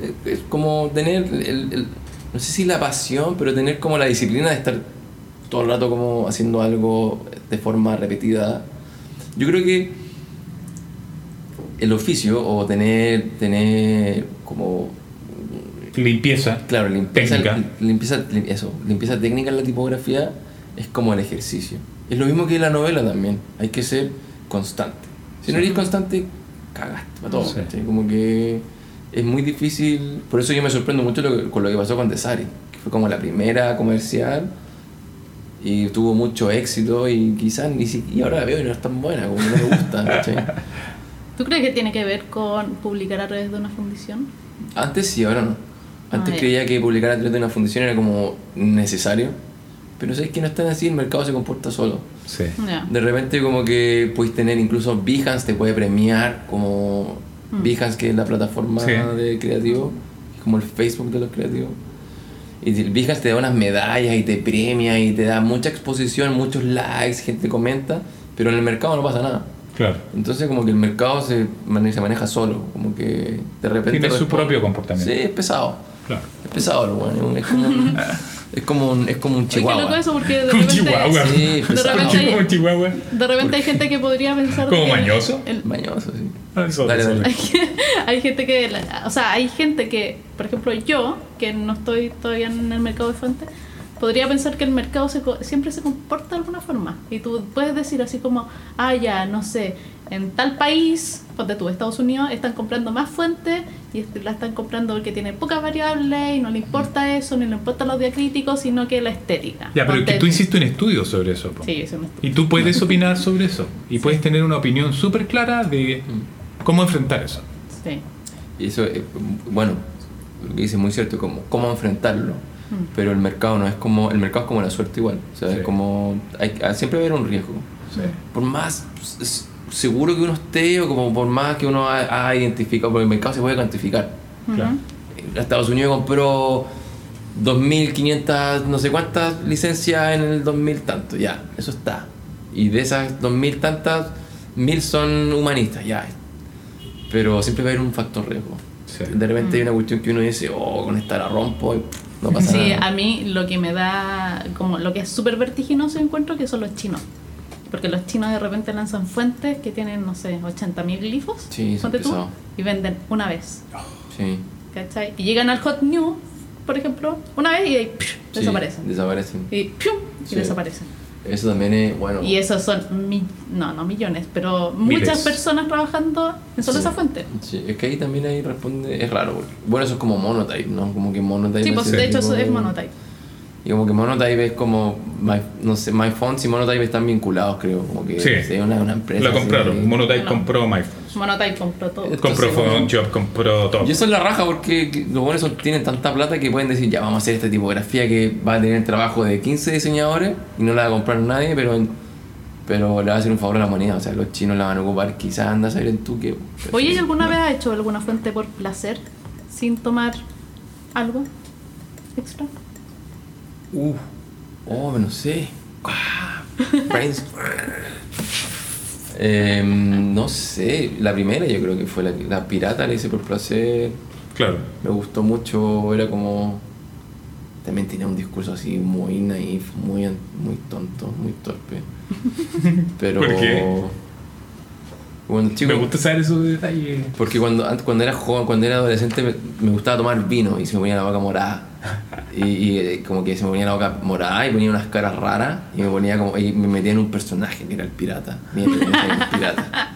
Speaker 3: Eh, es como tener el, el- no sé si la pasión pero tener como la disciplina de estar todo el rato como haciendo algo de forma repetida yo creo que el oficio o tener tener como
Speaker 2: Limpieza.
Speaker 3: Claro, limpieza,
Speaker 2: Técnica.
Speaker 3: limpieza, lim- eso, limpieza técnica en la tipografía es como el ejercicio. Es lo mismo que la novela también. Hay que ser constante. Si no eres constante, cagaste para todo.
Speaker 2: Sí.
Speaker 3: ¿cachai? Como que es muy difícil. Por eso yo me sorprendo mucho lo que- con lo que pasó con Desari, que fue como la primera comercial y tuvo mucho éxito y quizás ni siquiera. Y ahora la veo y no es tan buena, como que no me gusta. ¿cachai?
Speaker 4: ¿Tú crees que tiene que ver con publicar a través de una fundición?
Speaker 3: Antes sí, ahora no. Antes
Speaker 4: Ah, ya.
Speaker 3: creía que publicar a través de una fundición era como necesario, pero sabes que no están así, el mercado se comporta solo.
Speaker 2: Sí.
Speaker 4: Ya.
Speaker 3: De repente como que puedes tener incluso Behance te puede premiar como
Speaker 4: Mm.
Speaker 3: Behance que es la plataforma
Speaker 2: Sí.
Speaker 3: de creativo, es como el Facebook de los creativos. Y el Behance te da unas medallas y te premia y te da mucha exposición, muchos likes, gente comenta, pero en el mercado no pasa nada.
Speaker 2: Claro.
Speaker 3: Entonces como que el mercado se mane- se maneja, solo, como que de repente...
Speaker 2: Tiene su
Speaker 3: responde-
Speaker 2: propio comportamiento.
Speaker 3: Sí, es pesado.
Speaker 2: Claro.
Speaker 3: Es pesado el weón. Es como un, es como un, es como un
Speaker 4: Oye, qué loco
Speaker 3: chihuahua.
Speaker 4: eso, porque de
Speaker 2: Un
Speaker 4: repente,
Speaker 2: chihuahua.
Speaker 3: Sí, de
Speaker 2: pesado.
Speaker 4: repente-
Speaker 2: Como un chihuahua.
Speaker 4: de repente hay gente que podría pensar...
Speaker 2: ¿Como
Speaker 4: que-
Speaker 2: mañoso?
Speaker 4: el-
Speaker 3: Mañoso, sí.
Speaker 2: Ah, eso,
Speaker 3: Dale,
Speaker 2: eso.
Speaker 3: dale.
Speaker 4: hay gente que... la- o sea, hay gente que, por ejemplo, yo, que no estoy todavía en el mercado de fuentes, podría pensar que el mercado se co- siempre se comporta de alguna forma. Y tú puedes decir así como, ah, ya, no sé, en tal país, ponte tú, Estados Unidos, están comprando más fuentes y este- la están comprando porque tiene pocas variables y no le importa eso, ni le importan los diacríticos, sino que la estética.
Speaker 2: Ya, pero es
Speaker 4: Ponte
Speaker 2: que tú hiciste un estudio sobre eso. po.
Speaker 4: Sí, eso no es
Speaker 2: Y tú puedes opinar sobre eso. Y puedes tener una opinión súper clara de cómo enfrentar eso.
Speaker 4: Sí.
Speaker 3: Y eso, eh, bueno, lo que dice es muy cierto, como cómo enfrentarlo.
Speaker 4: Mm.
Speaker 3: Pero el mercado no es como. El mercado es como la suerte igual. O sea,
Speaker 2: Sí.
Speaker 3: es como. Hay, ah, siempre va a haber un riesgo.
Speaker 2: Sí.
Speaker 3: Por más s- seguro que uno esté, o como por más que uno ha, ha identificado, porque el mercado se puede cuantificar.
Speaker 2: Claro.
Speaker 3: Estados Unidos compró 2.500, no sé cuántas licencias en el 2000 tanto, ya, eso está. Y de esas 2.000 tantas, 1.000 son humanistas, ya. Pero siempre va a haber un factor riesgo.
Speaker 2: Sí.
Speaker 3: De repente
Speaker 4: Mm.
Speaker 3: hay una cuestión que uno dice, oh, con esta la rompo, y no pasa
Speaker 4: Sí,
Speaker 3: nada.
Speaker 4: a mí lo que me da, como lo que es súper vertiginoso encuentro que son los chinos. Porque los chinos de repente lanzan fuentes que tienen, no sé, 80.000 glifos.
Speaker 3: Sí, son
Speaker 4: ponte tú,
Speaker 3: pesados.
Speaker 4: y venden una vez.
Speaker 3: Sí,
Speaker 4: ¿Cachai? Y llegan al Hot New, por ejemplo, una vez y ahí ¡piu!
Speaker 3: sí,
Speaker 4: desaparecen.
Speaker 3: Desaparecen.
Speaker 4: Y, ¡piu! y
Speaker 3: Sí.
Speaker 4: desaparecen.
Speaker 3: Eso también es, bueno.
Speaker 4: Y esos son, mi- no, no millones, pero muchas
Speaker 2: Miles.
Speaker 4: personas trabajando en solo
Speaker 3: Sí.
Speaker 4: esa fuente.
Speaker 3: Sí, es que ahí también ahí responde, es raro. porque- bueno, eso es como monotype, ¿no? Como que monotype.
Speaker 4: Sí,
Speaker 3: es
Speaker 4: pues,
Speaker 3: el
Speaker 4: de hecho eso
Speaker 3: tipo-
Speaker 4: es monotype.
Speaker 3: Y como que Monotype es como. My- no sé, MyFonts y Monotype están vinculados, creo. Como que
Speaker 2: Sí.
Speaker 3: es una, una empresa.
Speaker 2: La compraron.
Speaker 3: así.
Speaker 2: Monotype
Speaker 4: No.
Speaker 2: compró MyPhone.
Speaker 4: Monotype compró todo.
Speaker 3: Entonces,
Speaker 2: Compró
Speaker 3: bueno.
Speaker 2: PhoneJob, compró todo.
Speaker 3: Y eso es la raja porque que- los buenos son- tienen tanta plata que pueden decir, ya vamos a hacer esta tipografía que va a tener trabajo de 15 diseñadores y no la va a comprar nadie, pero en pero le va a hacer un favor a la moneda. O sea, los chinos la van a ocupar, quizás anda a saber en tú que.
Speaker 4: Oye, ¿y alguna vez has hecho alguna fuente por placer sin tomar algo extra?
Speaker 3: Uh, oh, no sé. Ah, brains. Em, no sé, la primera yo creo que fue la, la pirata, la hice por placer.
Speaker 2: Claro.
Speaker 3: Me gustó mucho, era como. También tenía un discurso así muy naif, muy, an- muy tonto, muy torpe. Pero.
Speaker 2: ¿Por qué?
Speaker 3: Bueno, chico,
Speaker 2: Me gusta saber esos detalles.
Speaker 3: porque cuando, antes- cuando era joven, cuando era adolescente, me, me gustaba tomar vino y se me ponía la boca morada. Y, y, eh, como que se me ponía la boca morada y ponía unas caras raras y me ponía como. Y me metía en un personaje, que era el pirata. Mira, me metía en el pirata.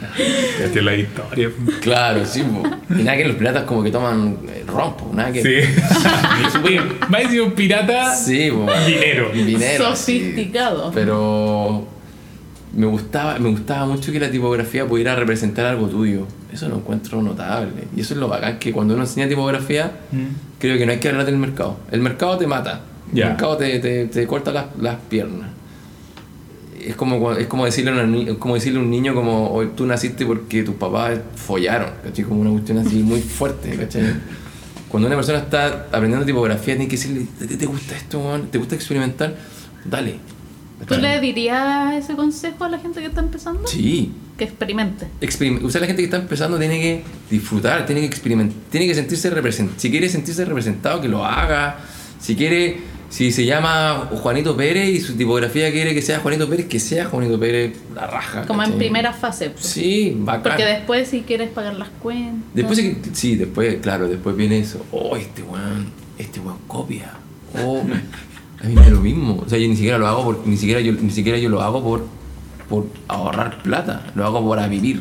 Speaker 2: Fíjate la historia.
Speaker 3: Claro, sí, po. Y nada que los piratas como que toman eh, ron, po, nada que.
Speaker 2: Sí. Oye, va a ser un pirata.
Speaker 3: Sí, po.
Speaker 2: Dinero.
Speaker 3: Dinero, sí.
Speaker 4: Sofisticado.
Speaker 3: Pero me gustaba, me gustaba mucho que la tipografía pudiera representar algo tuyo. Eso lo encuentro notable. Y eso es lo bacán, que cuando uno enseña tipografía,
Speaker 2: Mm.
Speaker 3: creo que no hay que hablar del mercado. El mercado te mata. El
Speaker 2: Ya.
Speaker 3: mercado te, te- te corta las, las piernas. Es como, cua- es, como decirle a una ni- es como decirle a un niño como hoy tú naciste porque tus papás follaron, ¿cachai? Como una cuestión así muy fuerte, ¿cachai? Cuando una persona está aprendiendo tipografía, tiene que decirle, ¿te, te gusta esto, weón? ¿Te gusta experimentar? Dale.
Speaker 4: ¿Tú le dirías ese consejo a la gente que está empezando?
Speaker 3: Sí.
Speaker 4: Que experimente.
Speaker 3: Experim- o sea, la gente que está empezando tiene que disfrutar, tiene que experimentar, tiene que sentirse representado. Si quiere sentirse representado, que lo haga. Si quiere, si se llama Juanito Pérez y su tipografía quiere que sea Juanito Pérez, que sea Juanito Pérez la raja.
Speaker 4: Como en
Speaker 3: ¿cachai?
Speaker 4: primera fase. pues.
Speaker 3: Ah, Sí, bacán.
Speaker 4: Porque después si quieres pagar las cuentas.
Speaker 3: Después, sí que- sí, después, claro, después viene eso. Oh, este weón, este weón copia. Oh, a mí me da lo mismo. O sea, yo ni siquiera lo hago por, ni siquiera yo, ni siquiera yo lo hago por, por ahorrar plata. Lo hago para vivir.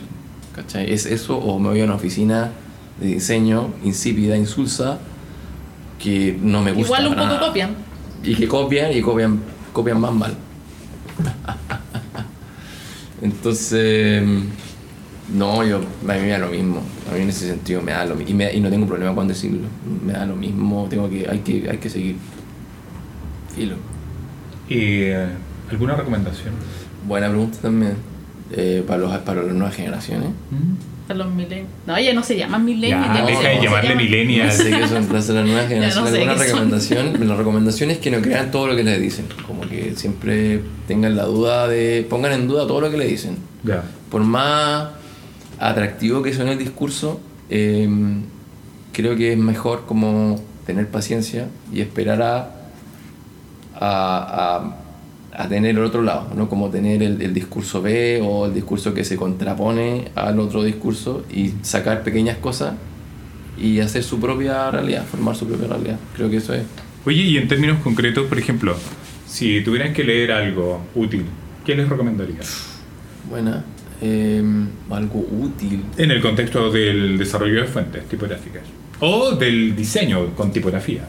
Speaker 3: ¿Cachai? Es eso, o me voy a una oficina de diseño insípida, insulsa, que no me gusta.
Speaker 4: Igual un
Speaker 3: para
Speaker 4: poco
Speaker 3: nada.
Speaker 4: copian.
Speaker 3: Y que copian y copian, copian más mal. Entonces, no, yo, a mí me da lo mismo. A mí en ese sentido me da lo mismo. Y, me- y no tengo problema con decirlo. Me da lo mismo, tengo que, hay que, hay que seguir. Filo.
Speaker 2: Eh, ¿Alguna recomendación?
Speaker 3: Buena pregunta también. eh, para, los, para las nuevas generaciones.
Speaker 4: A los millennials. No, oye, no se llaman millennials.
Speaker 2: Ya,
Speaker 4: no
Speaker 3: deja
Speaker 4: sé
Speaker 3: de
Speaker 4: cómo se
Speaker 2: llamarle
Speaker 4: llaman.
Speaker 2: millennial.
Speaker 3: Así que son las, las nuevas generaciones.
Speaker 4: sé
Speaker 3: ¿Alguna
Speaker 4: qué son.
Speaker 3: recomendación? La recomendación es que no crean todo lo que les dicen. Como que siempre tengan la duda de. pongan en duda todo lo que le dicen.
Speaker 2: Ya.
Speaker 3: por más atractivo que suene el discurso, eh, creo que es mejor como tener paciencia y esperar a, a, a- a tener el otro lado, ¿no? como tener el, el discurso B o el discurso que se contrapone al otro discurso y sacar pequeñas cosas y hacer su propia realidad, formar su propia realidad. Creo que eso es.
Speaker 2: Oye, y en términos concretos, por ejemplo, si tuvieran que leer algo útil, ¿qué les recomendarías?
Speaker 3: Buena. eh, algo útil.
Speaker 2: En el contexto del desarrollo de fuentes tipográficas. O del diseño con tipografía.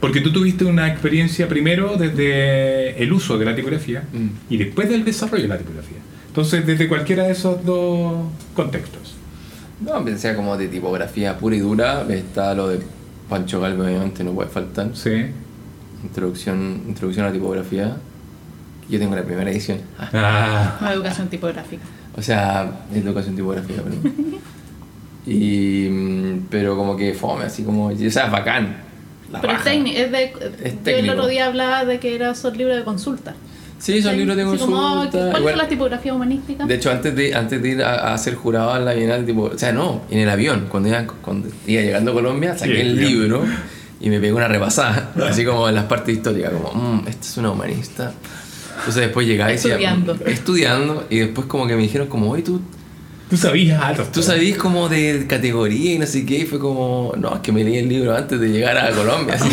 Speaker 2: Porque tú tuviste una experiencia primero desde el uso de la tipografía
Speaker 3: Mm.
Speaker 2: y después del desarrollo de la tipografía. Entonces, desde cualquiera de esos dos contextos.
Speaker 3: No, pensé como de tipografía pura y dura. Está lo de Pancho Galve, obviamente no puede faltar.
Speaker 2: Sí.
Speaker 3: Introducción, introducción a la tipografía. Yo tengo la primera edición. Ah,
Speaker 2: Ah,
Speaker 4: Una educación tipográfica.
Speaker 3: O sea, educación tipografía, perdón. Y, mm, pero como que fome, así como, o sea, es bacán. La
Speaker 4: Pero es,
Speaker 3: raja.
Speaker 4: técnico, es de. yo el
Speaker 3: técnico.
Speaker 4: otro día hablaba de que era sol libre de consulta.
Speaker 3: Sí, son libros de
Speaker 4: Así como, "Ah,
Speaker 3: consulta.
Speaker 4: ¿Cuál
Speaker 3: igual-
Speaker 4: fue la tipografía humanística?
Speaker 3: De hecho, antes de, antes de ir a, a ser jurado en la Bienal, tipo, o sea, no, en el avión, cuando iba, cuando iba llegando a Colombia, saqué
Speaker 2: Sí,
Speaker 3: el
Speaker 2: bien.
Speaker 3: libro y me pegué una repasada, así como en las partes históricas, como, mmm, esta es una humanista. Entonces después llegaba y decía,
Speaker 4: Estudiando.
Speaker 3: "Mm, estudiando, y después como que me dijeron, como, oye, tú,
Speaker 2: tú sabías algo.
Speaker 3: tú sabías como de categoría y no sé qué, y fue como, no, es que me leí el libro antes de llegar a Colombia. así.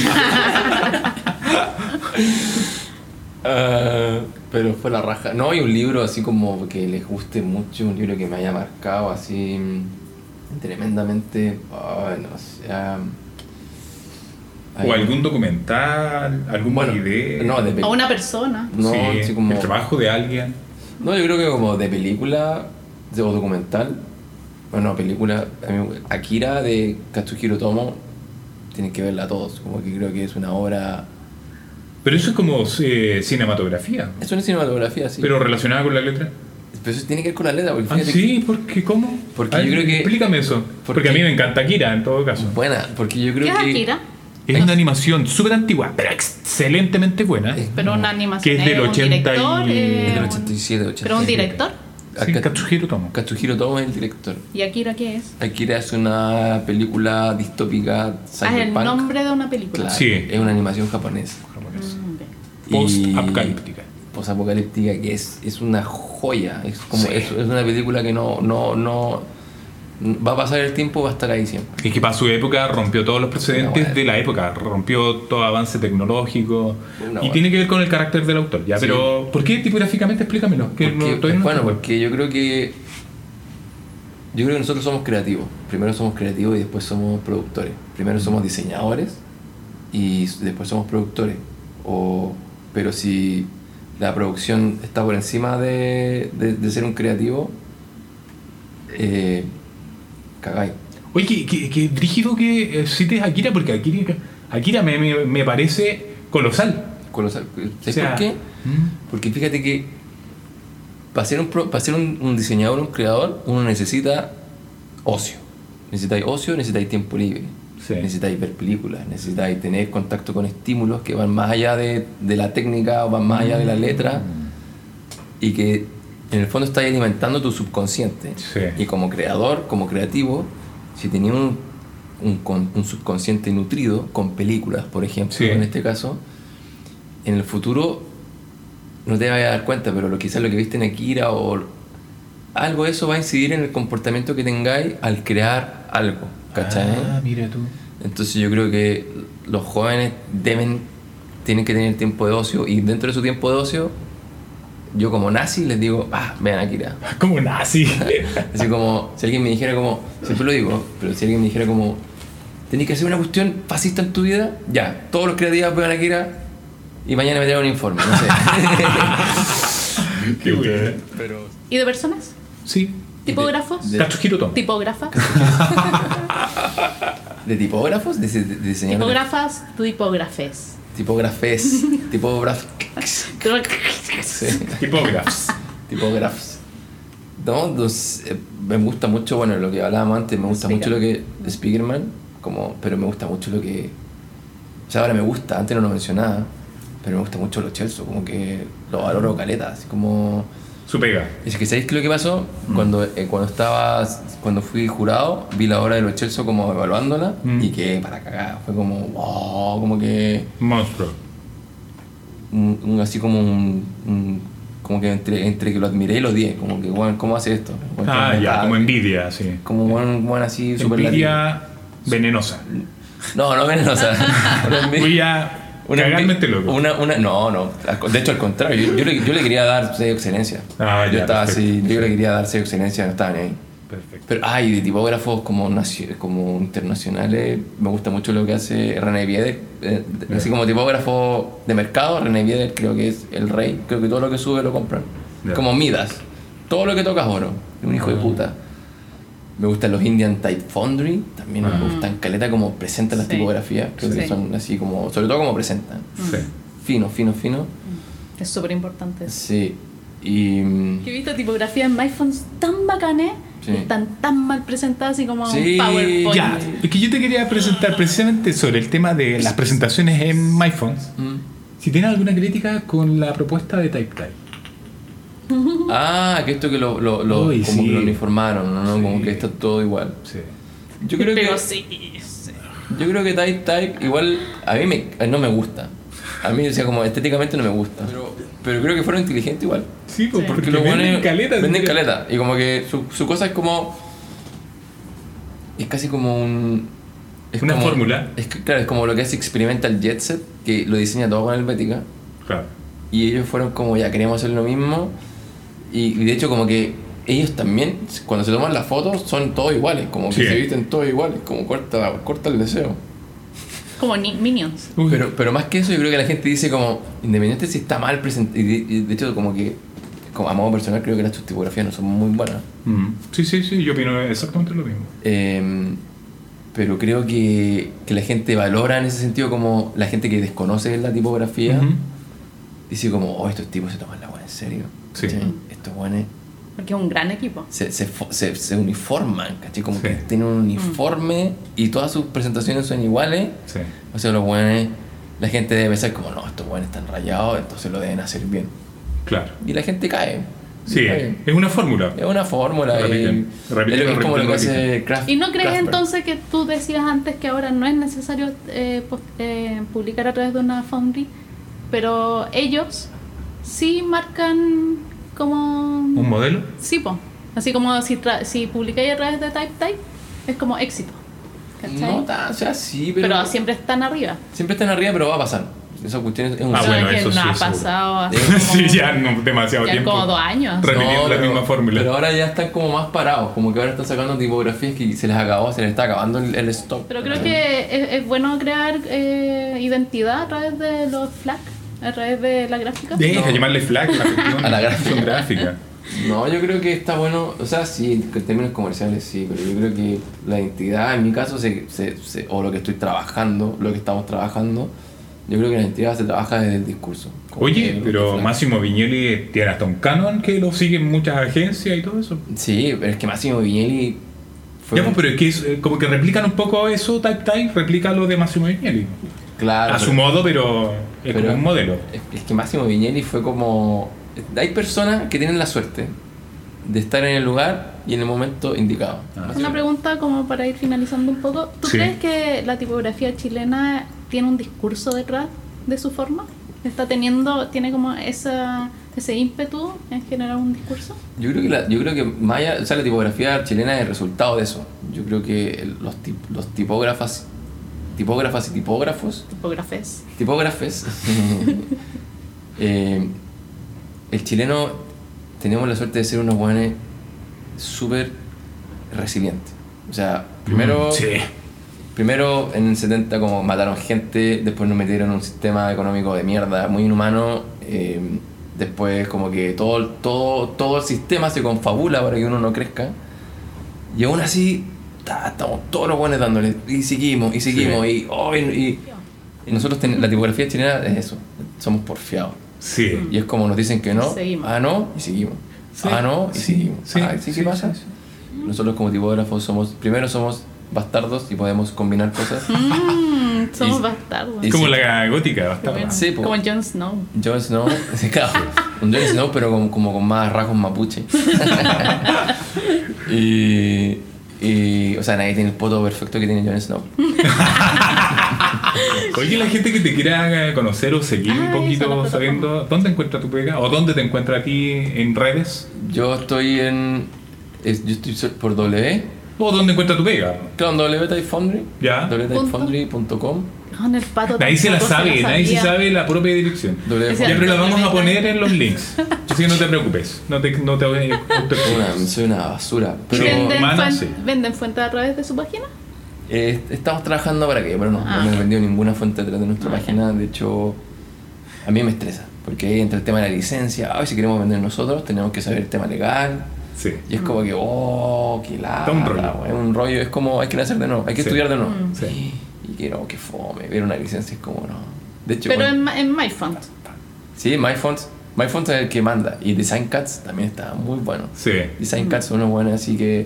Speaker 3: Ah, pero fue la raja. No hay un libro así como que les guste mucho, un libro que me haya marcado así mm, tremendamente. ay, no sé, ah, ay,
Speaker 2: O algún documental, alguna
Speaker 3: bueno,
Speaker 2: idea.
Speaker 3: No, de pe-
Speaker 4: A una persona.
Speaker 3: no,
Speaker 2: Sí,
Speaker 3: así como-
Speaker 2: el trabajo de alguien.
Speaker 3: No, yo creo que como de película de- o documental. Bueno, película. a mí- Akira de Katsuhiro Tomo. Tienen que verla todos. Como que creo que es una obra
Speaker 2: Pero eso es como eh, cinematografía,
Speaker 3: Es una cinematografía, sí.
Speaker 2: pero relacionada con la letra.
Speaker 3: Pero eso tiene que ver con la letra, porque
Speaker 2: Ah,
Speaker 3: fíjate
Speaker 2: sí, porque ¿cómo?
Speaker 3: Porque
Speaker 2: A ver,
Speaker 3: yo creo que-
Speaker 2: Explícame eso.
Speaker 3: ¿Por
Speaker 2: porque
Speaker 3: qué?
Speaker 2: a mí me encanta Kira, en todo caso.
Speaker 3: que- Buena, porque yo
Speaker 4: ¿Qué
Speaker 3: creo
Speaker 4: es
Speaker 3: que.
Speaker 4: Akira?
Speaker 2: Es una animación súper antigua, pero excelentemente buena.
Speaker 3: Es-
Speaker 4: Pero una animación.
Speaker 2: Que es del
Speaker 4: un
Speaker 2: 80 y-
Speaker 4: director, eh,
Speaker 3: Es del
Speaker 4: un-
Speaker 3: 87, 87.
Speaker 4: Pero un director.
Speaker 2: Sí,
Speaker 3: Aka-
Speaker 2: Katsuhiro Tomo.
Speaker 3: Katsuhiro Tomo es el director.
Speaker 4: ¿Y Akira qué es?
Speaker 3: Akira es una película distópica
Speaker 4: Ah, es el
Speaker 3: cyberpunk.
Speaker 4: nombre de una película.
Speaker 3: Claro,
Speaker 2: Sí.
Speaker 3: Es una animación japonesa.
Speaker 2: japonés.
Speaker 4: Mm, bien.
Speaker 2: Post-apocalíptica.
Speaker 3: Postapocalíptica que es, es una joya. Es como
Speaker 2: Sí.
Speaker 3: es, es una película que no, no, no va a pasar el tiempo, va a estar ahí siempre.
Speaker 2: Es que para su época rompió todos los
Speaker 3: Una
Speaker 2: precedentes
Speaker 3: buena.
Speaker 2: de la época, rompió todo avance tecnológico
Speaker 3: Una
Speaker 2: y
Speaker 3: buena.
Speaker 2: tiene que ver con el carácter del autor. Ya,
Speaker 3: Sí.
Speaker 2: pero ¿por qué tipográficamente? Explícamelo. Que no-
Speaker 3: Porque-
Speaker 2: todavía no
Speaker 3: bueno,
Speaker 2: entiendo.
Speaker 3: porque yo creo que yo creo que nosotros somos creativos. Primero somos creativos y después somos productores. Primero somos diseñadores y después somos productores. O, pero si la producción está por encima de, de- de ser un creativo, eh, cagáis.
Speaker 2: Oye, que, que, que brígido que eh, cites a Akira, porque Akira, Akira me, me, me parece colosal.
Speaker 3: Colosal.
Speaker 2: O
Speaker 3: ¿Sabes
Speaker 2: sea,
Speaker 3: por qué?
Speaker 2: mm,
Speaker 3: Porque fíjate que para ser un, pro- para ser un, un diseñador, un creador, uno necesita ocio. Necesitáis ocio, necesitáis tiempo libre.
Speaker 2: Sí.
Speaker 3: Necesitáis ver películas, necesitáis tener contacto con estímulos que van más allá de, de la técnica o van más allá de
Speaker 2: Mm.
Speaker 3: la letra y que en el fondo estáis alimentando tu subconsciente.
Speaker 2: Sí.
Speaker 3: Y como creador, como creativo, si tenías un, un con- un subconsciente nutrido con películas, por ejemplo,
Speaker 2: Sí.
Speaker 3: en este caso, en el futuro no te vas a dar cuenta, pero lo, quizás lo que viste en Akira o algo de eso va a incidir en el comportamiento que tengáis al crear algo, ¿cachai?
Speaker 2: Ah, mira tú.
Speaker 3: Entonces yo creo que los jóvenes deben, tienen que tener tiempo de ocio y dentro de su tiempo de ocio, yo como nazi les digo, ah, vean Akira.
Speaker 2: Como nazi.
Speaker 3: Así como, si alguien me dijera como, siempre lo digo, pero si alguien me dijera como, tenés que hacer una cuestión fascista en tu vida, ya, todos los creativos vean Akira y mañana me traen un informe, no sé.
Speaker 2: Qué bueno.
Speaker 4: ¿Y de personas?
Speaker 2: Sí.
Speaker 4: ¿Tipógrafos?
Speaker 3: De-
Speaker 2: Katsuhiro Tomo.
Speaker 4: ¿Tipógrafas?
Speaker 3: ¿De tipógrafos? ¿De, dise- de diseñadores?
Speaker 4: ¿Tipógrafas? ¿Tipógrafes?
Speaker 3: Tipógrafes. Tipógrafos.
Speaker 2: Tipógrafos.
Speaker 3: Tipógrafos. No, los- eh, me gusta mucho, bueno, lo que hablábamos antes, me gusta mucho lo que. Spigerman, como, pero me gusta mucho lo que. Ya ahora me gusta, antes no lo mencionaba, pero me gusta mucho lo Chelsea, como que lo valoro caleta, así como.
Speaker 2: Su pega.
Speaker 3: Es que ¿sabéis qué es lo que pasó? Cuando, eh, cuando estaba, cuando fui jurado, vi la obra de los Chelsea como evaluándola
Speaker 2: Mm.
Speaker 3: y que para cagar, fue como, wow, como que
Speaker 2: Monstruo.
Speaker 3: un- un- así como un, un- como que entre, entre que lo admiré y lo odié, como que, bueno, ¿cómo hace esto? Bueno,
Speaker 2: Ah,
Speaker 3: como-
Speaker 2: ya, como envidia, sí.
Speaker 3: Como un buen así, super
Speaker 2: Envidia venenosa.
Speaker 3: No, no venenosa. Una envidia-
Speaker 2: Voy a
Speaker 3: una envi-
Speaker 2: cagarmente loco.
Speaker 3: Una, una, no, no. al co- De hecho, al contrario, yo, yo le, yo le quería dar sello de excelencia.
Speaker 2: Ah,
Speaker 3: yo
Speaker 2: ya,
Speaker 3: estaba
Speaker 2: perfecto.
Speaker 3: así, yo le quería dar sello de excelencia, no estaban ahí.
Speaker 2: Perfecto.
Speaker 3: Pero, ay, de tipógrafos como, nacio- como internacionales, me gusta mucho lo que hace René Bieder. eh, de-
Speaker 2: Ya.
Speaker 3: así como tipógrafo de mercado, René Bieder creo que es el rey. Creo que todo lo que sube lo compran.
Speaker 2: Ya.
Speaker 3: Como Midas. Todo lo que toca es oro. Un hijo de puta. Me gustan los Indian Type Foundry. También
Speaker 2: Ah.
Speaker 3: me gustan caleta como presentan las
Speaker 4: Sí.
Speaker 3: tipografías. Creo que
Speaker 4: Sí. Mm.
Speaker 3: son así como, sobre todo como presentan.
Speaker 2: Sí.
Speaker 3: Fino, fino, fino.
Speaker 4: Es súper importante eso.
Speaker 3: Sí. Y... mm,
Speaker 4: Que he visto tipografías en iPhones tan bacanes
Speaker 3: Sí.
Speaker 4: y están tan mal presentadas y como
Speaker 3: Sí,
Speaker 4: un PowerPoint.
Speaker 2: Ya, es que yo te quería presentar precisamente sobre el tema de las presentaciones en MyPhones.
Speaker 3: mm.
Speaker 2: Si tienes alguna crítica con la propuesta de TypeType.
Speaker 3: Ah, que esto que lo, lo, lo-
Speaker 2: Uy,
Speaker 3: como
Speaker 2: sí.
Speaker 3: que lo uniformaron, ¿no?
Speaker 2: Sí.
Speaker 3: Como que está todo igual.
Speaker 2: Sí.
Speaker 3: Yo creo que,
Speaker 4: Pero sí, sí.
Speaker 3: yo creo que Type Type igual a mí me, eh, no me gusta. A mí, o sea, como estéticamente no me gusta. Pero, pero creo que fueron inteligentes igual.
Speaker 2: Sí, pues,
Speaker 4: Sí.
Speaker 2: porque,
Speaker 3: los
Speaker 2: venden
Speaker 3: buenos
Speaker 2: caleta.
Speaker 3: Venden
Speaker 2: mira.
Speaker 3: caleta. Y como que su, su cosa es como. Es casi como un. es
Speaker 2: Una
Speaker 3: como-
Speaker 2: fórmula.
Speaker 3: Es, que, claro, es como lo que hace Experimental Jet Set, que lo diseña todo con Helvética.
Speaker 2: Claro.
Speaker 3: Y ellos fueron como, ya queríamos hacer lo mismo. Y, y de hecho, como que ellos también, cuando se toman las fotos, son todos iguales. Como que
Speaker 2: Sí.
Speaker 3: se visten todos iguales. Como corta, corta el deseo.
Speaker 4: Como ni- Minions.
Speaker 2: Uy,
Speaker 3: Pero, pero más que eso, yo creo que la gente dice como, independiente si está mal presentado. Y de, y de hecho, como que, como a modo personal, creo que las sus tipografías no son muy buenas.
Speaker 2: Mm. Sí, sí, sí, yo opino exactamente lo mismo.
Speaker 3: Eh, pero creo que, que la gente valora en ese sentido como la gente que desconoce la tipografía
Speaker 2: Ujú.
Speaker 3: dice como, oh, estos tipos se toman la weá en serio.
Speaker 2: Sí.
Speaker 3: ¿Cachai? Estos weones
Speaker 4: Porque es un gran equipo.
Speaker 3: se, se, fo- se, se uniforman, ¿cachai? Como
Speaker 2: Sí.
Speaker 3: que tienen
Speaker 4: Mm.
Speaker 3: un uniforme y todas sus presentaciones son iguales.
Speaker 2: Sí.
Speaker 3: O sea, los weones, la gente debe pensar como, no, estos weones están rayados, entonces lo deben hacer bien.
Speaker 2: Claro.
Speaker 3: Y la gente cae.
Speaker 2: Sí,
Speaker 3: Cae.
Speaker 2: es una fórmula.
Speaker 3: Es una fórmula. y-
Speaker 2: Repiten, repiten,
Speaker 3: es lo- es como lo que
Speaker 2: repiten,
Speaker 3: hace Kraft.
Speaker 4: ¿Y no crees
Speaker 3: Kraftwerk.
Speaker 4: entonces que tú decías antes que ahora no es necesario eh, pos- eh, publicar a través de una foundry? Pero ellos sí marcan
Speaker 2: ¿Un
Speaker 4: como...
Speaker 2: modelo?
Speaker 4: Sí, po. Así como si, tra- si publicáis a través de TypeType, es como éxito. ¿Cachai?
Speaker 3: No, ta- o sea, sí, pero,
Speaker 4: pero, siempre están arriba.
Speaker 3: siempre están arriba, pero va a pasar. Esa cuestión es un
Speaker 2: Ah,
Speaker 4: O sea,
Speaker 2: bueno,
Speaker 4: que
Speaker 2: eso sí
Speaker 4: no ha
Speaker 2: es seguro.
Speaker 4: pasado así como,
Speaker 2: sí, ya no, demasiado
Speaker 4: Ah. ya
Speaker 2: tiempo.
Speaker 4: como dos años.
Speaker 2: Re- repitiendo la
Speaker 3: pero-
Speaker 2: misma fórmula.
Speaker 3: Pero ahora ya están como más parados, como que ahora están sacando tipografías que se les acabó, se les está acabando el, el stock.
Speaker 4: Pero creo que es, es bueno crear eh, identidad a través de los flags, a través de la gráfica.
Speaker 2: Deja
Speaker 3: No.
Speaker 2: llamarle flag la cuestión.
Speaker 3: A la gráfica.
Speaker 2: Son gráfica.
Speaker 3: No, yo creo que está bueno, o sea, sí, en términos comerciales sí, pero yo creo que la identidad, en mi caso, se, se- se- o lo que estoy trabajando, lo que estamos trabajando, yo creo que la identidad se trabaja desde el discurso. Como
Speaker 2: Oye,
Speaker 3: que-
Speaker 2: pero Máximo Viñelli tiene hasta un canon que lo siguen muchas agencias y todo eso.
Speaker 3: Sí, pero es que Máximo Vignelli fue...
Speaker 2: ya,
Speaker 3: un-
Speaker 2: pues, pero es que es, eh, como que replican un poco eso, Type Type replica lo de Máximo Viñelli.
Speaker 3: claro,
Speaker 2: A su
Speaker 3: Ah, pero-
Speaker 2: modo, pero es
Speaker 3: Pero-
Speaker 2: como un modelo.
Speaker 3: Es, es que Máximo Vignelli fue como... Hay personas que tienen la suerte de estar en el lugar y en el momento indicado.
Speaker 2: Ah.
Speaker 4: Una pregunta como para ir finalizando un poco. ¿Tú
Speaker 2: Sí.
Speaker 4: crees que la tipografía chilena tiene un discurso detrás de su forma? ¿Está teniendo, tiene como esa, ese ímpetu en generar un discurso?
Speaker 3: Yo creo que, la, yo creo que Maya, o sea, la tipografía chilena es el resultado de eso. Yo creo que el- los, tip- los tipógrafas, tipógrafas y tipógrafos,
Speaker 4: Tipógrafes.
Speaker 3: tipógrafes, eh, el chileno tenemos la suerte de ser unos buenos súper resilientes. O sea, primero...
Speaker 2: Mm, Sí.
Speaker 3: Primero en el 70 como mataron gente, después nos metieron en un sistema económico de mierda, muy inhumano, eh, después como que todo, todo, todo el sistema se confabula para que uno no crezca, y aún así ta, estamos todos los buenos dándole, y seguimos, y seguimos, y, oh, y, y- y nosotros ten- la tipografía chilena es eso, somos porfiados,
Speaker 2: Sí.
Speaker 3: y es como nos dicen que no,
Speaker 4: Seguimos.
Speaker 3: ah no, y seguimos,
Speaker 2: Sí,
Speaker 3: ah no, y
Speaker 2: sí,
Speaker 3: seguimos,
Speaker 2: sí,
Speaker 3: ah, ¿sí,
Speaker 2: sí,
Speaker 3: ¿qué pasa?
Speaker 2: sí,
Speaker 3: Nosotros como tipógrafos somos, primero somos bastardos y podemos combinar cosas.
Speaker 4: Mm, somos
Speaker 3: Y-
Speaker 4: bastardos.
Speaker 3: y-
Speaker 2: Como
Speaker 3: sí.
Speaker 2: la gótica,
Speaker 4: Qué
Speaker 2: bastarda.
Speaker 4: bueno.
Speaker 3: Sí, po.
Speaker 4: como Jon Snow.
Speaker 3: Jon Snow, sí, claro, un Jon Snow pero con- como con más rasgos mapuche. y, y, o sea, nadie tiene el poto perfecto que tiene Jon Snow.
Speaker 2: Oye, la gente que te quiera conocer o seguir
Speaker 4: Ah,
Speaker 2: un
Speaker 4: eso, las
Speaker 2: poquito
Speaker 4: plataformas.
Speaker 2: sabiendo dónde encuentra tu pega o dónde te encuentra a ti en redes
Speaker 3: Yo estoy en, es- yo estoy so- por W,
Speaker 2: o dónde encuentra tu pega.
Speaker 3: claro, en W Type Foundry,
Speaker 2: Ya.
Speaker 3: wtypefoundry.com,
Speaker 4: No, en el pato.
Speaker 2: Nadie se la
Speaker 4: tampoco
Speaker 2: sabe, nadie se
Speaker 4: sabía.
Speaker 2: sabe la propia dirección.
Speaker 3: W
Speaker 4: Es
Speaker 3: Foundry.
Speaker 2: Ya, pero la vamos a poner en los links. Así que no te preocupes. No te, no te voy a
Speaker 3: Soy una- soy una basura, pero
Speaker 2: Sí.
Speaker 4: ¿Venden,
Speaker 2: humano,
Speaker 4: fuen-
Speaker 2: sí.
Speaker 4: ¿Venden fuente a través de su página?
Speaker 3: Eh, estamos trabajando para que, pero no,
Speaker 4: Ah,
Speaker 3: no hemos
Speaker 4: ok.
Speaker 3: vendido ninguna fuente detrás de nuestra
Speaker 4: Ah, ok.
Speaker 3: página. De hecho, a mí me estresa, porque ahí entra el tema de la licencia. Ay, si queremos vender nosotros, tenemos que saber el tema legal.
Speaker 2: Sí.
Speaker 3: Y
Speaker 4: Mm.
Speaker 3: es como que, oh, qué lata,
Speaker 2: un rollo.
Speaker 3: güey, un rollo. Es como, hay que nacer de nuevo, hay que
Speaker 2: Sí.
Speaker 3: estudiar de nuevo.
Speaker 4: Mm.
Speaker 2: Sí.
Speaker 3: Y que no, que fome, ver una licencia es como, no. De hecho,
Speaker 4: Pero
Speaker 3: bueno,
Speaker 4: en, Ma- en MyFont.
Speaker 3: sí, MyFonts, MyFonts es el que manda. Y Design Cats también está muy bueno.
Speaker 2: Sí.
Speaker 4: Mm.
Speaker 3: Design Cats son unos buenos, así que.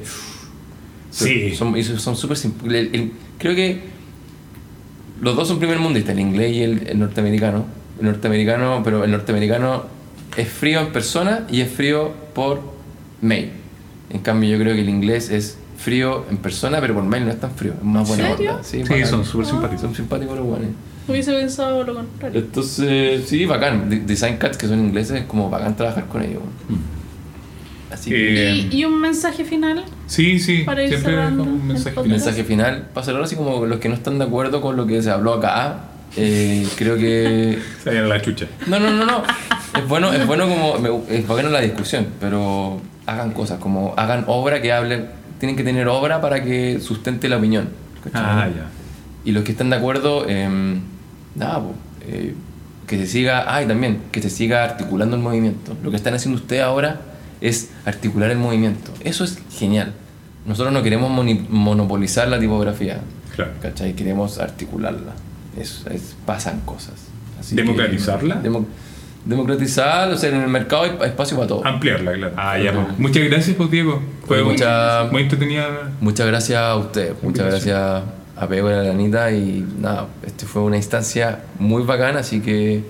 Speaker 2: Sí.
Speaker 3: Son y son súper simples. Creo que los dos son primermundistas, el inglés y el, el norteamericano. El norteamericano, pero el norteamericano es frío en persona y es frío por mail. En cambio, yo creo que el inglés es frío en persona, pero por mail no es tan frío. Es más buena
Speaker 4: serio?
Speaker 3: onda. Sí,
Speaker 2: Sí,
Speaker 3: bacán.
Speaker 2: son súper
Speaker 3: Son
Speaker 2: simpáticos.
Speaker 3: simpáticos los guanes.
Speaker 4: Hubiese pensado lo contrario.
Speaker 3: Entonces, sí, bacán. De- Design Cats, que son ingleses, es como bacán trabajar con ellos. weón. Así que.
Speaker 2: Eh,
Speaker 4: Y, y un mensaje final.
Speaker 2: Sí, sí.
Speaker 4: Para ir
Speaker 2: Siempre
Speaker 4: cerrando
Speaker 2: con un
Speaker 4: el
Speaker 2: mensaje
Speaker 4: podcast.
Speaker 3: El
Speaker 2: final.
Speaker 3: mensaje final, para cerrar así como los que no están de acuerdo con lo que se habló acá, eh, creo que...
Speaker 2: Se vayan a la chucha.
Speaker 3: No, no, no, no. Es bueno, es bueno como... me- Es bueno la discusión, pero hagan cosas, como hagan obra que hable... Tienen que tener obra para que sustente la opinión. ¿cachai?
Speaker 2: Ah, ya.
Speaker 3: Y los que están de acuerdo, em, nada, po, eh, que se siga, ay también, que se siga articulando el movimiento. Lo que están haciendo ustedes ahora es articular el movimiento. Eso es genial. Nosotros no queremos moni- monopolizar la tipografía.
Speaker 2: Claro.
Speaker 3: ¿cachai? Queremos articularla. Es, es- pasan cosas. Así que-
Speaker 2: ¿Democratizarla?
Speaker 3: Demo- democratizar, o sea, en el mercado hay espacio para todo.
Speaker 2: Ampliarla, claro. Ah, ya, pues. Muchas gracias, pues, Diego. Fue
Speaker 3: Mucha-
Speaker 2: muy, muy entretenida.
Speaker 3: Muchas gracias a ustedes, muchas gracias a Pego y a la Anita y nada, este fue una instancia muy bacana, así que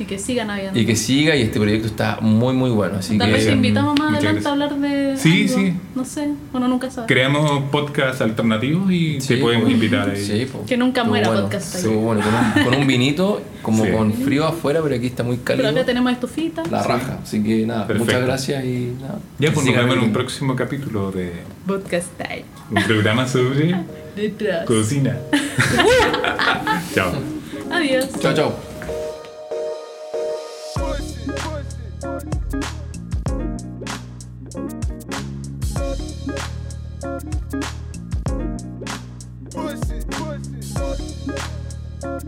Speaker 4: Y que sigan habiendo.
Speaker 3: y que siga y este proyecto está muy muy bueno, así
Speaker 4: Tal
Speaker 3: que
Speaker 4: vez invitamos más
Speaker 2: muchas
Speaker 4: adelante a hablar de.
Speaker 2: Sí,
Speaker 4: algo,
Speaker 2: sí.
Speaker 4: No sé, bueno, nunca sabes.
Speaker 2: Creamos podcasts alternativos y
Speaker 3: Sí,
Speaker 2: te podemos
Speaker 3: pues.
Speaker 2: invitar ahí.
Speaker 3: Sí, pues.
Speaker 4: Que nunca
Speaker 3: Estuvo
Speaker 4: muera
Speaker 3: bueno,
Speaker 4: podcast ahí.
Speaker 3: estuvo bueno, con un, con un vinito, como
Speaker 2: Sí.
Speaker 3: con frío afuera, pero aquí está muy
Speaker 4: Pero
Speaker 3: cálido.
Speaker 4: acá tenemos estufita.
Speaker 3: La
Speaker 2: Sí.
Speaker 3: raja, así que nada,
Speaker 2: Perfecto.
Speaker 3: muchas gracias y nada.
Speaker 2: Ya, pues nos
Speaker 3: Sigan
Speaker 2: vemos en un
Speaker 3: viendo.
Speaker 2: próximo capítulo de
Speaker 4: Podcast time.
Speaker 2: un programa sobre
Speaker 4: Detrás.
Speaker 2: cocina. Chao.
Speaker 4: Adiós.
Speaker 3: Chao, chao.
Speaker 5: push it, push it, push it.